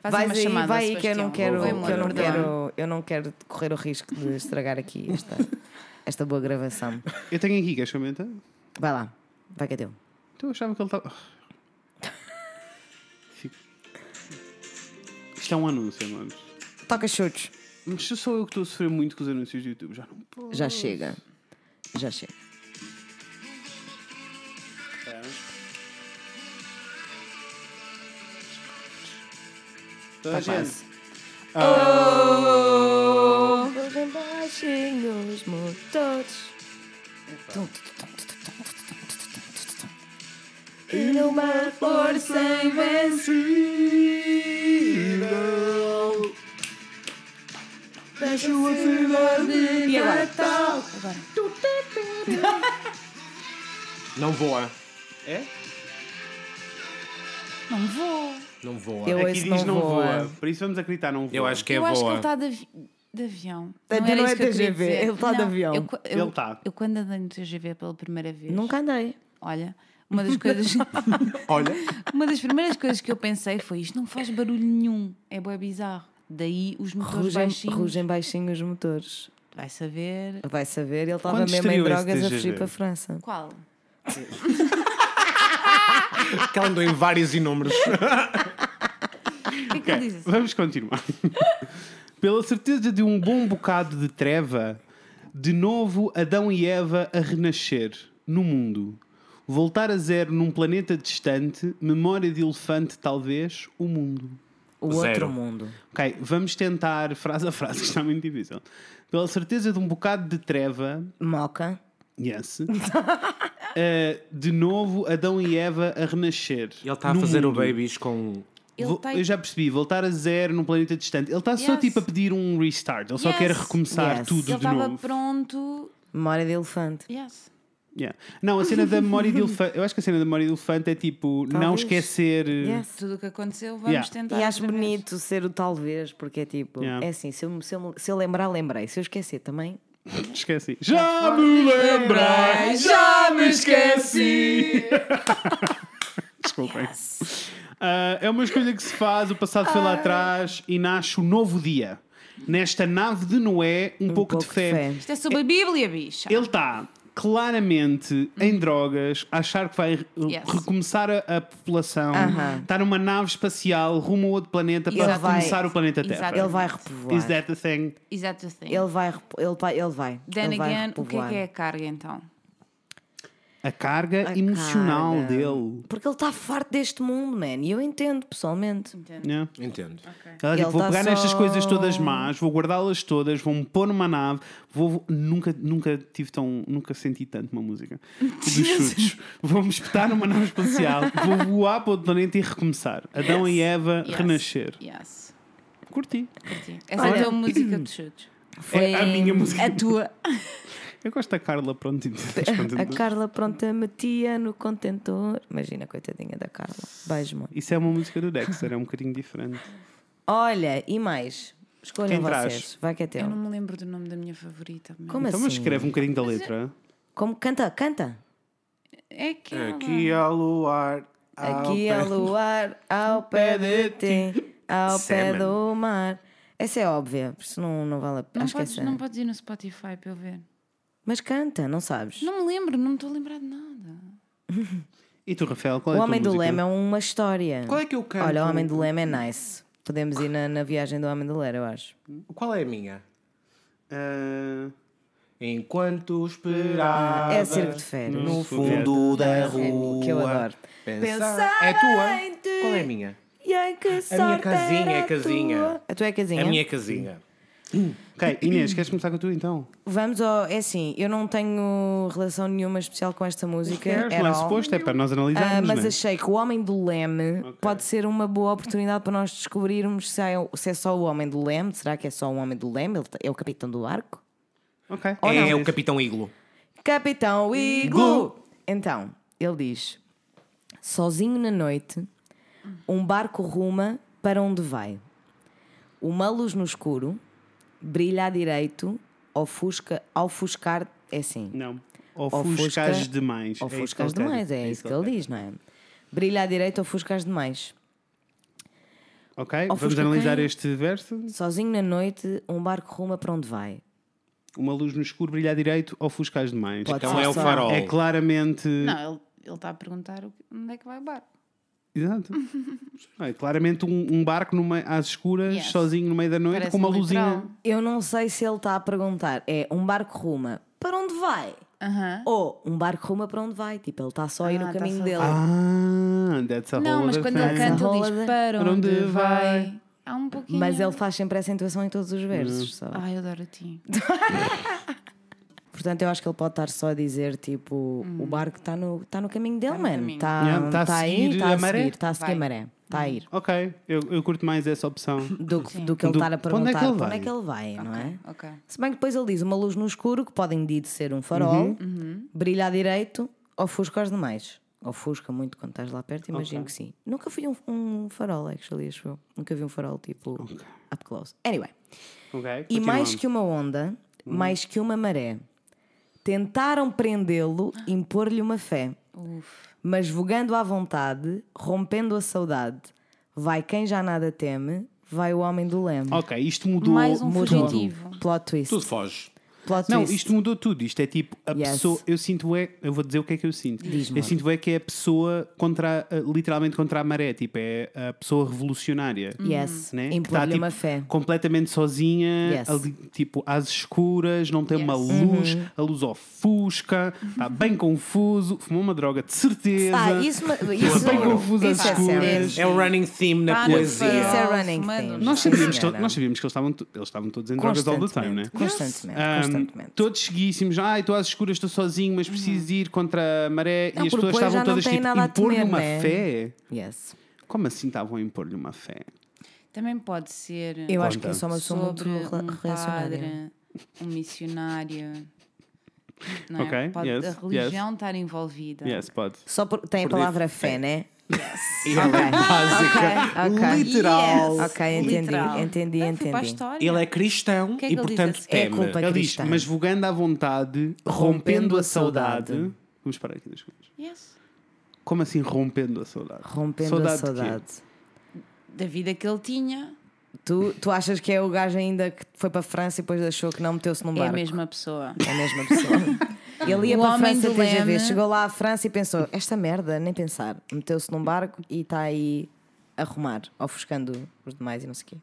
Speaker 3: Faz
Speaker 2: Vai
Speaker 3: uma
Speaker 2: aí,
Speaker 3: chamada,
Speaker 2: vai aí que eu
Speaker 3: Sebastião.
Speaker 2: não quero,
Speaker 4: Vou
Speaker 2: que eu
Speaker 4: embora,
Speaker 2: não
Speaker 3: perdoa.
Speaker 2: quero, eu não quero correr o risco de estragar aqui esta, esta boa gravação.
Speaker 1: Eu tenho aqui, queres comentar?
Speaker 2: Vai lá, vai que é teu.
Speaker 1: Então eu achava que ele estava. Fico- Isto é um anúncio, mano.
Speaker 2: Toca chutes.
Speaker 1: Mas se sou eu que estou a sofrer muito com os anúncios do YouTube, já não posso.
Speaker 2: Já chega. Já chega.
Speaker 1: Toda a gente.
Speaker 2: Tá quase. Vem baixinho os motores. Tum, tum, tum, tum, tum, tum, tum, tum, tum, tum, tum. E numa força invencível. E agora?
Speaker 4: Não voa.
Speaker 1: É?
Speaker 3: Não vou.
Speaker 4: Não voa.
Speaker 2: Eu
Speaker 1: Aqui
Speaker 2: ouço
Speaker 1: É diz
Speaker 2: não é.
Speaker 1: não
Speaker 2: voa.
Speaker 1: voa. Por isso vamos acreditar não voa.
Speaker 4: Eu acho que é
Speaker 3: eu acho que ele
Speaker 2: tá-
Speaker 4: voa.
Speaker 3: está de, avi- de avião.
Speaker 2: Então
Speaker 3: era
Speaker 2: não é
Speaker 3: isso que eu queria
Speaker 2: TGV,
Speaker 3: dizer.
Speaker 2: ele está de
Speaker 3: Não,
Speaker 2: avião.
Speaker 3: eu co- eu-
Speaker 1: Ele tá. está.
Speaker 3: Eu quando andei no TGV pela primeira vez,
Speaker 2: Nunca andei.
Speaker 3: olha, uma das coisas.
Speaker 4: Olha,
Speaker 3: Uma das primeiras coisas que eu pensei foi isto não faz barulho nenhum, é bué bizarro. Daí os motores
Speaker 2: Rugem,
Speaker 3: baixinhos.
Speaker 2: rugem baixinho os motores.
Speaker 3: Vai saber.
Speaker 2: Vai saber, ele estava
Speaker 1: Quando
Speaker 2: mesmo em
Speaker 1: estreou esse
Speaker 2: drogas a
Speaker 1: TGV?
Speaker 2: fugir para a França.
Speaker 3: Qual?
Speaker 4: que ela andou em vários inúmeros.
Speaker 3: O que é que ele diz assim?
Speaker 1: Vamos continuar. Pela certeza de um bom bocado de treva, de novo Adão e Eva a renascer no mundo. Voltar a zero num planeta distante, memória de elefante, talvez, o mundo.
Speaker 2: O
Speaker 4: Zero.
Speaker 2: outro mundo.
Speaker 1: Ok, vamos tentar frase a frase, que está muito difícil. Pela certeza de um bocado de treva,
Speaker 2: Moca.
Speaker 1: yes, eh, de novo Adão e Eva a renascer.
Speaker 4: Ele está tá a
Speaker 1: no
Speaker 4: fazer o
Speaker 1: mundo.
Speaker 4: babies com...
Speaker 3: Ele
Speaker 1: Vo-
Speaker 3: tá-
Speaker 1: Eu já percebi, voltar a zero num planeta distante. Ele está só
Speaker 3: Yes.
Speaker 1: tipo a pedir um restart, ele só
Speaker 3: Yes.
Speaker 1: quer recomeçar
Speaker 2: Yes.
Speaker 1: tudo
Speaker 3: Ele
Speaker 1: de
Speaker 3: estava
Speaker 1: novo.
Speaker 3: pronto.
Speaker 2: Memória de elefante.
Speaker 3: Yes.
Speaker 1: Yeah. Não, a cena da memória de elefante, eu acho que a cena da memória de elefante é tipo não
Speaker 2: Talvez.
Speaker 1: esquecer.
Speaker 2: Yes.
Speaker 3: Tudo o que aconteceu, vamos
Speaker 1: Yeah.
Speaker 3: tentar.
Speaker 2: E acho
Speaker 3: outra vez.
Speaker 2: bonito ser o talvez, porque é tipo,
Speaker 1: Yeah.
Speaker 2: é assim, se eu, se, eu, se eu lembrar, lembrei. Se eu esquecer também.
Speaker 1: Esqueci. Já me lembrei, já me esqueci. Desculpem. Ah, é uma escolha que se faz, o passado foi lá atrás e nasce um novo dia. Nesta nave de Noé, um, pouco, de fé.
Speaker 3: Isto é sobre a Bíblia, bicha.
Speaker 1: Ele está claramente
Speaker 2: Uhum.
Speaker 1: em drogas, a achar que vai eh,
Speaker 3: Yes.
Speaker 1: recomeçar a, a população,
Speaker 2: Aham.
Speaker 1: está numa nave espacial rumo a outro planeta
Speaker 3: E
Speaker 1: para
Speaker 2: ele vai-
Speaker 1: recomeçar o planeta
Speaker 3: Exato.
Speaker 1: Terra.
Speaker 2: Ele vai repovoar.
Speaker 1: Is that the thing?
Speaker 3: Exato assim.
Speaker 2: Ele vai, repo- ele vai, ele vai.
Speaker 3: Then
Speaker 2: ele vai
Speaker 3: again, o que é
Speaker 2: repovoar.
Speaker 3: que é a carga então?
Speaker 1: a carga
Speaker 2: A
Speaker 1: emocional
Speaker 2: cara.
Speaker 1: dele.
Speaker 2: Porque ele está farto deste mundo, man. E eu entendo, pessoalmente.
Speaker 3: Entendo.
Speaker 1: Yeah.
Speaker 4: Entendo.
Speaker 1: né? Ela,
Speaker 2: Ele
Speaker 1: tipo, vou
Speaker 2: tá
Speaker 1: pegar nestas
Speaker 2: só-
Speaker 1: coisas todas más, vou guardá-las todas, vou-me pôr numa nave, vou nunca, nunca tive tão, nunca senti tanto uma música dos chutes. Vou-me espetar numa nave espacial, vou voar para outro planeta e recomeçar. Adão e Eva
Speaker 3: Yes.
Speaker 1: renascer.
Speaker 3: Yes.
Speaker 1: Curti.
Speaker 3: Curti. Essa é
Speaker 2: Olha.
Speaker 3: a tua música de chutes.
Speaker 2: Foi
Speaker 1: É a minha música.
Speaker 2: A tua.
Speaker 1: Eu gosto da Carla, pronto,
Speaker 2: A
Speaker 1: contente.
Speaker 2: Carla pronta metia no contentor. Imagina, coitadinha da Carla. Beijo, amor.
Speaker 1: Isso é uma música do Dexter, é um bocadinho diferente.
Speaker 2: Olha, e mais? Escolham
Speaker 1: Quem traz?
Speaker 2: vocês. Vai que é teu.
Speaker 3: Eu não me lembro do nome da minha favorita. mas-
Speaker 2: Como
Speaker 1: Então,
Speaker 2: assim?
Speaker 1: mas escreve um bocadinho da letra.
Speaker 2: Como canta, canta.
Speaker 3: É que.
Speaker 4: Aqui Eh, ao luar. ao
Speaker 2: Aqui
Speaker 4: pé-
Speaker 2: ao luar, ao pé de ti, ao pé
Speaker 4: Salmon.
Speaker 2: do mar. Essa é óbvia, por isso não, não vale a
Speaker 1: é-
Speaker 2: pena.
Speaker 3: Não
Speaker 2: Acho que
Speaker 3: podes,
Speaker 2: essa. é.
Speaker 3: não podes ir no Spotify para eu ver.
Speaker 2: Mas canta, não sabes?
Speaker 3: Não me lembro, não me estou a lembrar de nada.
Speaker 1: Hum. E tu, Rafael, qual
Speaker 2: o
Speaker 1: é a tua
Speaker 2: Homem do
Speaker 1: música?
Speaker 2: Leme é uma história.
Speaker 4: Qual é que eu canto?
Speaker 2: Olha, o Homem do Leme é nice. Podemos ir na, na viagem do Homem do Leme, eu acho.
Speaker 4: Qual é a minha?
Speaker 1: Ah,
Speaker 4: Enquanto esperava.
Speaker 2: É circo de férias.
Speaker 4: No fundo da rua.
Speaker 2: que eu adoro.
Speaker 4: Pensar. É
Speaker 2: em
Speaker 4: tua?
Speaker 2: ti.
Speaker 4: Qual é a minha?
Speaker 2: E ai, que sorte
Speaker 4: casinha,
Speaker 2: era
Speaker 4: é casinha.
Speaker 2: tua. A tua é casinha?
Speaker 4: A minha é casinha.
Speaker 1: Ok, Inês, queres começar com tu então?
Speaker 2: Vamos ao... É assim, eu não tenho relação nenhuma especial com esta música.
Speaker 1: Queres,
Speaker 2: at
Speaker 1: não é
Speaker 2: all.
Speaker 1: suposto, é para nós
Speaker 2: Ah,
Speaker 1: analisarmos.
Speaker 2: mas
Speaker 4: é?
Speaker 1: né?
Speaker 2: achei que o Homem do Leme pode ser uma boa oportunidade para nós descobrirmos se é, se é só o Homem do Leme. Será que é só o Homem do Leme? Ele é o capitão do arco?
Speaker 1: Ok.
Speaker 4: É o Capitão Iglo.
Speaker 2: Capitão Iglu! Então, ele diz: Sozinho na noite, um barco ruma para onde vai. Uma luz no escuro, brilha à direito, ofusca, ofuscar. É assim.
Speaker 1: Não. Ofuscas
Speaker 2: Ofuscas
Speaker 1: demais. É isso
Speaker 2: Ofuscas
Speaker 1: que ele
Speaker 2: demais,
Speaker 1: quer.
Speaker 2: é, isso que ele diz, não é? Brilha à direita, ofuscas demais.
Speaker 1: quer. Ok, vamos
Speaker 2: Ofusca
Speaker 1: analisar
Speaker 2: quem?
Speaker 1: este verso.
Speaker 2: Sozinho na noite, um barco ruma para onde vai.
Speaker 1: Uma luz no escuro brilha à direito, ofuscas demais.
Speaker 2: Pode
Speaker 4: Então
Speaker 2: ser
Speaker 4: é o
Speaker 2: só-
Speaker 4: farol.
Speaker 1: É claramente.
Speaker 3: Não, ele ele está a perguntar o que- onde é que vai o barco.
Speaker 1: Exato. Não, é claramente um, um barco no meio- às escuras,
Speaker 3: Yes.
Speaker 1: sozinho no meio da noite,
Speaker 3: Parece
Speaker 1: com uma
Speaker 3: um
Speaker 1: luzinha.
Speaker 3: literal.
Speaker 2: Eu não sei se ele está a perguntar: é um barco ruma para onde vai?
Speaker 3: Aham.
Speaker 2: Ou um barco ruma para onde vai. Tipo, ele está só a ir
Speaker 3: Ah,
Speaker 2: no
Speaker 3: tá
Speaker 2: caminho
Speaker 3: só-
Speaker 2: dele.
Speaker 1: Ah, that's a
Speaker 3: Não,
Speaker 1: whole
Speaker 3: mas
Speaker 1: other
Speaker 3: quando ele
Speaker 1: thing.
Speaker 3: canta, ele
Speaker 2: Rola-
Speaker 3: diz para
Speaker 1: Para onde
Speaker 3: onde
Speaker 1: vai?"
Speaker 3: vai. Há um pouquinho.
Speaker 2: Mas ele faz sempre essa intuação em todos os versos.
Speaker 1: Uhum.
Speaker 2: Só.
Speaker 3: Ai, eu adoro a ti.
Speaker 2: Portanto, eu acho que ele pode estar só a dizer: tipo, o barco está no, tá no caminho dele, mano.
Speaker 3: Hum. caminho.
Speaker 2: Está
Speaker 1: Yeah, tá a
Speaker 2: tá aí,
Speaker 1: seguir
Speaker 2: está
Speaker 1: a
Speaker 2: a
Speaker 1: maré?
Speaker 2: seguir, está a seguir a
Speaker 3: Vai.
Speaker 2: maré. Está a ir.
Speaker 1: Ok, eu, eu curto mais essa opção.
Speaker 2: Do, que- do que ele
Speaker 1: Do-
Speaker 2: estar a
Speaker 1: para onde é que
Speaker 2: perguntar:
Speaker 1: ele
Speaker 2: para onde é
Speaker 1: vai?
Speaker 2: que ele vai, não é?
Speaker 3: Ok.
Speaker 2: Se bem que depois ele diz uma luz no escuro, que pode indeed ser um farol,
Speaker 1: Uhum.
Speaker 2: brilha à direito, ofusca os demais. Ofusca muito quando estás lá perto, imagino que sim. Nunca fui um, um farol, actually, acho eu. Nunca vi um farol tipo up close. Anyway.
Speaker 1: Ok,
Speaker 2: E mais
Speaker 1: continuamos.
Speaker 2: que uma onda,
Speaker 1: Uhum.
Speaker 2: mais que uma maré. Tentaram prendê-lo, impor-lhe uma fé. Mas vogando à vontade, rompendo a saudade, vai quem já nada teme, vai o homem do leme.
Speaker 1: Ok, isto mudou.
Speaker 3: um- Mais um
Speaker 1: mudou.
Speaker 2: Tudo.
Speaker 3: fugitivo.
Speaker 2: Plot twist.
Speaker 4: Tudo foge.
Speaker 2: Plot
Speaker 1: Não,
Speaker 2: twist.
Speaker 1: isto mudou tudo. Isto é tipo a
Speaker 2: Yes.
Speaker 1: pessoa. Eu sinto é. Eu vou dizer o que é que eu sinto.
Speaker 2: Diz-me.
Speaker 1: Eu sinto é que é a pessoa contra, a- literalmente contra a maré. Tipo, é a pessoa revolucionária.
Speaker 2: Yes,
Speaker 1: Né? Que
Speaker 2: impor-lhe
Speaker 1: tipo,
Speaker 2: uma fé.
Speaker 1: completamente sozinha,
Speaker 2: Yes. Uhum.
Speaker 1: ali, tipo às escuras, não tem uma
Speaker 3: Yes.
Speaker 1: luz, a luz ofusca, está bem confuso, fumou uma droga de certeza.
Speaker 2: Ah, isso, ma- isso,
Speaker 1: bem confuso às
Speaker 2: isso é sério.
Speaker 1: escuras.
Speaker 4: É o running theme na
Speaker 3: Para onde vai?
Speaker 4: poesia.
Speaker 2: Isso é running
Speaker 3: Mano,
Speaker 2: thing.
Speaker 1: Nós
Speaker 2: Sim,
Speaker 1: sabíamos, que,
Speaker 2: senhora.
Speaker 1: nós sabíamos que eles estavam, to- eles estavam todos em drogas all the
Speaker 2: Constantemente,
Speaker 1: time, né?
Speaker 2: constantemente,
Speaker 1: Ahm,
Speaker 2: constantemente. Uhum.
Speaker 1: todos seguíssimos, ai, estou às escuras, estou sozinho, mas preciso ir contra a maré.
Speaker 2: Não,
Speaker 1: e as
Speaker 2: porque
Speaker 1: pessoas
Speaker 2: depois já
Speaker 1: estavam
Speaker 2: não
Speaker 1: todas
Speaker 2: têm
Speaker 1: tipo,
Speaker 2: nada a
Speaker 1: impor-lhe
Speaker 2: temer,
Speaker 1: uma
Speaker 2: né?
Speaker 1: fé.
Speaker 2: Yes.
Speaker 1: Como assim estavam a impor-lhe uma fé?
Speaker 3: Também pode ser.
Speaker 2: Eu acho que eu sou uma pessoa muito
Speaker 3: sobre um
Speaker 2: rela- relacionária.
Speaker 3: padre, um missionário. Não é?
Speaker 1: Ok,
Speaker 3: Pode
Speaker 1: yes,
Speaker 3: a
Speaker 1: yes.
Speaker 3: religião estar envolvida.
Speaker 1: Yes, pode.
Speaker 2: Só porque tem a palavra fé, né?
Speaker 4: Ele é básica.
Speaker 2: Ok, ok.
Speaker 4: Literal.
Speaker 2: Ok, entendi,
Speaker 3: Literal.
Speaker 2: entendi,
Speaker 3: Não, fui para a
Speaker 2: entendi.
Speaker 3: história.
Speaker 4: Ele é cristão
Speaker 3: que é que
Speaker 4: e,
Speaker 3: ele diz
Speaker 4: portanto,
Speaker 3: assim?
Speaker 2: É
Speaker 4: teme.
Speaker 2: culpa
Speaker 1: Ele diz,
Speaker 2: cristã.
Speaker 1: mas vogando à vontade, rompendo a saudade. Vamos parar aqui das coisas.
Speaker 3: Yes.
Speaker 1: Como assim rompendo a saudade?
Speaker 2: Rompendo a
Speaker 1: de quê?
Speaker 2: saudade.
Speaker 3: Da vida que ele tinha,
Speaker 2: Tu, tu achas que é o gajo ainda que foi para a França e depois achou que não meteu-se num
Speaker 3: é
Speaker 2: Um barco?
Speaker 3: a mesma pessoa.
Speaker 2: É a mesma pessoa. Ele ia
Speaker 3: O
Speaker 2: para a
Speaker 3: homem
Speaker 2: França
Speaker 3: do
Speaker 2: TGV,
Speaker 3: leme.
Speaker 2: chegou lá à França e pensou: esta merda, nem pensar. tá Meteu-se num barco e está aí a arrumar, ofuscando os demais e não sei o quê.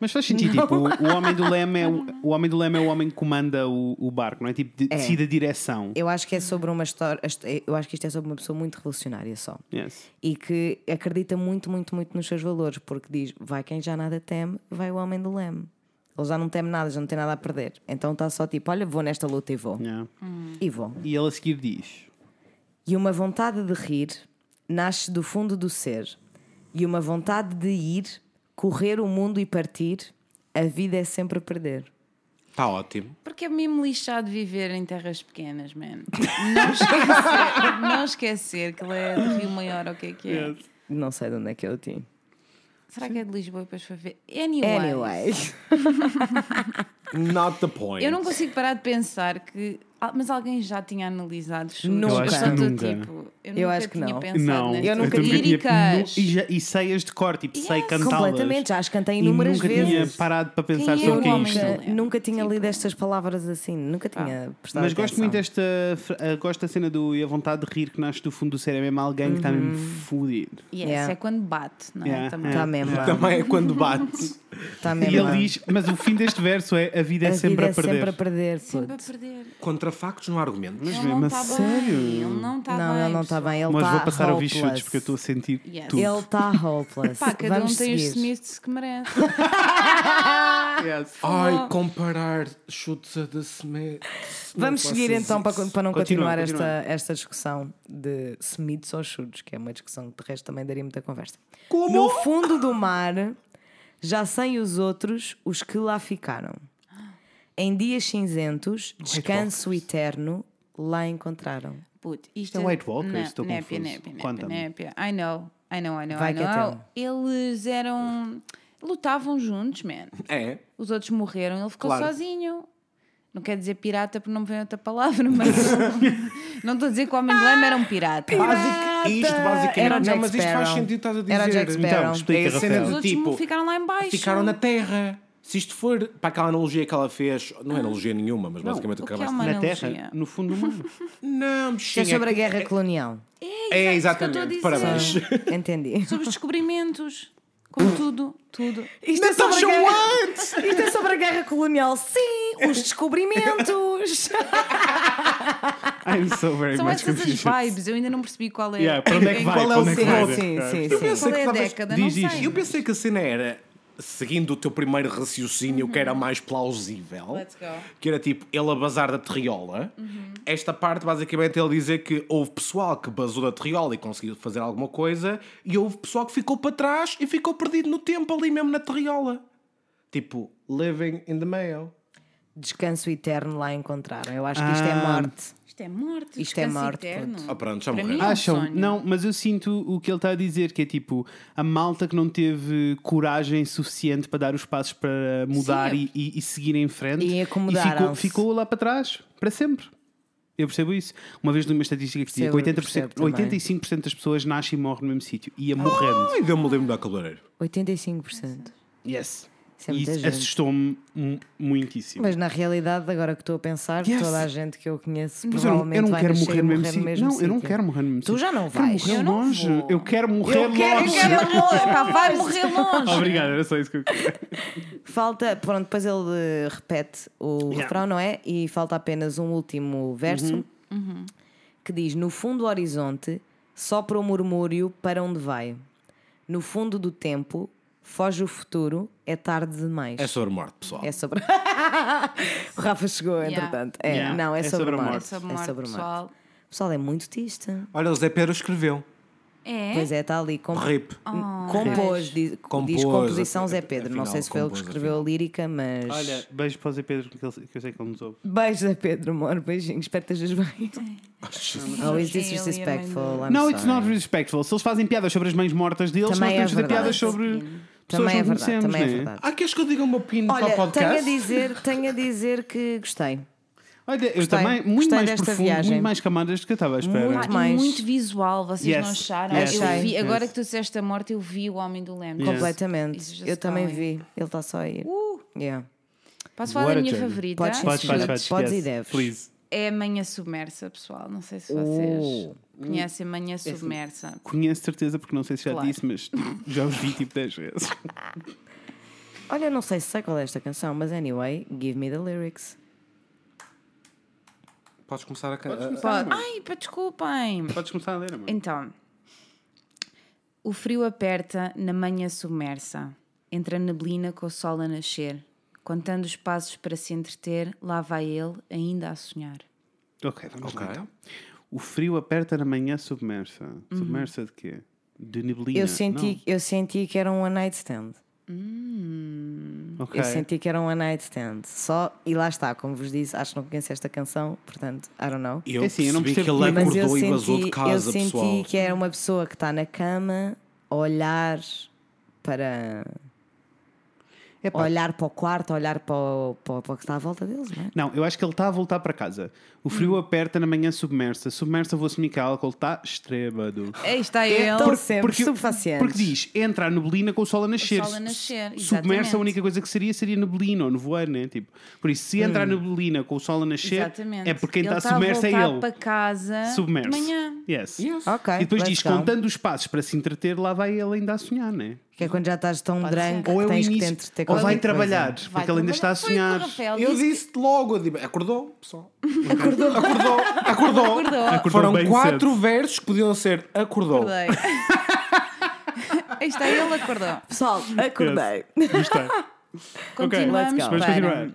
Speaker 1: Mas faz sentido, tipo, o homem do leme é o, o homem do leme é o homem que comanda o, o barco, não é? Tipo, de, decide a direção.
Speaker 2: Eu acho que é sobre uma história. Eu acho que isto é sobre uma pessoa muito revolucionária só.
Speaker 1: Yes.
Speaker 2: E que acredita muito, muito, muito nos seus valores, porque diz: vai quem já nada teme, vai o homem do leme. Ele já não teme nada, já não tem nada a perder. Então está só tipo: olha, vou nesta luta e vou.
Speaker 1: Yeah.
Speaker 2: E vou.
Speaker 1: E ele a seguir diz:
Speaker 2: E uma vontade de rir nasce do fundo do ser. E uma vontade de ir, correr o mundo e partir, a vida é sempre perder.
Speaker 4: Está Tá ótimo.
Speaker 3: Porque é mesmo lixado viver em terras pequenas, man. Não esquecer, não esquecer que ele é de Rio Maior, ou o que é que é.
Speaker 2: Não sei de onde é que eu tinha.
Speaker 3: Será que é de Lisboa e depois foi ver? Anyway.
Speaker 2: Anyway.
Speaker 4: Not the point.
Speaker 3: Eu não consigo parar de pensar que. ah, Mas alguém já tinha analisado chutes.
Speaker 2: Nunca.
Speaker 3: Eu só estou
Speaker 1: Nunca.
Speaker 3: tipo. Eu, nunca
Speaker 2: acho que
Speaker 3: tinha
Speaker 2: não.
Speaker 3: pensado
Speaker 1: Não,
Speaker 3: nesta
Speaker 2: Eu nunca
Speaker 3: coisa.
Speaker 1: também tinha-
Speaker 3: Líricas.
Speaker 1: nu- e, já- e seias de cor, tipo, sei
Speaker 3: Yes.
Speaker 1: cantá-las.
Speaker 2: Completamente, já as cantei
Speaker 1: E
Speaker 2: inúmeras
Speaker 1: nunca
Speaker 2: vezes.
Speaker 1: tinha parado para pensar
Speaker 3: Quem é
Speaker 1: sobre
Speaker 3: o
Speaker 1: o que é
Speaker 3: homem?
Speaker 1: isto.
Speaker 3: Não
Speaker 2: Nunca,
Speaker 3: lembro.
Speaker 2: nunca tinha
Speaker 3: Tipo-
Speaker 2: lido estas palavras assim, nunca tinha
Speaker 3: Ah,
Speaker 2: prestado
Speaker 1: Mas gosto
Speaker 2: atenção.
Speaker 1: muito desta. fra- eh, Gosto da cena do E a vontade de rir que nasce do fundo do cérebro. É mesmo alguém que está mesmo
Speaker 2: Uhum.
Speaker 1: fudido.
Speaker 3: E essa
Speaker 2: Yeah.
Speaker 3: é quando bate, não é?
Speaker 1: Yeah,
Speaker 3: Também.
Speaker 2: Está Tá mesmo,
Speaker 4: Também é quando bate.
Speaker 2: está
Speaker 1: E
Speaker 2: mesmo.
Speaker 1: ele diz: Mas o fim deste verso é: A vida é
Speaker 2: É a
Speaker 1: sempre
Speaker 2: vida
Speaker 1: a perder.
Speaker 2: é sempre a perder.
Speaker 3: Sempre a
Speaker 2: puto.
Speaker 3: perder.
Speaker 4: Contra factos não há argumentos.
Speaker 1: Mas
Speaker 3: Ele
Speaker 1: mesmo
Speaker 3: não
Speaker 1: a
Speaker 3: está bem.
Speaker 1: sério?
Speaker 3: Ele não está bem.
Speaker 2: Não, ele não está
Speaker 3: pessoal.
Speaker 2: bem, ele
Speaker 1: Mas
Speaker 2: está
Speaker 1: vou passar a ouvir
Speaker 2: hopeless.
Speaker 1: chutes porque eu estou a sentir
Speaker 3: Yes.
Speaker 1: tudo.
Speaker 2: Ele está hopeless.
Speaker 3: Pá, cada
Speaker 2: Vamos
Speaker 3: um tem os
Speaker 2: seguir.
Speaker 3: Smiths que merece.
Speaker 1: Yes.
Speaker 4: Ai, comparar chutes a The Smith.
Speaker 2: Vamos seguir então para, para
Speaker 1: Continua,
Speaker 2: não continuar esta,
Speaker 1: continua.
Speaker 2: esta discussão de Smiths ou Chudos, que é uma discussão que de resto também daria muita conversa.
Speaker 4: Como?
Speaker 2: No fundo do mar, já sem os outros, os que lá ficaram. Em dias cinzentos, descanso eterno, lá encontraram.
Speaker 3: Puto,
Speaker 1: é
Speaker 3: isto
Speaker 1: White Walkers,
Speaker 3: Não,
Speaker 1: estou
Speaker 3: népia,
Speaker 1: confuso.
Speaker 3: népia, népia,
Speaker 1: Conta-me.
Speaker 3: népia. I know, I know, I know,
Speaker 2: Vai
Speaker 3: I
Speaker 2: que é
Speaker 3: know. Eles eram. Lutavam juntos, man.
Speaker 4: É.
Speaker 3: Os outros morreram, ele ficou
Speaker 4: Claro.
Speaker 3: sozinho. Não quer dizer pirata porque não me vem outra palavra, mas não estou a dizer que o homem de leme era um pirata.
Speaker 1: Ah,
Speaker 4: Basic, isto basicamente.
Speaker 2: Era o
Speaker 4: não,
Speaker 2: Jack
Speaker 4: mas isto faz
Speaker 2: Sparrow.
Speaker 4: sentido, estás a dizer.
Speaker 2: Era o Jack Sparrow.
Speaker 1: Então,
Speaker 4: É a
Speaker 1: explica,
Speaker 4: cena
Speaker 3: Os
Speaker 1: Rafael.
Speaker 4: do
Speaker 3: outros
Speaker 4: tipo.
Speaker 3: ficaram lá em baixo.
Speaker 4: Ficaram na Terra. Se isto for para aquela analogia que ela fez, não é analogia nenhuma, mas basicamente
Speaker 3: o
Speaker 4: o
Speaker 3: que
Speaker 4: que
Speaker 3: é
Speaker 4: acabaste
Speaker 3: uma-
Speaker 4: de
Speaker 1: Na
Speaker 3: analogia.
Speaker 1: Terra, no fundo do mundo.
Speaker 4: Não,
Speaker 2: Que é
Speaker 4: bichinha.
Speaker 2: sobre a guerra colonial.
Speaker 4: É,
Speaker 3: É isso que eu estou a
Speaker 4: exatamente.
Speaker 3: dizer.
Speaker 4: Parabéns.
Speaker 2: Entendi.
Speaker 3: Sobre os descobrimentos, com tudo, tudo.
Speaker 2: Isto é, sobre a guerra... Isto é sobre a guerra colonial. Sim, os descobrimentos.
Speaker 1: I'm so very
Speaker 3: São
Speaker 1: much
Speaker 3: essas as
Speaker 1: confused.
Speaker 3: vibes, eu ainda não percebi qual é.
Speaker 1: Yeah, para onde é que
Speaker 3: em-
Speaker 1: vai?
Speaker 4: qual é
Speaker 1: Para
Speaker 4: o
Speaker 1: onde é que
Speaker 4: sim,
Speaker 1: vai?
Speaker 2: sim, sim,
Speaker 1: Eu
Speaker 2: sim.
Speaker 1: penso-
Speaker 3: Qual é a
Speaker 4: talvez-
Speaker 3: década?
Speaker 1: diz
Speaker 3: não
Speaker 1: isto.
Speaker 3: sei.
Speaker 4: Eu pensei que a cena era, seguindo o teu primeiro raciocínio, que era mais plausível.
Speaker 3: Uhum. Let's go. Uhum.
Speaker 4: Que era tipo, ele a bazar da terriola. Esta parte, basicamente, ele dizer que houve pessoal que basou da terriola e conseguiu fazer alguma coisa, e houve pessoal que ficou para trás e ficou perdido no tempo ali mesmo na terriola. Tipo, living in the mail.
Speaker 2: Descanso eterno lá encontraram. Eu acho que isto é
Speaker 1: Ah.
Speaker 2: morte.
Speaker 3: Isto é morte.
Speaker 2: Isto é
Speaker 3: descanso
Speaker 2: morte,
Speaker 3: eterno.
Speaker 2: puto.
Speaker 4: Ah, pronto, já
Speaker 3: Para
Speaker 4: morreram.
Speaker 3: mim é um
Speaker 1: Acham?
Speaker 3: sonho.
Speaker 1: Não, mas eu sinto o que ele está a dizer, que é tipo a malta que não teve coragem suficiente para dar os passos para mudar
Speaker 3: Sim.
Speaker 1: e, e- e seguir em frente
Speaker 2: E
Speaker 1: ficou,
Speaker 2: acomodaram-se.
Speaker 1: ficou lá para trás, para sempre. Eu percebo isso. Uma vez li uma estatística que dizia que
Speaker 2: Percebo,
Speaker 1: 80%,
Speaker 2: percebo também.
Speaker 1: 85% das pessoas nascem e morrem no mesmo sítio. Ia morrendo.
Speaker 4: Ai, deu-me o livro da cabeleireira.
Speaker 2: 85%.
Speaker 1: Yes.
Speaker 2: Isso é
Speaker 1: E
Speaker 2: muita
Speaker 1: isso
Speaker 2: gente.
Speaker 1: assustou-me mu- muitíssimo.
Speaker 2: Mas na realidade, agora que estou a pensar, toda a gente que eu conheço
Speaker 1: Mas eu não,
Speaker 2: provavelmente
Speaker 1: eu não
Speaker 2: vai
Speaker 1: quero
Speaker 2: nascer
Speaker 1: morrer
Speaker 2: e
Speaker 1: no mesmo
Speaker 2: morrer
Speaker 1: sítio.
Speaker 2: no mesmo
Speaker 1: não,
Speaker 2: sítio.
Speaker 1: eu não quero morrer no mesmo
Speaker 2: Tu
Speaker 1: sítio.
Speaker 2: já
Speaker 1: Quero
Speaker 2: não vais.
Speaker 1: morrer
Speaker 3: Eu não
Speaker 1: longe.
Speaker 3: vou.
Speaker 1: Eu quero morrer
Speaker 2: Eu quero
Speaker 1: longe.
Speaker 3: Quer morrer, pá, vai morrer longe.
Speaker 1: Obrigado, era só isso que eu queria.
Speaker 2: Falta, pronto, depois ele eh, repete o refrão, não é? E falta apenas um último verso
Speaker 1: Uhum.
Speaker 3: Uhum.
Speaker 2: que diz: No fundo do horizonte, sopra o murmúrio para onde vai. No fundo do tempo, foge o futuro, é tarde demais.
Speaker 4: É sobre morte, pessoal.
Speaker 2: É sobre. o Rafa chegou,
Speaker 3: Yeah.
Speaker 2: entretanto. É,
Speaker 1: Yeah.
Speaker 2: Não, é,
Speaker 1: É
Speaker 2: sobre,
Speaker 1: sobre a
Speaker 2: morte.
Speaker 1: morte.
Speaker 3: É sobre morte,
Speaker 2: É sobre morte.
Speaker 3: pessoal.
Speaker 2: Pessoal, é muito triste.
Speaker 4: Olha, o Zé Pedro escreveu.
Speaker 3: É?
Speaker 2: Pois é, está ali. Com...
Speaker 4: Rip.
Speaker 3: Oh.
Speaker 2: Compôs, diz,
Speaker 4: Compôs,
Speaker 2: diz composição Zé
Speaker 4: afinal,
Speaker 2: Pedro. não sei se foi ele que
Speaker 4: compôs,
Speaker 2: escreveu
Speaker 4: afinal.
Speaker 2: a lírica, mas.
Speaker 1: Olha, beijo para o Zé Pedro, que, ele- que eu sei que ele nos ouve.
Speaker 2: Beijo, Zé Pedro, amor. Beijinho. Espero que estejas bem.
Speaker 3: Ele
Speaker 2: Always
Speaker 3: e a mãe
Speaker 2: disrespectful.
Speaker 3: dele.
Speaker 2: I'm
Speaker 1: não,
Speaker 2: sorry.
Speaker 1: it's not respectful. Se eles fazem piadas sobre as mães mortas deles,
Speaker 2: Também
Speaker 1: nós temos
Speaker 2: é
Speaker 1: de fazer
Speaker 2: verdade.
Speaker 1: piadas sobre pessoas
Speaker 2: Também
Speaker 1: que
Speaker 2: é
Speaker 1: não
Speaker 2: verdade.
Speaker 1: conhecemos,
Speaker 2: Também é
Speaker 1: né?
Speaker 2: verdade.
Speaker 4: Ah, queres que eu diga uma pino para o
Speaker 2: Olha, tenho a,
Speaker 4: podcast?
Speaker 2: dizer, tenho a dizer que gostei.
Speaker 1: Olha, eu
Speaker 2: Gostei.
Speaker 1: também, muito
Speaker 2: Gostei
Speaker 1: mais
Speaker 2: desta
Speaker 1: profundo,
Speaker 2: viagem.
Speaker 1: muito mais camadas do que eu estava à espera.
Speaker 3: Pá,
Speaker 2: Muito.
Speaker 3: e
Speaker 2: mais.
Speaker 3: muito visual, vocês
Speaker 1: Yes,
Speaker 3: não acharam?
Speaker 1: yes.
Speaker 3: Eu vi,
Speaker 1: Achei.
Speaker 3: agora
Speaker 1: Yes.
Speaker 3: que tu disseste a morte, eu vi o Homem do Leme.
Speaker 1: Yes.
Speaker 2: Completamente.
Speaker 3: Isso já
Speaker 2: Eu
Speaker 3: se
Speaker 2: também
Speaker 3: põe.
Speaker 2: vi. Ele está só a ir. Yeah.
Speaker 3: Posso falar
Speaker 1: What
Speaker 3: da
Speaker 1: a
Speaker 3: minha
Speaker 1: journey.
Speaker 3: favorita?
Speaker 2: Podes, sim,
Speaker 1: Podes, podes, podes.
Speaker 2: Podes e
Speaker 1: yes,
Speaker 2: deves.
Speaker 1: Please.
Speaker 3: É a Manhã Submersa, pessoal. Não sei se
Speaker 2: Uh,
Speaker 3: vocês conhecem a Manhã Submersa.
Speaker 1: Conheço certeza, porque não sei se já
Speaker 3: Claro.
Speaker 1: disse, mas já os vi tipo 10 vezes.
Speaker 2: Olha, não sei se sei qual é esta canção, mas anyway, give me the lyrics.
Speaker 4: Podes começar a
Speaker 1: Podes
Speaker 4: cantar.
Speaker 1: começar, mãe.
Speaker 3: Ai, pá, desculpem.
Speaker 1: Podes começar a ler, amor.
Speaker 3: Então, o frio aperta na manhã submersa, entre a neblina com o sol a nascer. Contando os passos para se entreter, lá vai ele, ainda a sonhar.
Speaker 1: Ok, vamos
Speaker 4: Ok.
Speaker 1: lá. então. O frio aperta na manhã submersa. Submersa de quê? De neblina.
Speaker 2: Eu senti, eu senti que era um one night stand.
Speaker 1: Não. Ok.
Speaker 2: Eu senti que era um one night stand. Só, e lá está, como vos disse, acho que não conheço esta canção, portanto, I don't know.
Speaker 4: Eu
Speaker 1: É assim, eu não
Speaker 4: percebi que
Speaker 1: percebo
Speaker 4: ele
Speaker 1: porque-
Speaker 2: Mas eu
Speaker 4: acordou e vazou
Speaker 2: senti,
Speaker 4: de
Speaker 2: eu
Speaker 4: casa,
Speaker 2: senti
Speaker 4: pessoal.
Speaker 2: que era uma pessoa que está na cama a olhar para.
Speaker 1: Epá.
Speaker 2: Olhar para o quarto, olhar para o, para, o- para o que está à volta deles, não é?
Speaker 1: Não, eu acho que ele está a voltar para casa. O frio aperta na manhã submersa. Submersa, vou assumir que é álcool. Está estrébado.
Speaker 3: É, Aí está
Speaker 1: É
Speaker 3: ele.
Speaker 2: Então sempre
Speaker 1: porque-
Speaker 2: subfacientes.
Speaker 1: Porque diz, entra a neblina com o sol a nascer.
Speaker 3: O sol a nascer, exatamente.
Speaker 1: Submersa, a única coisa que seria seria neblina ou nevoeiro, né? Tipo, por isso, se entra a neblina com o sol a nascer,
Speaker 3: Exatamente.
Speaker 1: é porque quem
Speaker 3: Ele
Speaker 1: está
Speaker 3: a
Speaker 1: submerso é
Speaker 3: voltar
Speaker 1: ele.
Speaker 3: para casa
Speaker 1: Submerso.
Speaker 3: de manhã.
Speaker 1: Yes.
Speaker 2: Ok,
Speaker 1: E depois
Speaker 2: let's
Speaker 1: diz,
Speaker 2: go.
Speaker 1: contando os passos para se entreter, lá vai ele ainda a sonhar, né?
Speaker 2: Que é quando já estás tão
Speaker 3: Pode
Speaker 2: branco
Speaker 3: ser.
Speaker 2: que
Speaker 1: Ou é o
Speaker 2: tens que
Speaker 1: início,
Speaker 2: ter- ter
Speaker 1: ou
Speaker 2: qualquer
Speaker 1: vai
Speaker 2: coisa.
Speaker 1: trabalhar,
Speaker 3: é. Vai
Speaker 1: porque ele ainda está a
Speaker 3: trabalhar. Foi o que o
Speaker 1: sonhar.
Speaker 3: Rafael
Speaker 4: Eu
Speaker 3: disse.
Speaker 4: disse logo, eu digo, acordou, pessoal. Acordou. Acordou. Acordou.
Speaker 1: Acordou
Speaker 4: Foram
Speaker 1: bem
Speaker 4: quatro
Speaker 1: cedo.
Speaker 4: versos que podiam ser acordou.
Speaker 3: Acordei. Aí está ele, acordou.
Speaker 2: Pessoal, acordei.
Speaker 1: Gostei.
Speaker 3: Continuamos
Speaker 2: let's go.
Speaker 1: Vamos
Speaker 3: para...
Speaker 1: continuar.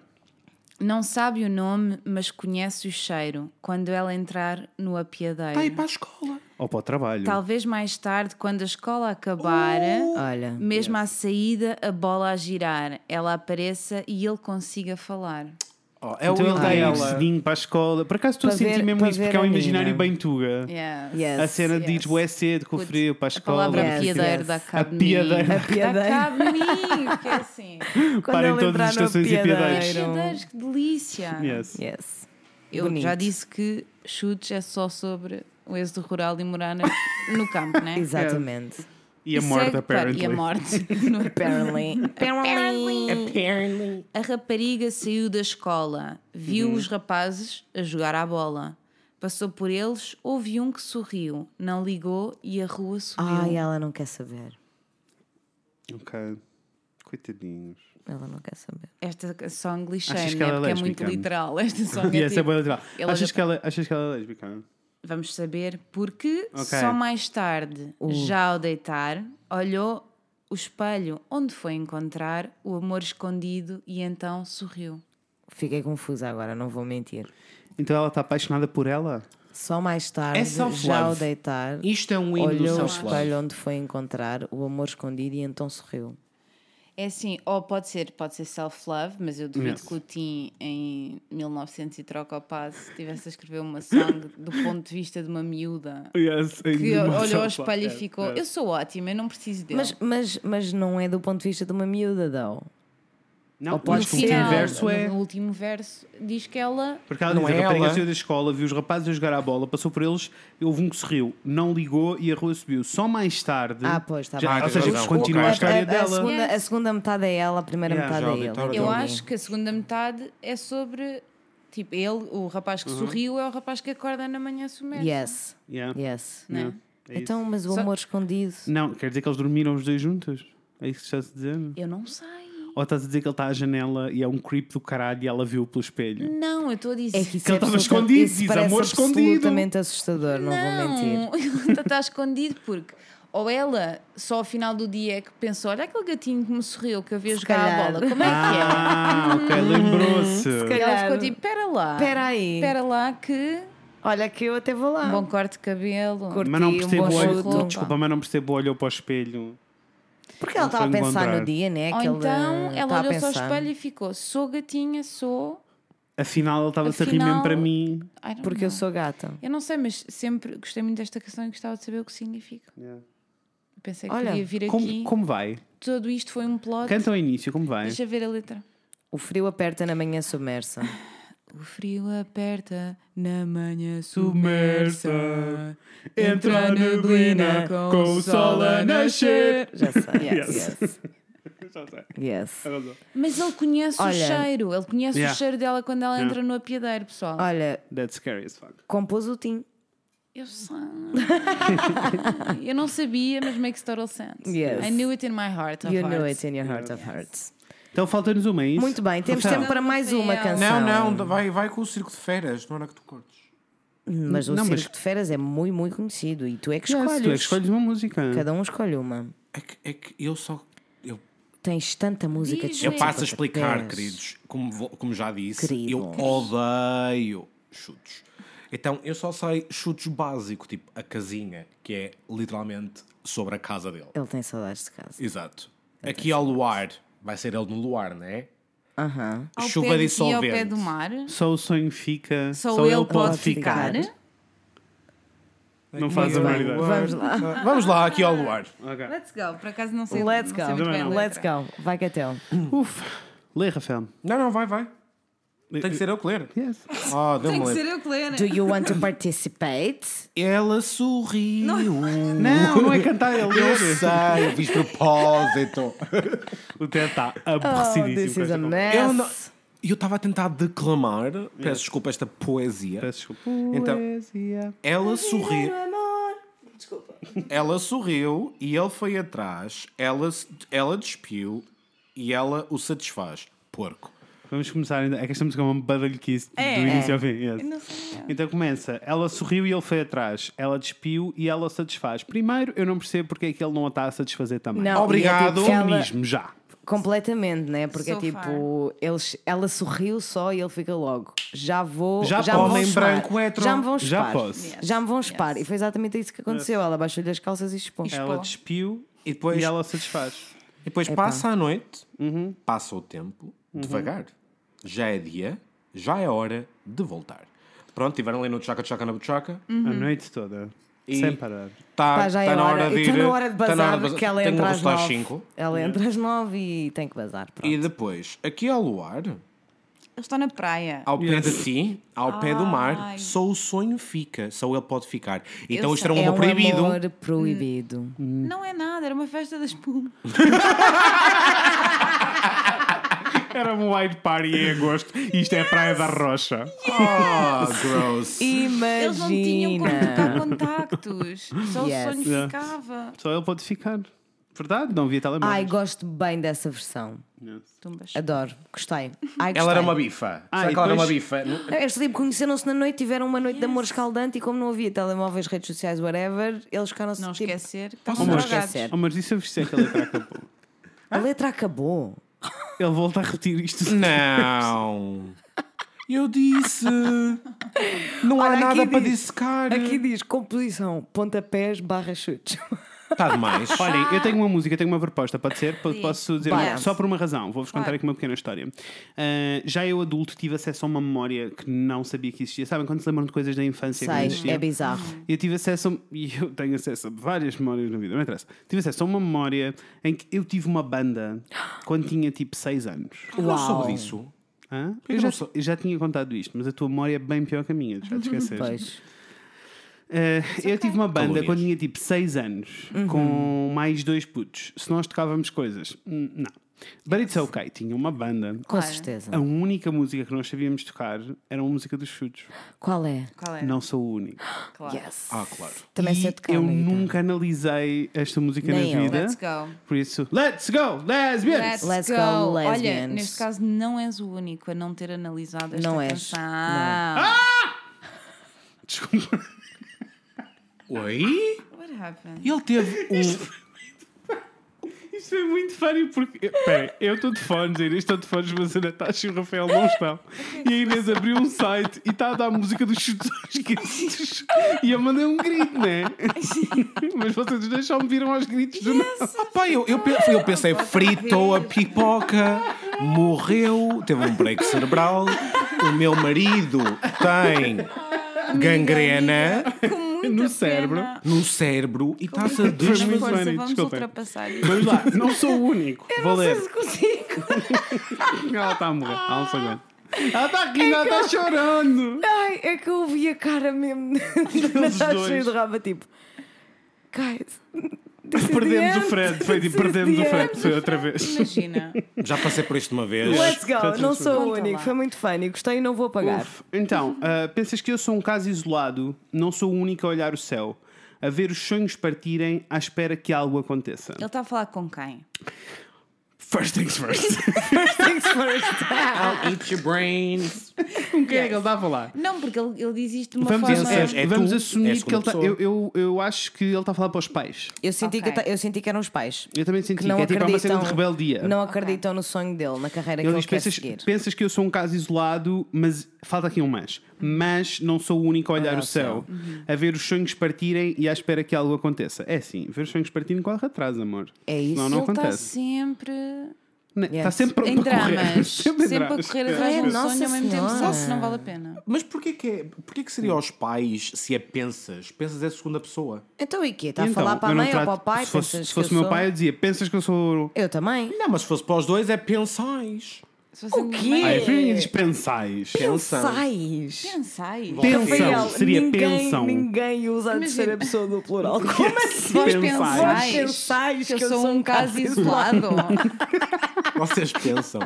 Speaker 3: Não sabe o nome, mas conhece o cheiro quando ela entrar no apiadeiro.
Speaker 4: Vai Tá para a escola.
Speaker 1: Ou para o trabalho.
Speaker 3: Talvez mais tarde, quando a escola acabar, ah,
Speaker 2: Olha,
Speaker 3: mesmo à saída, a bola a girar, ela apareça e ele consiga falar.
Speaker 4: Oh, é
Speaker 1: Então
Speaker 4: o
Speaker 1: ele
Speaker 4: ele
Speaker 1: está
Speaker 4: da
Speaker 1: aí
Speaker 4: ela.
Speaker 1: cedinho para a escola. Por acaso estou a
Speaker 2: Para
Speaker 1: sentir
Speaker 2: ver-
Speaker 1: mesmo
Speaker 2: para
Speaker 1: isso,
Speaker 2: ver
Speaker 1: porque é um
Speaker 2: a
Speaker 1: imaginário
Speaker 2: Nina.
Speaker 1: bem tuga.
Speaker 3: Yes.
Speaker 2: Yes.
Speaker 1: A cena de
Speaker 3: yes.
Speaker 1: diz, é cedo, com o frio, para a
Speaker 3: A palavra é
Speaker 1: escola.
Speaker 2: Yes,
Speaker 3: piadeiro
Speaker 2: yes.
Speaker 3: dá cabo de mim.
Speaker 1: Apiadeiro.
Speaker 2: Apiadeiro.
Speaker 3: Dá cabo de mim, porque é assim.
Speaker 2: quando
Speaker 1: Parem
Speaker 2: ele
Speaker 1: todas
Speaker 2: entrar
Speaker 1: as
Speaker 2: no
Speaker 1: estações e piadeiros.
Speaker 2: apiadeiro.
Speaker 3: Apiadeiros, que delícia.
Speaker 1: Yes.
Speaker 2: Yes.
Speaker 3: Eu
Speaker 2: Bonito.
Speaker 3: já disse que chutes é só sobre o êxodo rural e morar na- no campo, né?
Speaker 2: Exatamente.
Speaker 1: E a
Speaker 3: Isso é
Speaker 1: morte,
Speaker 3: que- pá,
Speaker 1: apparently.
Speaker 3: E a morte. No-
Speaker 2: Apparently. Apparently.
Speaker 3: A rapariga saiu da escola, viu
Speaker 1: Uhum.
Speaker 3: os rapazes a jogar à bola. Passou por eles, houve um que sorriu, não ligou e a rua subiu.
Speaker 1: Ah.
Speaker 2: Ai, ela não quer saber.
Speaker 1: Ok. Coitadinhos.
Speaker 2: Ela não quer saber.
Speaker 3: Esta canção
Speaker 1: Achas
Speaker 3: lixei,
Speaker 1: que
Speaker 3: né?
Speaker 1: ela é
Speaker 3: Porque é
Speaker 1: lésbica?
Speaker 3: muito literal. Esta song
Speaker 1: E
Speaker 3: é
Speaker 1: essa é
Speaker 3: tipo,
Speaker 1: boa lateral.
Speaker 3: Ele
Speaker 1: Achas
Speaker 3: olha
Speaker 1: que, ela, achas que ela é lésbica?
Speaker 3: Vamos saber porque
Speaker 1: Ok. Uh.
Speaker 3: só mais tarde, já ao deitar, olhou o espelho onde foi encontrar o amor escondido e então sorriu.
Speaker 2: Fiquei confusa agora, não vou mentir.
Speaker 1: Então ela está apaixonada por ela?
Speaker 2: Só mais tarde,
Speaker 4: É
Speaker 2: já ao
Speaker 4: self-love.
Speaker 2: deitar,
Speaker 4: Isto é um hino do
Speaker 2: olhou o
Speaker 4: self-love.
Speaker 2: espelho onde foi encontrar o amor escondido e então sorriu.
Speaker 3: É assim, ou pode ser, pode ser self-love, mas eu duvido
Speaker 1: Yes.
Speaker 3: que o Tim em 1900 e troca o passo tivesse a escrever uma song do ponto de vista de uma miúda
Speaker 1: Yes.
Speaker 3: que olhou ao espelho e ficou, eu sou ótima, eu não preciso dele.
Speaker 2: Mas, mas, mas não é do ponto de vista de uma miúda, não.
Speaker 1: Não,
Speaker 2: Ou
Speaker 1: o
Speaker 2: podes
Speaker 1: último
Speaker 2: final,
Speaker 1: verso é...
Speaker 3: no último verso diz que ela
Speaker 1: Porque ela
Speaker 4: Não
Speaker 1: diz,
Speaker 4: é
Speaker 1: a rapariga
Speaker 4: ela.
Speaker 1: saiu da escola, viu os rapazes a jogar à bola, passou por eles, houve um que sorriu, não ligou e a rua subiu. Só mais tarde...
Speaker 2: Ah, pois, está
Speaker 1: já,
Speaker 2: bem.
Speaker 1: Ou seja,
Speaker 4: Ah,
Speaker 1: continua a
Speaker 4: ok.
Speaker 1: história
Speaker 2: a, a
Speaker 1: dela.
Speaker 2: segunda,
Speaker 3: Yes.
Speaker 2: a segunda metade é ela, a primeira
Speaker 1: Yeah, tá
Speaker 2: metade é
Speaker 4: já ao
Speaker 2: ele.
Speaker 4: deitar,
Speaker 3: Eu
Speaker 4: Entendi.
Speaker 3: acho que a segunda metade é sobre. Tipo, ele, o rapaz
Speaker 1: Uhum.
Speaker 3: que sorriu, é o rapaz que acorda na manhã né? submerso.
Speaker 2: Yes,
Speaker 1: Yeah.
Speaker 2: yes.
Speaker 1: Yeah. É isso.
Speaker 2: Então, mas o amor escondido.
Speaker 1: Não, quer dizer que eles dormiram os dois juntos? É isso que estás a dizer?
Speaker 3: Eu não sei.
Speaker 1: Ou estás a dizer que ele está à janela e é um creep do caralho e ela viu pelo espelho?
Speaker 3: Não, eu estou a dizer.
Speaker 2: É que isso
Speaker 1: Que ele
Speaker 2: é
Speaker 1: estava
Speaker 2: absoluta-
Speaker 1: escondido,
Speaker 2: isso
Speaker 1: diz,
Speaker 2: parece
Speaker 1: amor escondido.
Speaker 2: absolutamente assustador, não, vou mentir.
Speaker 3: não, ele está escondido porque. Ou ela, só ao final do dia, é que pensou: olha aquele gatinho que me sorriu, que eu vi a
Speaker 2: Se
Speaker 3: jogar
Speaker 2: calhar.
Speaker 3: a bola. Como é que é?
Speaker 1: Ah, ok, lembrou-se.
Speaker 3: E ela ficou
Speaker 2: calhar.
Speaker 3: tipo: pera lá.
Speaker 2: Espera aí.
Speaker 3: Espera lá que.
Speaker 2: Olha que eu até vou lá.
Speaker 3: Bom corte de cabelo.
Speaker 2: Corte.
Speaker 1: Mas não
Speaker 2: curti, um
Speaker 1: percebo
Speaker 2: bom
Speaker 1: o olho.
Speaker 2: chute.
Speaker 1: Desculpa, mas não percebo o olho para o espelho.
Speaker 2: Porque ela
Speaker 1: Não
Speaker 2: estava a
Speaker 1: foi
Speaker 2: pensar
Speaker 1: encontrar.
Speaker 2: no dia, né?
Speaker 3: Ou
Speaker 2: que ele,
Speaker 3: então
Speaker 2: eh,
Speaker 3: ela
Speaker 2: tá a
Speaker 3: olhou só ao
Speaker 2: pensar.
Speaker 3: espelho e ficou: sou gatinha, sou.
Speaker 1: Afinal, ele estava a rir
Speaker 3: Afinal-
Speaker 1: mesmo para mim.
Speaker 3: I don't
Speaker 2: Porque eu
Speaker 3: know.
Speaker 2: sou gata.
Speaker 3: Eu não sei, mas sempre gostei muito desta questão e gostava de saber o que significa. Pensei que
Speaker 2: Olha,
Speaker 3: podia vir aqui.
Speaker 1: Como, como vai?
Speaker 3: Tudo isto foi um plot.
Speaker 1: Canta ao início, como vai?
Speaker 3: Deixa ver a letra.
Speaker 2: O frio aperta na manhã submersa.
Speaker 3: O frio aperta na manhã
Speaker 1: Submersa,
Speaker 3: submersa.
Speaker 1: entra a neblina com o sol a nascer.
Speaker 2: Já sei.
Speaker 1: Yes.
Speaker 2: Yes. yes.
Speaker 1: Já sei,
Speaker 2: yes.
Speaker 1: arrasou.
Speaker 3: Mas ele conhece
Speaker 2: Olha.
Speaker 3: o cheiro. Ele conhece
Speaker 1: Yeah.
Speaker 3: o cheiro dela quando ela
Speaker 1: Yeah.
Speaker 3: entra no apiadeiro, pessoal.
Speaker 2: Olha,
Speaker 1: That's scary as fuck.
Speaker 2: compôs o Tim.
Speaker 3: Eu sei. Eu não sabia, mas makes total sense.
Speaker 2: Yes.
Speaker 3: I knew it in my heart. Of
Speaker 2: You
Speaker 3: hearts.
Speaker 2: know it in your heart of hearts.
Speaker 1: Então falta-nos uma, é isso?
Speaker 2: Muito bem, temos
Speaker 1: Rafael.
Speaker 2: tempo para mais
Speaker 3: Rafael.
Speaker 2: uma canção.
Speaker 4: Não, não, vai, vai com o circo de feiras, não era que tu cortes.
Speaker 2: Mas o
Speaker 1: Não, mas-
Speaker 2: Circo de Feras é muito, muito conhecido e tu é que
Speaker 1: Yes,
Speaker 2: escolhes.
Speaker 1: tu é que escolhes uma música.
Speaker 2: Cada um escolhe uma.
Speaker 4: É que, é que eu só. Eu,
Speaker 2: Tens tanta música de
Speaker 3: Diz-me.
Speaker 4: eu
Speaker 2: chutes
Speaker 4: passo a
Speaker 2: pontapés.
Speaker 4: explicar, queridos, como, vo- como já disse,
Speaker 2: Queridos.
Speaker 4: eu odeio chutes. Então eu só sei chutes básico, tipo a casinha, que é literalmente sobre a casa dele.
Speaker 2: Ele tem saudades de casa.
Speaker 4: Exato. Aqui ao luar, vai ser ele no luar, não é?
Speaker 2: Aham.
Speaker 3: Ao
Speaker 4: Chuva
Speaker 3: pé de ti, ao
Speaker 4: dissolvente.
Speaker 3: pé do mar.
Speaker 1: Só o sonho fica.
Speaker 3: Só, ele, pode ficar.
Speaker 1: Não faz a
Speaker 2: Muito
Speaker 1: menor
Speaker 2: bem.
Speaker 1: ideia.
Speaker 2: Vamos lá.
Speaker 4: Ah, Vamos lá, aqui ao luar.
Speaker 1: Ok.
Speaker 3: Let's go. Por acaso não sei,
Speaker 2: Let's
Speaker 3: não sei muito bem a
Speaker 1: Não,
Speaker 2: go.
Speaker 1: não.
Speaker 2: Let's
Speaker 3: letra.
Speaker 2: go. Vai, Catel.
Speaker 1: Uf. Lê, Rafael.
Speaker 4: Não, não, vai, vai. Tem que ser eu que ler.
Speaker 1: Yes.
Speaker 4: Oh,
Speaker 3: Tem
Speaker 4: deu-me
Speaker 3: que
Speaker 4: ler.
Speaker 3: ser eu que ler.
Speaker 2: Do you want to participate?
Speaker 4: Ela sorriu.
Speaker 1: Não, não é cantar, é
Speaker 4: Eu
Speaker 1: ler.
Speaker 4: sei, eu fiz propósito.
Speaker 1: O Ted está
Speaker 2: Oh, this
Speaker 1: aborrecidíssimo.
Speaker 2: is a
Speaker 1: com esta conversa.
Speaker 2: mess.
Speaker 4: Eu não- eu estava a tentar declamar, peço desculpa, esta poesia.
Speaker 1: Peço desculpa.
Speaker 4: Então-
Speaker 1: Poesia.
Speaker 4: Ela sorriu,
Speaker 5: amor. Desculpa.
Speaker 4: ela sorriu e ele foi atrás. Ela, s- ela despiu e ela o satisfaz. Porco.
Speaker 1: Vamos começar ainda. É que esta música é uma badalhoquice
Speaker 3: É.
Speaker 1: do início ao fim. yes.
Speaker 3: Eu não
Speaker 2: é.
Speaker 3: sei.
Speaker 1: Então começa. Ela sorriu e ele foi atrás. Ela despiu e ela o satisfaz. Primeiro, eu não percebo porque é que ele não a está a satisfazer também.
Speaker 2: Não, e é
Speaker 4: Obrigado.
Speaker 2: tipo, ela-
Speaker 1: Feminismo, já.
Speaker 2: Completamente, né? Porque
Speaker 3: So
Speaker 2: é tipo, eles, ela sorriu só e ele fica logo. Já vou.
Speaker 1: Já
Speaker 2: me
Speaker 1: posso.
Speaker 2: vão
Speaker 4: Homem
Speaker 2: chupar.
Speaker 4: branco, hétero.
Speaker 2: Já me vão
Speaker 1: Já
Speaker 2: chupar.
Speaker 1: posso.
Speaker 3: Yes.
Speaker 2: Já me vão chupar.
Speaker 3: Yes.
Speaker 2: E foi exatamente isso que aconteceu. Ela baixou-lhe as calças e chupou.
Speaker 3: E
Speaker 1: Ela
Speaker 3: Pô.
Speaker 1: despiu
Speaker 4: E depois-
Speaker 1: e ela o satisfaz.
Speaker 4: E depois
Speaker 2: Epá.
Speaker 4: passa a noite, passa o tempo, devagar. Já é dia, já é hora de voltar. Pronto, tiveram ali no tchaca tchaca na buchaca.
Speaker 1: A noite toda.
Speaker 4: E-
Speaker 1: Sem parar.
Speaker 2: Hum.
Speaker 4: Está
Speaker 2: Pá, já é
Speaker 4: na
Speaker 2: hora.
Speaker 4: hora de ir.
Speaker 2: Está na hora de
Speaker 4: tá
Speaker 2: bazar,
Speaker 4: na hora
Speaker 2: porque ela
Speaker 4: Tenho
Speaker 2: entra
Speaker 4: que
Speaker 2: às
Speaker 4: voltar às
Speaker 2: nove.
Speaker 4: 5.
Speaker 2: Ela entra às nove e tem que bazar. Pronto.
Speaker 4: E depois, aqui ao luar,
Speaker 3: Ele está na praia.
Speaker 4: ao pé
Speaker 1: Yes.
Speaker 4: de ti, ao pé do mar,
Speaker 3: Ai.
Speaker 4: só o sonho fica, só ele pode ficar. Então
Speaker 3: Eu
Speaker 4: isto era um
Speaker 3: sei.
Speaker 2: É
Speaker 4: amor
Speaker 2: um
Speaker 4: proibido.
Speaker 2: amor proibido.
Speaker 3: Não é nada, era uma festa da espuma.
Speaker 1: Era um white party em agosto e isto é a Praia da Rocha.
Speaker 4: Oh, gross.
Speaker 2: Imagina.
Speaker 3: Eles não tinham como tocar contactos. Só
Speaker 2: Yes.
Speaker 3: o sonho
Speaker 1: Yeah.
Speaker 3: ficava.
Speaker 1: Só ele pode ficar. Verdade? Não via
Speaker 2: Ai,
Speaker 1: telemóvel.
Speaker 2: gosto bem dessa versão.
Speaker 3: Tumbas.
Speaker 2: Adoro. Gostei. Ai,
Speaker 4: Ela
Speaker 2: gostei.
Speaker 4: era uma bifa.
Speaker 1: Ah,
Speaker 4: Será
Speaker 1: e
Speaker 4: que ela era uma
Speaker 1: depois-
Speaker 4: bifa?
Speaker 2: Não, Eles tipo, conheceram-se na noite, tiveram uma noite de amor escaldante e, como não havia telemóveis, redes sociais, whatever, eles ficaram-se.
Speaker 3: Não
Speaker 2: tipo,
Speaker 3: esquecer. que estavam
Speaker 1: Não
Speaker 2: Não
Speaker 3: drogados.
Speaker 2: esquecer.
Speaker 1: Oh, mas e se eu fizer aquela letra acabou?
Speaker 2: A letra acabou.
Speaker 1: Ele volta a repetir isto.
Speaker 4: Não. Eu disse. Não há
Speaker 2: Olha, aqui
Speaker 4: nada para
Speaker 2: diz-
Speaker 4: dissecar.
Speaker 2: Aqui diz composição, pontapés barra chutes.
Speaker 4: Está Tá demais.
Speaker 1: Olhem,
Speaker 2: Ah.
Speaker 1: eu tenho uma música, tenho uma proposta, pode ser? Po-
Speaker 3: Sim.
Speaker 1: Posso dizer
Speaker 2: Vai.
Speaker 1: uma- só por uma razão, vou-vos contar
Speaker 3: Claro.
Speaker 1: aqui uma pequena história. Ah, já eu adulto tive acesso a uma memória que não sabia que existia. Sabem quando se lembram de coisas da infância que não
Speaker 2: Sei,
Speaker 1: existiam?
Speaker 2: é bizarro.
Speaker 1: Eu tive acesso, a, um- e eu tenho acesso a várias memórias na vida, não interessa. Tive acesso a uma memória em que eu tive uma banda quando tinha tipo 6 anos.
Speaker 4: Eu não soube disso.
Speaker 1: Hã?
Speaker 4: que
Speaker 1: Eu,
Speaker 4: não
Speaker 1: já,
Speaker 4: sou-
Speaker 1: eu já tinha contado isto, mas a tua memória é bem pior que a minha, já te esqueceste.
Speaker 2: Uhum. Pois. é
Speaker 1: Eh, eu tive uma banda
Speaker 4: Calorias.
Speaker 1: quando tinha tipo 6 anos,
Speaker 2: Uhum.
Speaker 1: com mais dois putos. Se nós tocávamos coisas, hum, não. But it's okay, tinha uma banda.
Speaker 2: Com
Speaker 3: Claro.
Speaker 2: certeza.
Speaker 1: A única música que nós sabíamos tocar era a música dos chutes.
Speaker 2: Qual é?
Speaker 3: Qual era?
Speaker 1: Não sou o único.
Speaker 3: Claro.
Speaker 2: Yes.
Speaker 4: Ah, claro.
Speaker 2: Também
Speaker 1: E
Speaker 2: sei tocar.
Speaker 1: eu
Speaker 2: na guitarra.
Speaker 1: nunca analisei esta música
Speaker 2: Nem
Speaker 1: na
Speaker 2: eu.
Speaker 1: vida.
Speaker 3: Let's go.
Speaker 1: Por isso, let's go, lesbians!
Speaker 3: Let's,
Speaker 2: Let's
Speaker 3: go.
Speaker 2: go,
Speaker 3: Olha,
Speaker 2: lesbians.
Speaker 3: neste caso não és o único a não ter analisado esta
Speaker 2: Não és.
Speaker 3: canção.
Speaker 2: Não. é.
Speaker 1: Desculpa.
Speaker 4: Oi?
Speaker 3: What happened?
Speaker 4: Ele teve um.
Speaker 1: Isto é muito funny porque. Espera, eu estou de fones, a Inês está de fones, mas a Natasha e o Rafael não estão. E a Inês abriu um site e está a dar música dos chutes aos gritos. E eu mandei um grito, né? Mas vocês dois só me viram aos gritos do nada.
Speaker 4: Ah, pá, eu, eu, pe- eu pensei, fritou a pipoca, morreu, teve um break cerebral. O meu marido tem gangrena
Speaker 3: Com muita
Speaker 1: No
Speaker 3: pena.
Speaker 1: cérebro.
Speaker 4: no cérebro e está-se a
Speaker 3: Muita pena,
Speaker 1: muito
Speaker 3: força,
Speaker 4: desfazer.
Speaker 1: funny,
Speaker 3: Vamos
Speaker 1: desculpem.
Speaker 3: ultrapassar isto.
Speaker 1: Vamos lá, não sou o único. Vou ler.
Speaker 2: consigo.
Speaker 1: Ela está a morrer, ela não se aguenta. Ela está rindo, ela está chorando.
Speaker 2: Ai, é que eu ouvi a cara mesmo da Natasha e
Speaker 1: dois.
Speaker 2: do Rafa, tipo. Guys. this is the
Speaker 1: Perdemos o
Speaker 2: end.
Speaker 1: Fred, foi
Speaker 2: This
Speaker 1: tipo,
Speaker 2: is
Speaker 1: perdemos
Speaker 2: the
Speaker 1: o
Speaker 2: end.
Speaker 1: Fred, foi outra vez.
Speaker 3: Imagina.
Speaker 4: Já passei por isto uma vez.
Speaker 2: Let's go, não sou o
Speaker 3: Conta
Speaker 2: único,
Speaker 3: lá.
Speaker 2: foi muito funny, gostei e não vou apagar.
Speaker 1: Uf, então, ah, pensas que eu sou um caso isolado, não sou o único a olhar o céu, a ver os sonhos partirem à espera que algo aconteça.
Speaker 3: Ele está a falar com quem?
Speaker 1: First things first.
Speaker 2: First things first.
Speaker 4: I'll eat your brains.
Speaker 1: Com quem é que ele está a falar?
Speaker 3: Não, porque ele, ele diz isto de uma
Speaker 1: Vamos,
Speaker 3: forma.
Speaker 4: Sim,
Speaker 1: assumir,
Speaker 4: é tu,
Speaker 1: vamos
Speaker 4: é a
Speaker 1: assumir que
Speaker 4: segunda
Speaker 1: ele está.
Speaker 4: pessoa.
Speaker 1: Eu, eu, eu acho que ele está a falar para os pais.
Speaker 2: Eu senti,
Speaker 3: Ok.
Speaker 2: que, eu senti que eram os pais.
Speaker 1: Eu também senti
Speaker 2: Que
Speaker 1: que,
Speaker 2: não
Speaker 1: é tipo é uma cena
Speaker 2: acreditam.
Speaker 1: de rebeldia.
Speaker 2: Não acreditam no sonho dele, na carreira
Speaker 1: Ele
Speaker 2: que
Speaker 1: diz:
Speaker 2: ele quer
Speaker 1: pensas,
Speaker 2: seguir.
Speaker 1: pensas que eu sou um caso isolado, mas falta aqui um mas. Mas não sou o único a olhar
Speaker 2: Olhar
Speaker 1: o
Speaker 2: o céu.
Speaker 1: céu, a ver os sonhos partirem e à espera que algo aconteça. É assim, ver os sonhos partirem corre atrás, amor.
Speaker 2: É isso.
Speaker 1: Senão não
Speaker 3: Ele está
Speaker 1: acontece.
Speaker 3: sempre
Speaker 1: Né? Está
Speaker 2: Yes.
Speaker 1: sempre pronto
Speaker 3: em
Speaker 1: para correr.
Speaker 3: dramas.
Speaker 1: Sempre, em
Speaker 3: sempre a
Speaker 1: dramas.
Speaker 3: correr atrás de um
Speaker 2: Nossa
Speaker 3: sonho ao mesmo tempo. Só
Speaker 2: Senhora.
Speaker 3: se não vale a pena.
Speaker 4: Mas porquê que, é, porquê que seria aos pais se é pensas? Pensas é a segunda pessoa.
Speaker 2: Então e quê? Está
Speaker 1: Então,
Speaker 2: a falar para
Speaker 1: eu
Speaker 2: a
Speaker 1: não
Speaker 2: mãe ou
Speaker 1: trato-
Speaker 2: para o pai?
Speaker 1: Se fosse,
Speaker 2: Pensas
Speaker 1: se
Speaker 2: que eu
Speaker 1: fosse o meu
Speaker 2: sou?
Speaker 1: pai, eu dizia: pensas que eu sou.
Speaker 2: Eu também.
Speaker 4: Não, mas se fosse para os dois é pensais.
Speaker 3: Se fosse
Speaker 2: O
Speaker 3: a minha
Speaker 2: quê?
Speaker 3: mãe-
Speaker 1: Ai, vem Ah, e diz pensais.
Speaker 4: Pensam.
Speaker 2: Pensais.
Speaker 3: Pensais.
Speaker 1: Pensam.
Speaker 2: Rafael,
Speaker 1: Seria
Speaker 2: ninguém,
Speaker 1: pensam.
Speaker 2: Ninguém usa a
Speaker 3: Imagina.
Speaker 2: terceira pessoa do plural. Como assim?
Speaker 3: Vós
Speaker 1: Pensais.
Speaker 3: pensais,
Speaker 2: Vós pensais
Speaker 3: que eu sou um caso isolado.
Speaker 4: Vocês pensam.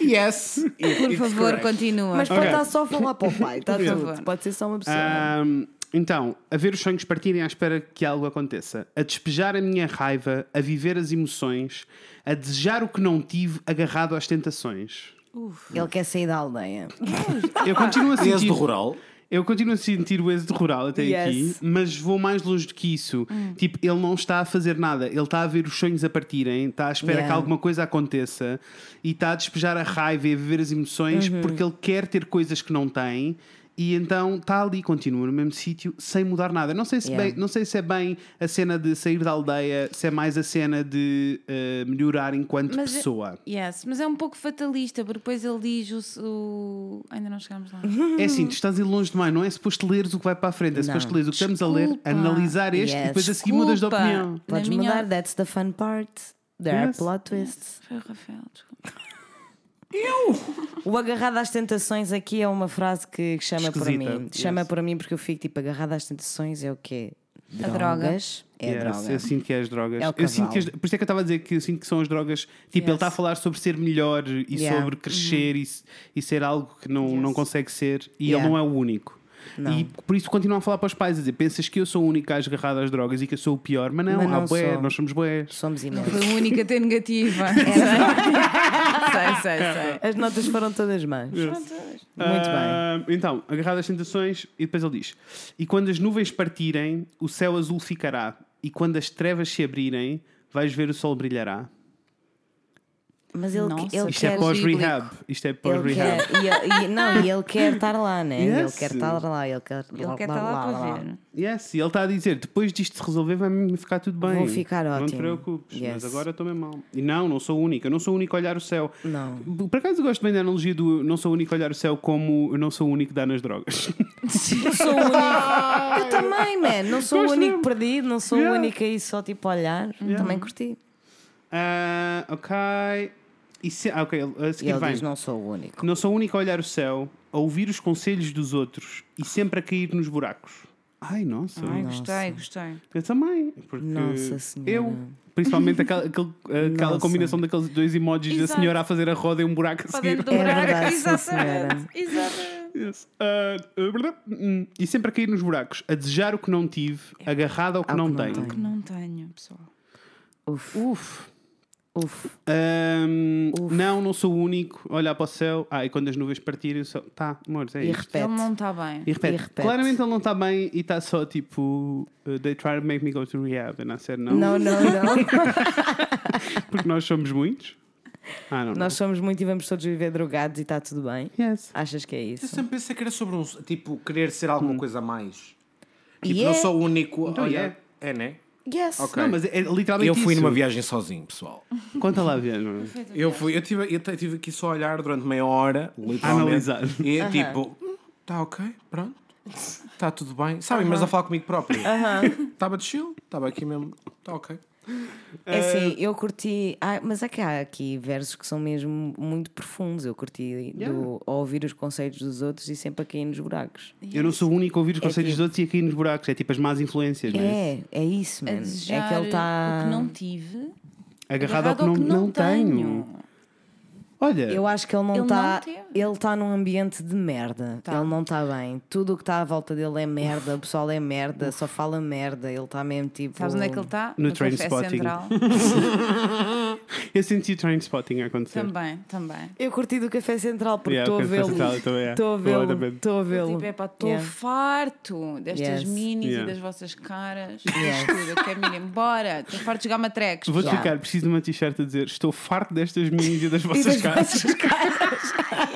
Speaker 4: Yes.
Speaker 3: Por favor, continua.
Speaker 2: Mas pode
Speaker 1: Ok. Ah.
Speaker 2: estar só a falar para o pai, está
Speaker 3: Por
Speaker 2: tudo.
Speaker 3: favor.
Speaker 2: Pode ser só uma pessoa.
Speaker 1: Ahm, então, a ver os sonhos partirem à espera que algo aconteça, a despejar a minha raiva, a viver as emoções, a desejar o que não tive, agarrado às tentações.
Speaker 2: Ele quer sair da aldeia.
Speaker 1: Eu continuo a
Speaker 4: Desde
Speaker 1: sentir.
Speaker 4: do rural.
Speaker 1: Eu continuo a sentir o êxodo rural até
Speaker 2: Yes. Hum.
Speaker 1: aqui, mas vou mais longe do que isso. Tipo, ele não está a fazer nada, ele está a ver os sonhos a partirem, está à espera
Speaker 2: Yeah.
Speaker 1: que alguma coisa aconteça e está a despejar a raiva e a viver as emoções
Speaker 2: Uhum.
Speaker 1: porque ele quer ter coisas que não tem. E então está ali, continua no mesmo sítio, sem mudar nada. Não sei, se
Speaker 2: Yeah.
Speaker 1: bem, não sei se é bem a cena de sair da aldeia, se é mais a cena de eh, melhorar enquanto
Speaker 3: Mas é-
Speaker 1: pessoa.
Speaker 3: Yes, mas é um pouco fatalista, porque depois ele diz o. o- Ainda não chegámos lá.
Speaker 1: É
Speaker 2: Uhum.
Speaker 1: assim, tu estás a ir longe demais, não é suposto leres o que vai para a frente, é suposto leres o que estamos a ler,
Speaker 3: Desculpa.
Speaker 1: analisar este
Speaker 2: Yes,
Speaker 1: e depois a seguir mudas de
Speaker 3: desculpa.
Speaker 1: opinião.
Speaker 3: Na
Speaker 2: Podes
Speaker 3: minha-
Speaker 2: mudar, that's the fun part. There
Speaker 1: Yes.
Speaker 2: are plot twists.
Speaker 3: Foi o Rafael, desculpa.
Speaker 2: O agarrado às tentações aqui é uma frase que que chama para
Speaker 1: Esquisita,
Speaker 2: mim. Chama
Speaker 1: yes.
Speaker 2: para mim porque eu fico tipo agarrado às tentações é o quê?
Speaker 3: A droga.
Speaker 2: Drogas? É
Speaker 1: Yes,
Speaker 2: droga.
Speaker 1: Eu sinto que é as drogas.
Speaker 2: É o
Speaker 1: eu sinto que as-
Speaker 2: cavalo.
Speaker 1: por isso é que eu estava a dizer que eu sinto que são as drogas. Tipo,
Speaker 3: Yes.
Speaker 1: ele está a falar sobre ser melhor e
Speaker 2: Yeah. Uhum.
Speaker 1: sobre crescer e se- e, ser algo que não, não consegue ser e
Speaker 2: Yeah.
Speaker 1: ele não é o único.
Speaker 2: Não.
Speaker 1: E por isso continua a falar para os pais a dizer: pensas que eu sou o único gajo agarrado às drogas e que eu sou o pior, mas não,
Speaker 2: Mas não
Speaker 1: há bué,
Speaker 2: sou.
Speaker 1: nós somos bués.
Speaker 2: Somos imensos.
Speaker 3: Foi a única a ter negativa. sei, sei, sei.
Speaker 2: As notas foram todas más.
Speaker 3: Pronto.
Speaker 2: Muito bem.
Speaker 1: Ah, Então, agarrado às tentações, e depois ele diz: E quando as nuvens partirem, o céu azul ficará, e quando as trevas se abrirem, vais ver o sol brilhará.
Speaker 2: Mas ele,
Speaker 3: Nossa,
Speaker 2: ele
Speaker 1: Isto
Speaker 2: quer.
Speaker 1: é pós-rehab. Isto é
Speaker 2: Ele
Speaker 1: pós-rehab.
Speaker 2: quer, e ele- e- não, e ele quer estar lá, né?
Speaker 1: Yes.
Speaker 2: Ele quer estar lá, ele quer,
Speaker 3: Ele quer estar lá para ver.
Speaker 1: Yes, e ele está a dizer: depois disto se resolver, vai ficar tudo bem.
Speaker 2: Vou ficar
Speaker 1: Não te
Speaker 2: ótimo.
Speaker 1: preocupes, mas
Speaker 2: Yes.
Speaker 1: agora estou mesmo mal. E não, não sou única. Eu não sou o único a olhar o céu.
Speaker 2: Não.
Speaker 1: Por acaso eu gosto bem da analogia do não sou o único a olhar o céu como eu não sou o único a dar nas drogas.
Speaker 2: Eu sou o único. Eu também, man. Não sou
Speaker 1: Gosto
Speaker 2: o único
Speaker 1: mesmo.
Speaker 2: perdido, não sou
Speaker 1: Yeah.
Speaker 2: o único aí só tipo a olhar. Também curti.
Speaker 1: Ah, ok. E se, ah, ok, ele- a
Speaker 2: E
Speaker 1: seguir
Speaker 2: ele
Speaker 1: vai.
Speaker 2: diz: não sou o único.
Speaker 4: é
Speaker 1: Não sou o único a olhar o céu, a ouvir os conselhos dos outros e sempre a cair nos buracos. Ai, nossa.
Speaker 3: Ai,
Speaker 2: Nossa.
Speaker 3: gostei, gostei.
Speaker 1: Eu também. Porque
Speaker 2: Nossa Senhora.
Speaker 1: Eu, principalmente aquela, aquele- aquela
Speaker 2: Nossa.
Speaker 1: combinação daqueles dois emojis da
Speaker 3: Exato.
Speaker 1: senhora a fazer a roda e um buraco a
Speaker 3: Para
Speaker 1: seguir.
Speaker 3: dentro do
Speaker 2: É
Speaker 3: buraco.
Speaker 2: verdade, sim,
Speaker 3: Exatamente. Exatamente.
Speaker 1: Yes. Ah, ah, blá, hum, e sempre a cair nos buracos, a desejar o que não tive, agarrado ao que
Speaker 2: Ao
Speaker 1: não
Speaker 2: que não
Speaker 1: tenho.
Speaker 2: tenho.
Speaker 3: Que não tenho, pessoal.
Speaker 2: Uf,
Speaker 1: Uf.
Speaker 2: uf.
Speaker 1: Ahm, não, não sou o único a olhar para o céu. Ah, e quando as nuvens partirem, o céu. Tá, amores, é
Speaker 2: E
Speaker 1: isso.
Speaker 2: repete.
Speaker 3: Ele não está bem.
Speaker 1: E repete.
Speaker 2: E repete.
Speaker 1: Claramente ele não está bem e está só tipo. uh, They try to make me go to rehab. And I said no.
Speaker 2: Não, não, não.
Speaker 1: Porque nós somos muitos. Ah, não.
Speaker 2: Nós somos muito e vamos todos viver drogados e está tudo bem.
Speaker 1: Yes.
Speaker 2: Achas que é isso?
Speaker 4: Eu sempre pensei que era sobre um. Tipo, querer ser alguma coisa a mais. Tipo,
Speaker 2: E
Speaker 4: não
Speaker 2: é.
Speaker 4: sou o único.
Speaker 1: Então,
Speaker 4: olha,
Speaker 1: é.
Speaker 4: é, né?
Speaker 2: Yes.
Speaker 4: Ok.
Speaker 1: Não, mas é, é literalmente
Speaker 4: Eu fui
Speaker 1: isso.
Speaker 4: numa viagem sozinho, pessoal.
Speaker 1: Conta lá a viagem.
Speaker 4: Eu fui, eu tive, eu te- tive aqui só a olhar durante meia hora, literalmente.
Speaker 1: Analisar.
Speaker 4: E tipo, "Hum, tá ok, pronto. Está tudo bem. Sabem, mas a falar comigo próprio. Estava de chill, estava aqui mesmo. Está ok.
Speaker 2: É
Speaker 4: Eh,
Speaker 2: assim, eu curti. Ah, mas é que há aqui versos que são mesmo muito profundos. Eu curti do a ouvir os conselhos dos outros e sempre a cair nos buracos.
Speaker 1: Eu não sou o único a ouvir os conselhos
Speaker 2: tipo-
Speaker 1: dos outros e a cair nos buracos. É tipo as más influências, não é? tá
Speaker 2: É, é isso,
Speaker 3: A
Speaker 2: mano. É
Speaker 3: desejar
Speaker 2: que ele tá
Speaker 3: o que
Speaker 2: está.
Speaker 3: não tive.
Speaker 1: Agarrado ao que não, não tenho. Olha,
Speaker 2: Eu acho que ele não
Speaker 3: Ele
Speaker 2: está.
Speaker 3: não teve. Tá.
Speaker 2: Ele está num ambiente de merda. Ele não está bem. Tudo o que está à volta dele é merda. O pessoal é merda. Só fala merda. Ele está mesmo tipo.
Speaker 3: é Sabes onde é que ele está?
Speaker 1: No
Speaker 3: café
Speaker 1: Trainspotting.
Speaker 3: central.
Speaker 1: Eu senti train spotting acontecer.
Speaker 3: Também, também.
Speaker 2: Eu curti do Café Central porque
Speaker 1: Yeah,
Speaker 2: estou
Speaker 1: o Café
Speaker 2: a
Speaker 1: Central
Speaker 2: vê-lo.
Speaker 1: também é.
Speaker 2: Estou a vê-lo.
Speaker 1: Completamente.
Speaker 2: Estou a
Speaker 3: Eu,
Speaker 2: vê-lo.
Speaker 3: Tipo, é pá, estou
Speaker 2: Yeah.
Speaker 3: farto destas
Speaker 2: Yes.
Speaker 3: minis
Speaker 1: Yeah.
Speaker 3: e das vossas caras.
Speaker 2: Yes.
Speaker 3: Tudo, eu quero me ir embora. Estou farto de jogar matrecos.
Speaker 1: Vou
Speaker 2: Yeah.
Speaker 1: ficar, preciso de uma t-shirt a dizer estou farto destas minhas e das
Speaker 2: E
Speaker 1: vossas
Speaker 2: das
Speaker 1: caras.
Speaker 2: vossas caras.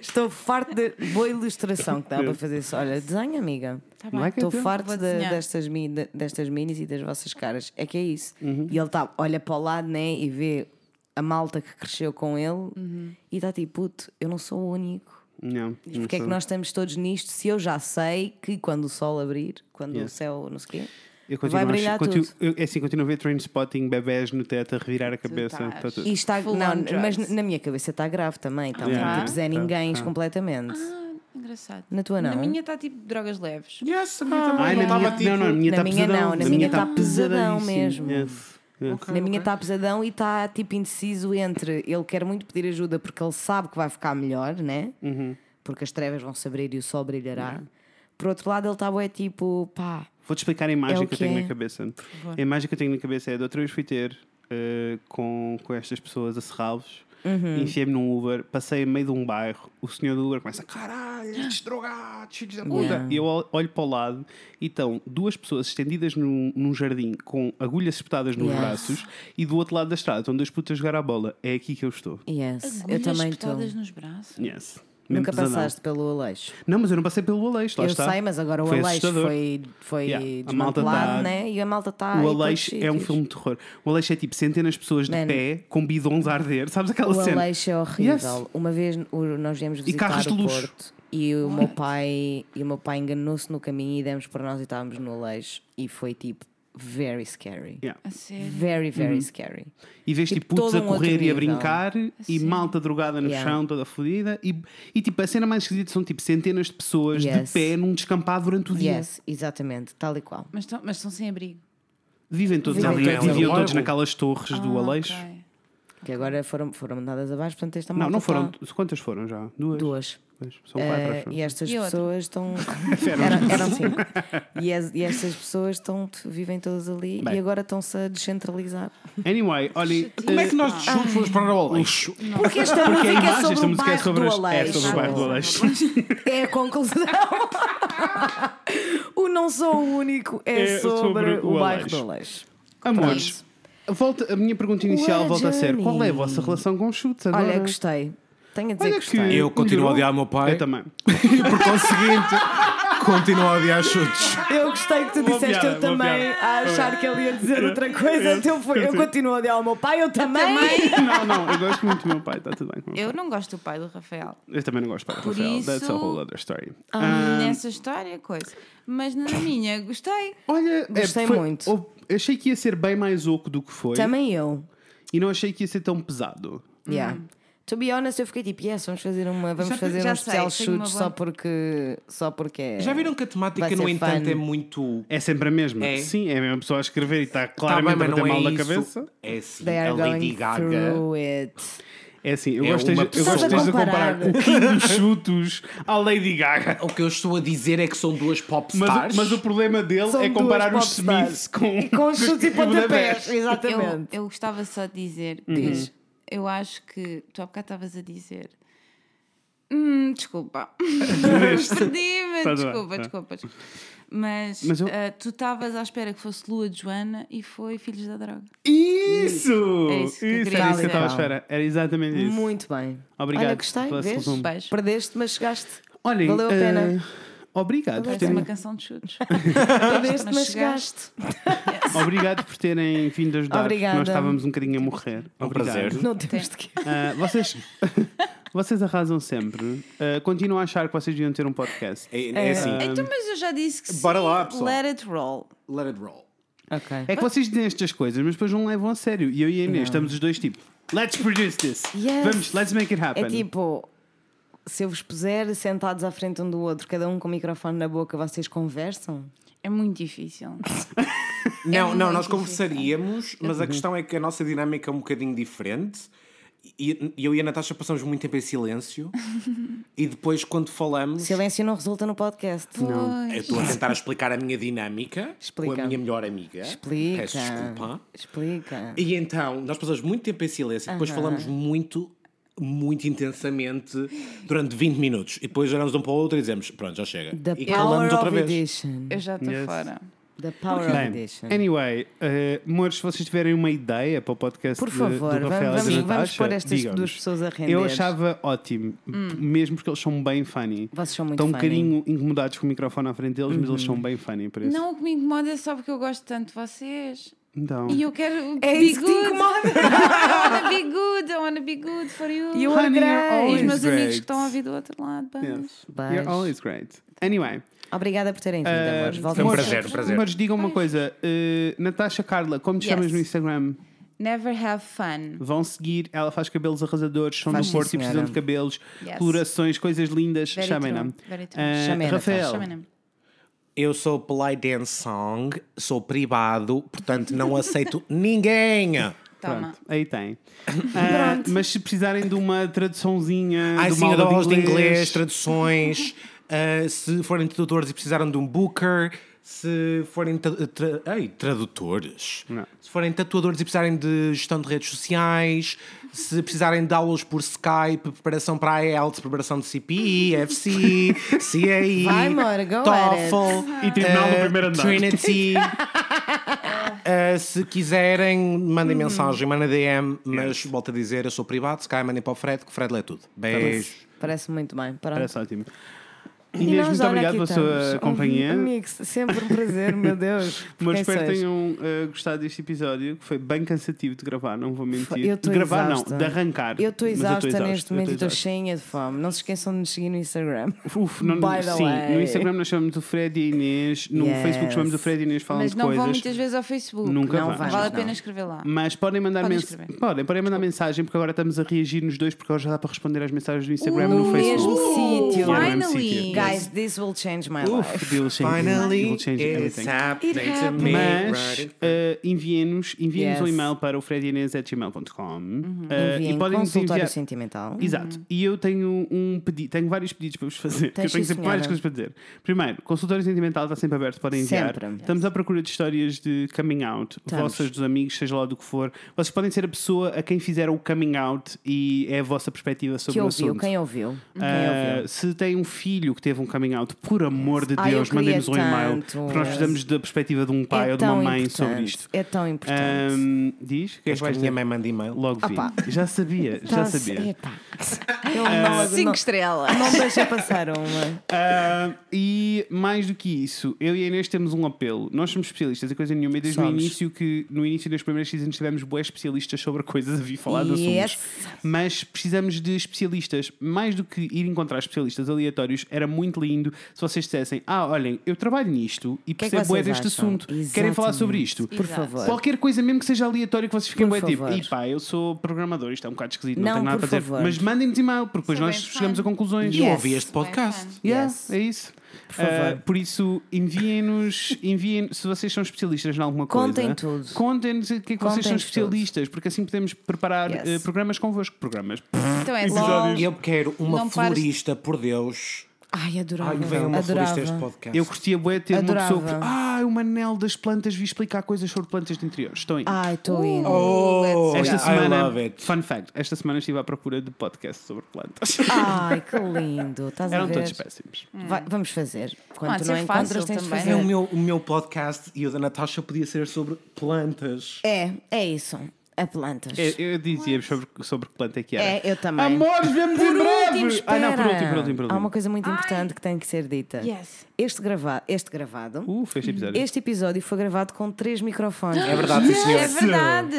Speaker 2: Estou farto de. Boa ilustração que dá para fazer isso. Olha, desenha, amiga.
Speaker 3: Tá bem.
Speaker 1: Like
Speaker 2: Estou
Speaker 1: Então,
Speaker 2: farto
Speaker 3: vou
Speaker 2: de-
Speaker 3: desenhar.
Speaker 2: destas, mi- de- destas minis e das vossas caras. É que é isso.
Speaker 1: Uhum.
Speaker 2: E ele tá, olha para o lado né, e vê a malta que cresceu com ele
Speaker 3: Uhum.
Speaker 2: e está tipo, puto, eu não sou o único.
Speaker 1: Não, não
Speaker 2: Porque é que
Speaker 1: sou.
Speaker 2: nós estamos todos nisto se eu já sei que quando o sol abrir, quando
Speaker 1: Yeah.
Speaker 2: o céu não sei o quê,
Speaker 1: Eu continuo
Speaker 2: vai
Speaker 1: a ach-
Speaker 2: brilhar
Speaker 1: continuo-
Speaker 2: tudo.
Speaker 1: eu- é assim, continuo a ver train spotting, bebés no teto, a revirar a cabeça.
Speaker 3: estás.
Speaker 1: Tá tudo.
Speaker 2: E está,
Speaker 3: Full
Speaker 2: não,
Speaker 3: on drugs.
Speaker 2: mas na minha cabeça está grave também. Então,
Speaker 1: Yeah. Tá,
Speaker 2: tipo, Zé Ninguém completamente.
Speaker 3: Ah, engraçado.
Speaker 2: Na tua não.
Speaker 3: Na minha está tipo drogas leves.
Speaker 4: Yes, a minha
Speaker 2: Ah.
Speaker 4: também.
Speaker 1: Ai, na
Speaker 4: não
Speaker 1: minha,
Speaker 4: estava tipo.
Speaker 1: não, não, a minha
Speaker 2: Na
Speaker 1: está
Speaker 2: minha não,
Speaker 1: pesadão.
Speaker 2: na
Speaker 1: A
Speaker 2: minha
Speaker 1: tá
Speaker 2: tá pesadão
Speaker 1: pesadíssimo. É,
Speaker 2: mesmo.
Speaker 1: Yes, yes.
Speaker 3: Ah,
Speaker 2: Na minha está pesadão e está tipo indeciso entre ele quer muito pedir ajuda porque ele sabe que vai ficar melhor, né?
Speaker 1: Uhum.
Speaker 2: Porque as trevas vão se abrir e o sol brilhará. Por outro lado, ele estava é tipo, pá,
Speaker 1: Vou-te explicar a imagem
Speaker 2: É o
Speaker 1: que eu
Speaker 2: que
Speaker 1: tenho
Speaker 2: é.
Speaker 1: na cabeça. A imagem que eu tenho na cabeça é de outra vez fui ter eh, com, com estas pessoas a Serralves,
Speaker 2: Uhum.
Speaker 1: enfiei-me num Uber, passei a meio de um bairro, o senhor do Uber começa, caralho, estes drogados, filhos da puta.
Speaker 2: Yeah.
Speaker 1: E eu ol- olho para o lado e estão duas pessoas estendidas num, num jardim com agulhas espetadas nos
Speaker 2: Yes.
Speaker 1: braços e do outro lado da estrada estão dois putas a jogar à bola. É aqui que eu estou.
Speaker 2: yes, eu
Speaker 3: Agulhas
Speaker 2: também estou.
Speaker 3: espetadas nos braços.
Speaker 1: Yes. Mesmo
Speaker 2: Nunca
Speaker 1: pesadão.
Speaker 2: passaste pelo Aleixo.
Speaker 1: Não, mas eu não passei pelo Aleixo, lá
Speaker 2: eu
Speaker 1: está.
Speaker 2: sei, mas agora o
Speaker 1: Foi
Speaker 2: Aleixo
Speaker 1: assustador.
Speaker 2: foi, foi
Speaker 1: Yeah, a malta
Speaker 2: desmantelado,
Speaker 1: tá-
Speaker 2: né? E a malta está.
Speaker 1: O Aleixo é um filme de terror. O Aleixo é tipo centenas de pessoas de
Speaker 2: Man.
Speaker 1: pé com bidons a arder, sabes aquela
Speaker 2: O
Speaker 1: cena?
Speaker 2: Aleixo é horrível.
Speaker 1: Yes.
Speaker 2: Uma vez o- nós viemos visitar
Speaker 1: carros de
Speaker 2: o
Speaker 1: luxo.
Speaker 2: Porto e o meu pai, e o meu pai enganou-se no caminho e demos para nós e estávamos no Aleixo e foi tipo very scary.
Speaker 1: Yeah. Uhum.
Speaker 3: A sério.
Speaker 2: Very, very scary.
Speaker 1: E vês tipo,
Speaker 2: Tipo,
Speaker 1: putos
Speaker 2: todo
Speaker 1: a
Speaker 2: um outro
Speaker 1: correr e a
Speaker 2: nível.
Speaker 1: brincar e malta drogada no
Speaker 2: Yeah.
Speaker 1: chão, toda fodida. E, e tipo, a cena mais esquisita são tipo centenas de pessoas de
Speaker 2: Yes.
Speaker 1: pé num descampado durante o dia.
Speaker 2: Yes, exatamente, tal e qual.
Speaker 3: Mas estão mas estão sem abrigo.
Speaker 1: Vivem todos
Speaker 2: Vivem
Speaker 1: ali,
Speaker 2: todos
Speaker 4: ali.
Speaker 1: viviam todos naquelas torres do
Speaker 3: Ah,
Speaker 1: Aleixo.
Speaker 3: ok.
Speaker 2: Que agora foram, foram mandadas abaixo, portanto esta
Speaker 1: Não,
Speaker 2: malta
Speaker 1: não foram.
Speaker 2: tá-
Speaker 1: Quantas foram já? Duas?
Speaker 2: duas.
Speaker 1: Pois, São quatro,
Speaker 2: Eh,
Speaker 1: acho.
Speaker 2: e estas
Speaker 3: E outra?
Speaker 2: pessoas estão. eram, eram cinco. E, as- e estas pessoas estão, vivem todas ali
Speaker 1: Bem.
Speaker 2: e agora estão-se a descentralizar.
Speaker 1: Anyway, olhem.
Speaker 4: Como é que nós de juntos fomos parar ao lixo?
Speaker 2: Porque esta
Speaker 1: Porque a
Speaker 2: música é
Speaker 1: imagem,
Speaker 2: sobre
Speaker 1: esta
Speaker 2: o
Speaker 1: música é
Speaker 2: bairro
Speaker 1: sobre,
Speaker 2: do
Speaker 1: as- é
Speaker 2: Aleixo.
Speaker 1: sobre o bairro do Aleixo.
Speaker 2: É a conclusão. o não sou o único é,
Speaker 1: É
Speaker 2: sobre,
Speaker 1: sobre
Speaker 2: o,
Speaker 1: o
Speaker 2: bairro do
Speaker 1: Aleixo.
Speaker 2: Aleixo.
Speaker 1: Amores, volta, a minha pergunta inicial
Speaker 2: What a
Speaker 1: volta a ser:
Speaker 2: journey.
Speaker 1: qual é a vossa relação com os chutes agora?
Speaker 2: Olha, gostei. Tenho a dizer
Speaker 1: Olha
Speaker 2: que
Speaker 1: que
Speaker 2: gostei.
Speaker 4: Eu
Speaker 1: melhorou.
Speaker 4: continuo a odiar o meu pai.
Speaker 1: Eu também.
Speaker 4: E por conseguinte, continuo a odiar chutes.
Speaker 2: Eu gostei que tu
Speaker 1: Boa
Speaker 2: disseste
Speaker 1: piada,
Speaker 2: eu
Speaker 1: boa
Speaker 2: também
Speaker 1: piada.
Speaker 2: a achar que ele ia dizer outra coisa. Então foi, eu continuo a odiar o meu pai, eu também.
Speaker 1: não, não, eu gosto muito do meu pai, está tudo bem com o meu
Speaker 3: Eu não gosto do pai do Rafael.
Speaker 1: pai. Eu também não gosto do pai,
Speaker 3: Por
Speaker 1: Rafael. That's a
Speaker 3: isso-
Speaker 1: whole other story.
Speaker 2: ah,
Speaker 1: Ah,
Speaker 3: Nessa história, coisa. Mas na minha, gostei.
Speaker 1: Olha, é,
Speaker 2: Gostei
Speaker 1: foi-
Speaker 2: muito.
Speaker 1: ou- achei que ia ser bem mais oco do que foi
Speaker 2: Também eu.
Speaker 1: e não achei que ia ser tão pesado.
Speaker 2: Yeah. To be honest, eu fiquei tipo, yes, vamos fazer, uma, vamos
Speaker 3: Hum. Já-
Speaker 2: fazer
Speaker 3: já
Speaker 2: um
Speaker 3: sei,
Speaker 2: especial
Speaker 3: tenho uma
Speaker 2: chute
Speaker 3: boa-
Speaker 2: só porque. Só porque é-
Speaker 4: Já viram que a
Speaker 2: Vai
Speaker 4: temática,
Speaker 2: ser
Speaker 4: no entanto,
Speaker 2: fun.
Speaker 4: é muito.
Speaker 1: É sempre a mesma.
Speaker 4: É.
Speaker 1: Sim, é a mesma pessoa a escrever e está
Speaker 4: Tá bem,
Speaker 1: claramente
Speaker 4: mas
Speaker 1: a bater
Speaker 4: não é
Speaker 1: mal da
Speaker 4: isso.
Speaker 1: cabeça.
Speaker 4: É sim,
Speaker 2: They
Speaker 4: a
Speaker 2: are
Speaker 4: Lady
Speaker 2: going
Speaker 4: Gaga.
Speaker 2: through it.
Speaker 1: É assim, eu
Speaker 4: É
Speaker 1: gosto, de,
Speaker 4: uma
Speaker 1: eu
Speaker 4: pessoa.
Speaker 1: gosto de
Speaker 2: Estás a
Speaker 1: comparar
Speaker 2: comparar.
Speaker 1: o King dos Chutos à Lady Gaga.
Speaker 4: O que eu estou a dizer é que são duas pop
Speaker 1: Mas,
Speaker 4: stars.
Speaker 1: o- mas o problema dele
Speaker 2: São
Speaker 1: é comparar
Speaker 2: duas
Speaker 1: os
Speaker 2: popstars.
Speaker 1: Smiths com,
Speaker 2: E com chutes e
Speaker 1: os Budapeste.
Speaker 2: pontapés. Exatamente.
Speaker 3: Eu, eu gostava só de dizer que eu acho que tu há bocado estavas a dizer. Hum, desculpa. Perdi-me.
Speaker 1: Tá bem,
Speaker 3: desculpa,
Speaker 1: tá.
Speaker 3: desculpa, desculpa. Mas,
Speaker 1: Mas eu-
Speaker 3: ah, tu estavas à espera que fosse Lua de Joana e foi Filhos da Droga.
Speaker 1: Isso!
Speaker 3: É isso que
Speaker 1: isso,
Speaker 3: eu queria
Speaker 1: era isso que eu
Speaker 3: dizer.
Speaker 1: estava à espera. Era exatamente isso.
Speaker 2: Muito bem.
Speaker 1: Obrigado
Speaker 2: Olha, gostei.
Speaker 1: pela
Speaker 2: Vês?
Speaker 1: solução.
Speaker 3: Beijo.
Speaker 2: Perdeste, mas chegaste.
Speaker 1: Olhem,
Speaker 2: Valeu a
Speaker 1: eh,
Speaker 2: pena.
Speaker 1: Obrigado por,
Speaker 3: Parece uma
Speaker 1: terem,
Speaker 3: canção de chutes.
Speaker 2: Perdeste,
Speaker 3: Ah. mas
Speaker 2: mas chegaste.
Speaker 1: obrigado por terem vindo ajudar.
Speaker 2: Obrigada.
Speaker 1: Nós estávamos um bocadinho a morrer.
Speaker 4: É um
Speaker 1: Obrigado.
Speaker 4: prazer.
Speaker 2: Não temos de quê.
Speaker 1: Ah, vocês, vocês arrasam sempre. Ah, continuo a achar que vocês deviam ter um podcast.
Speaker 4: É, é assim.
Speaker 3: Então, mas eu já disse que
Speaker 4: Bora
Speaker 3: sim,
Speaker 4: lá, pessoal.
Speaker 3: Let it roll.
Speaker 4: Let it roll.
Speaker 2: Ok.
Speaker 1: É que vocês dizem estas coisas, mas depois não levam a sério. E eu e a Inês estamos os dois tipo, let's produce this.
Speaker 2: Yes.
Speaker 1: Vamos, let's make it happen.
Speaker 2: É tipo, se eu vos puser sentados à frente um do outro, cada um com o microfone na boca, vocês conversam?
Speaker 3: É muito difícil.
Speaker 4: Não,
Speaker 3: muito
Speaker 4: não, nós
Speaker 3: difícil.
Speaker 4: é conversaríamos, mas a questão é que a nossa dinâmica é um bocadinho diferente. e e eu e a Natasha passamos muito tempo em silêncio e depois quando falamos.
Speaker 2: Silêncio não resulta no podcast.
Speaker 4: Eu estou a tentar explicar a minha dinâmica com
Speaker 2: Explica.
Speaker 4: a minha melhor amiga.
Speaker 2: Explica.
Speaker 4: Peço desculpa.
Speaker 2: Explica.
Speaker 4: E então, nós passamos muito tempo em silêncio e depois falamos muito, muito intensamente durante 20 minutos. E depois olhamos um para o outro e dizemos: Pronto, já chega.
Speaker 2: The
Speaker 4: e
Speaker 2: Power
Speaker 4: calamos outra
Speaker 2: of
Speaker 4: vez.
Speaker 2: Edition.
Speaker 3: Eu já estou
Speaker 1: Yes.
Speaker 3: fora.
Speaker 2: The Power of
Speaker 1: Bem,
Speaker 2: Edition.
Speaker 1: anyway, eh, amores, se vocês tiverem uma ideia para o podcast
Speaker 2: Por
Speaker 1: de-
Speaker 2: favor,
Speaker 1: do Rafael
Speaker 2: vamos-
Speaker 1: e da
Speaker 2: vamos
Speaker 1: Natasha,
Speaker 2: pôr estas
Speaker 1: digam-nos.
Speaker 2: duas pessoas a render. Hum.
Speaker 1: Eu achava ótimo, mesmo porque eles são bem funny.
Speaker 2: Vocês são muito
Speaker 1: Estão um
Speaker 2: funny. Uhum.
Speaker 1: bocadinho incomodados com o microfone à frente deles, mas eles são bem funny para isso.
Speaker 3: Não, o que me incomoda é só porque eu gosto tanto de vocês.
Speaker 1: Então,
Speaker 3: E eu quero.
Speaker 2: É
Speaker 3: be
Speaker 2: isso que te
Speaker 3: good.
Speaker 2: incomoda.
Speaker 3: I wanna be good, I wanna be good for you.
Speaker 2: E eu
Speaker 3: E
Speaker 1: Honey, you're
Speaker 3: os
Speaker 2: adorei.
Speaker 1: always-
Speaker 3: meus amigos
Speaker 1: great.
Speaker 3: que estão a ouvir do outro lado. beijos.
Speaker 1: yes,
Speaker 2: Beijo.
Speaker 1: you're always great. Anyway,
Speaker 2: Obrigada por terem vindo,
Speaker 1: eh,
Speaker 2: amores. Voltem
Speaker 4: Foi um
Speaker 1: amores,
Speaker 4: prazer, um prazer.
Speaker 1: Mas digam uma coisa, eh, Natasha Carla, como te
Speaker 3: Yes.
Speaker 1: chamas no Instagram?
Speaker 3: Never have fun.
Speaker 1: Vão seguir, ela faz cabelos arrasadores, são
Speaker 2: Faz
Speaker 1: do
Speaker 2: sim,
Speaker 1: Porto e precisam
Speaker 2: senhora.
Speaker 1: de cabelos,
Speaker 3: Yes.
Speaker 1: colorações, coisas lindas,
Speaker 3: Very
Speaker 1: chamem-na.
Speaker 3: true, very true.
Speaker 1: Eh,
Speaker 2: Chamem-na,
Speaker 1: Rafael,
Speaker 3: Chamem-me.
Speaker 4: Eu sou Play Dance Song, sou privado, portanto não aceito ninguém.
Speaker 3: Toma.
Speaker 1: Pronto, aí tem. Ah, mas se precisarem de uma traduçãozinha,
Speaker 4: Ai
Speaker 1: de
Speaker 4: Ah, sim,
Speaker 1: uma
Speaker 4: eu dou
Speaker 1: aula
Speaker 4: aulas de inglês, traduções. ah, se forem tradutores e precisaram de um booker, se forem tra- tra- ei, tradutores,
Speaker 1: Não.
Speaker 4: se forem tatuadores e precisarem de gestão de redes sociais, se precisarem de aulas por Skype, preparação para a IELTS, preparação de CPI, FC, CAI,
Speaker 2: Vai, amor, go
Speaker 4: TOEFL,
Speaker 1: E tribunal no
Speaker 4: ah,
Speaker 1: primeiro andar.
Speaker 4: Trinity. Uh, se quiserem, mandem
Speaker 2: Hum.
Speaker 4: mensagem, mandem DM, mas volto a dizer, eu sou privado, se calhar mandem para o Fred, que o Fred lê tudo.
Speaker 1: Tá
Speaker 4: Beijo.
Speaker 2: Parece muito bem. Pronto.
Speaker 1: Parece ótimo.
Speaker 2: E
Speaker 1: Inês,
Speaker 2: nós,
Speaker 1: muito
Speaker 2: olha,
Speaker 1: obrigado
Speaker 2: aqui
Speaker 1: pela sua
Speaker 2: estamos.
Speaker 1: companhia.
Speaker 2: Oh, amigos, sempre um prazer, meu Deus.
Speaker 1: Mas
Speaker 2: Quem
Speaker 1: espero que
Speaker 2: sois?
Speaker 1: tenham eh, gostado deste episódio, que foi bem cansativo de gravar, não vou mentir.
Speaker 2: Eu
Speaker 1: de
Speaker 2: estou
Speaker 1: gravar,
Speaker 2: exausta.
Speaker 1: não, de arrancar.
Speaker 2: Eu estou
Speaker 1: Mas
Speaker 2: exausta
Speaker 1: eu
Speaker 2: neste
Speaker 1: eu
Speaker 2: momento e estou
Speaker 1: exausta.
Speaker 2: cheinha de fome. Não se esqueçam de nos seguir no Instagram.
Speaker 1: Uf, não,
Speaker 2: By the
Speaker 1: sim,
Speaker 2: way.
Speaker 1: no Instagram nós chamamos do Fred e a Inês, no
Speaker 2: Yes.
Speaker 1: Facebook chamamos do Fred e a Inês falam
Speaker 3: Mas
Speaker 1: de
Speaker 3: não
Speaker 1: coisas.
Speaker 3: vão muitas vezes ao Facebook.
Speaker 1: Nunca
Speaker 2: Não
Speaker 1: vão.
Speaker 2: vamos,
Speaker 3: Vale a
Speaker 2: não.
Speaker 3: pena escrever lá.
Speaker 1: Mas podem mandar
Speaker 3: Podem
Speaker 1: mensagem.
Speaker 3: escrever.
Speaker 1: Podem, podem mandar mensagem, porque agora estamos a reagir nos dois, porque agora já dá para responder às mensagens do Instagram e no
Speaker 2: no
Speaker 1: Facebook.
Speaker 2: mesmo sítio.
Speaker 1: Yeah,
Speaker 3: Finally.
Speaker 1: no mesmo sítio.
Speaker 2: Guys, this will change my life.
Speaker 1: Oof, deal change everything. Deal change everything.
Speaker 4: happening to me.
Speaker 1: Mas
Speaker 4: right?
Speaker 1: eh, enviem-nos enviem
Speaker 2: Yes. Uhum.
Speaker 1: um e-mail para o fredinês.gmail.com Eh,
Speaker 2: Enviem
Speaker 1: e podem nos
Speaker 2: consultório
Speaker 1: enviar.
Speaker 2: sentimental.
Speaker 1: Exato. E eu tenho um pedido, tenho vários pedidos para vos fazer. que eu
Speaker 2: Tens,
Speaker 1: tenho
Speaker 2: sim,
Speaker 1: sempre várias coisas
Speaker 2: senhora.
Speaker 1: para dizer. Primeiro, consultório sentimental está sempre aberto, podem enviar.
Speaker 2: Sempre.
Speaker 1: Estamos à procura de histórias de coming out,
Speaker 2: Estamos.
Speaker 1: vossas dos amigos, seja lá do que for. Vocês podem ser a pessoa a quem fizeram o coming out e é a vossa perspectiva sobre
Speaker 2: Que
Speaker 1: o
Speaker 2: ouviu?
Speaker 1: assunto.
Speaker 2: Quem ouviu? Quem
Speaker 1: Ah,
Speaker 2: ouviu?
Speaker 1: se tem um filho que teve um coming out, por amor de
Speaker 2: Ai, eu
Speaker 1: Deus,
Speaker 2: queria
Speaker 1: mandem-nos um e-mail.
Speaker 2: tanto.
Speaker 1: Porque nós precisamos da perspectiva de um pai
Speaker 2: é
Speaker 1: ou de uma
Speaker 2: tão
Speaker 1: mãe
Speaker 2: importante,
Speaker 1: sobre isto.
Speaker 2: É tão importante.
Speaker 1: Ahm, diz? O que é que
Speaker 4: Queres que a
Speaker 1: vais dizer?
Speaker 4: minha mãe mande e-mail?
Speaker 1: Logo vi.
Speaker 2: Opa. Tá
Speaker 1: Já sabia, já
Speaker 2: Tá-se-
Speaker 1: sabia.
Speaker 2: Então, epá. Ah, Eu não-
Speaker 3: Cinco estrelas.
Speaker 2: não, não deixa passar uma.
Speaker 1: Ah, e mais do que isso, eu e a Inês temos um apelo. Nós somos especialistas em coisa nenhuma. E desde o
Speaker 2: Somos.
Speaker 1: início, que no início das primeiras seasons tivemos boas especialistas sobre coisas a vir falar de
Speaker 2: Yes. é
Speaker 1: assuntos. Mas precisamos de especialistas. Mais do que ir encontrar especialistas aleatórios, era muito lindo se vocês dissessem: Ah, olhem, eu trabalho nisto e
Speaker 2: que é que
Speaker 1: percebo bué
Speaker 2: vocês
Speaker 1: deste
Speaker 2: acham?
Speaker 1: assunto. Querem falar sobre
Speaker 2: Exatamente.
Speaker 1: isto?
Speaker 2: Por
Speaker 3: Exato.
Speaker 2: favor.
Speaker 1: Qualquer coisa mesmo que seja aleatório que vocês fiquem
Speaker 2: Por
Speaker 1: bem tipo,
Speaker 2: favor.
Speaker 1: e pá, eu sou programador, isto é um bocado esquisito, não,
Speaker 2: Não,
Speaker 1: tenho nada
Speaker 2: por
Speaker 1: para dizer.
Speaker 2: favor.
Speaker 1: Mas mandem-nos e-mail, porque depois
Speaker 3: Sou
Speaker 1: nós
Speaker 3: bem fã.
Speaker 1: chegamos a conclusões.
Speaker 4: E eu ouvi este podcast.
Speaker 3: Bem fã.
Speaker 1: Yeah,
Speaker 2: Yes.
Speaker 1: É isso. Por,
Speaker 2: favor.
Speaker 1: por isso, enviem-nos, enviem se vocês são especialistas em alguma coisa.
Speaker 2: Contem tudo.
Speaker 1: Contem-nos o que é que vocês são
Speaker 2: Contem-nos
Speaker 1: especialistas, porque assim podemos preparar
Speaker 2: Yes.
Speaker 1: eh, programas convosco. Programas.
Speaker 3: Então é
Speaker 4: Logo,
Speaker 3: só.
Speaker 4: eu quero uma
Speaker 3: Não pares-
Speaker 4: florista, por Deus.
Speaker 2: Ai, adorava.
Speaker 4: Ai, que venha uma florista a este
Speaker 2: adorava.
Speaker 4: podcast.
Speaker 1: Eu curtia bué ter uma
Speaker 2: Adorava.
Speaker 1: pessoa que. Ah, o Manel das plantas vi explicar coisas sobre plantas de interiores. Estão aí.
Speaker 2: Ai, estou indo.
Speaker 4: Oh,
Speaker 1: é Esta
Speaker 4: I
Speaker 1: semana,
Speaker 4: love it.
Speaker 1: fun fact, esta semana estive à procura de podcasts sobre plantas.
Speaker 2: Ai, que lindo. Estás a
Speaker 1: Eram
Speaker 2: ver? Hum.
Speaker 1: todos péssimos.
Speaker 2: Vai- vamos fazer. Quando
Speaker 3: Pode
Speaker 2: tu
Speaker 3: ser
Speaker 2: não encontras,
Speaker 3: fácil
Speaker 2: tens de
Speaker 3: também.
Speaker 4: É
Speaker 2: fazer. um
Speaker 4: o meu, o meu podcast e o da Natasha podia ser sobre plantas.
Speaker 2: É, é isso. A plantas.
Speaker 1: É, Eu, dizia-vos sobre, sobre que planta é que era.
Speaker 2: É, eu também.
Speaker 1: Amores, vemos em breve! ah, não, por
Speaker 2: espera.
Speaker 1: último, por último, por último.
Speaker 2: Há uma coisa muito importante que tem que ser dita.
Speaker 3: Yes.
Speaker 2: Este, grava este gravado,
Speaker 1: Uh, foi este episódio.
Speaker 2: este episódio foi gravado com três microfones.
Speaker 4: É verdade, sim, senhor.
Speaker 3: É verdade.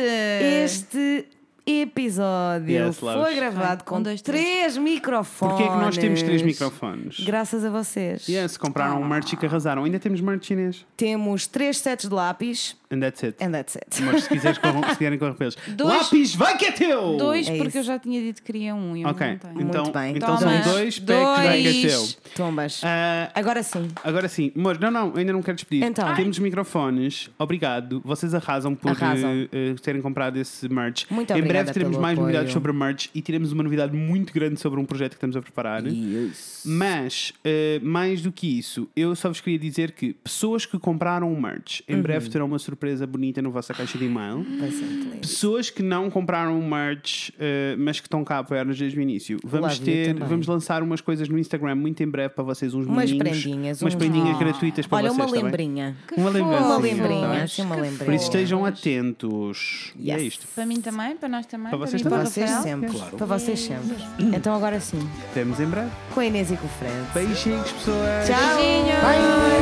Speaker 2: Este episódio
Speaker 1: Yes,
Speaker 2: foi
Speaker 1: loves.
Speaker 2: gravado com
Speaker 3: Um, dois,
Speaker 2: três,
Speaker 3: três.
Speaker 2: microfones.
Speaker 1: Porquê é que nós temos três microfones?
Speaker 2: Graças a vocês.
Speaker 1: Yes, compraram um merch e
Speaker 2: Ah.
Speaker 1: que arrasaram. Ainda temos merch chinês.
Speaker 2: Temos três sets de lápis
Speaker 1: And that's it.
Speaker 2: and that's it.
Speaker 1: Mas se quiseres, corram, se quiserem, corram para eles.
Speaker 3: Dois-
Speaker 1: Lápis, vai que é teu!
Speaker 3: Dois,
Speaker 2: É
Speaker 3: porque
Speaker 2: isso.
Speaker 3: eu já tinha dito que queria um e um
Speaker 1: Ok,
Speaker 3: não tenho.
Speaker 1: então,
Speaker 2: Muito bem.
Speaker 1: então
Speaker 3: Toma.
Speaker 1: são dois packs, vai que é teu.
Speaker 3: Dois.
Speaker 2: Tombas.
Speaker 1: Ah,
Speaker 2: Agora sim.
Speaker 1: agora sim, amor, não, não, ainda não quero despedir.
Speaker 2: Então.
Speaker 1: Temos microfones, obrigado. Vocês arrasam por
Speaker 2: Arrasam.
Speaker 1: eh, eh, terem comprado esse merch.
Speaker 2: Muito
Speaker 1: em
Speaker 2: obrigada.
Speaker 1: breve
Speaker 2: Obrigada
Speaker 1: teremos
Speaker 2: pelo
Speaker 1: mais
Speaker 2: apoio.
Speaker 1: novidades sobre a merch e teremos uma novidade muito grande sobre um projeto que estamos a preparar. Mas, eh, mais do que isso, eu só vos queria dizer que pessoas que compraram o merch
Speaker 2: Uhum.
Speaker 1: em breve terão uma surpresa bonita na vossa caixa de e-mail.
Speaker 2: Vai ser é, muito lindo.
Speaker 1: Pessoas que não compraram o merch, eh, mas que estão cá a apoiar-nos desde o início. Vamos
Speaker 2: Love you
Speaker 1: ter,
Speaker 2: também.
Speaker 1: vamos lançar umas coisas no Instagram muito em breve para vocês, uns
Speaker 2: Umas
Speaker 1: moinhos,
Speaker 2: prendinhas,
Speaker 1: umas
Speaker 2: uns-
Speaker 1: prendinhas
Speaker 2: Ah.
Speaker 1: gratuitas para
Speaker 2: Olha,
Speaker 1: vocês.
Speaker 2: uma
Speaker 1: tá bem?
Speaker 2: lembrinha.
Speaker 1: Uma lembrancinha,
Speaker 2: Uma
Speaker 1: Sim, tá bem?
Speaker 2: lembrinha, assim uma lembrinha.
Speaker 1: Por isso estejam atentos. E é
Speaker 2: Yes.
Speaker 1: isto.
Speaker 3: Para mim também, para nós também,
Speaker 1: Para
Speaker 3: para,
Speaker 1: vocês
Speaker 3: mim,
Speaker 2: Para
Speaker 3: para
Speaker 1: também.
Speaker 3: o
Speaker 2: vocês
Speaker 3: Rafael.
Speaker 2: sempre. Para vocês sempre. Então agora sim,
Speaker 1: Temos em breve.
Speaker 2: com a Inês e com o Fred.
Speaker 1: Beijinhos, pessoas.
Speaker 2: Tchau.
Speaker 3: Beijinhos.
Speaker 2: Bye.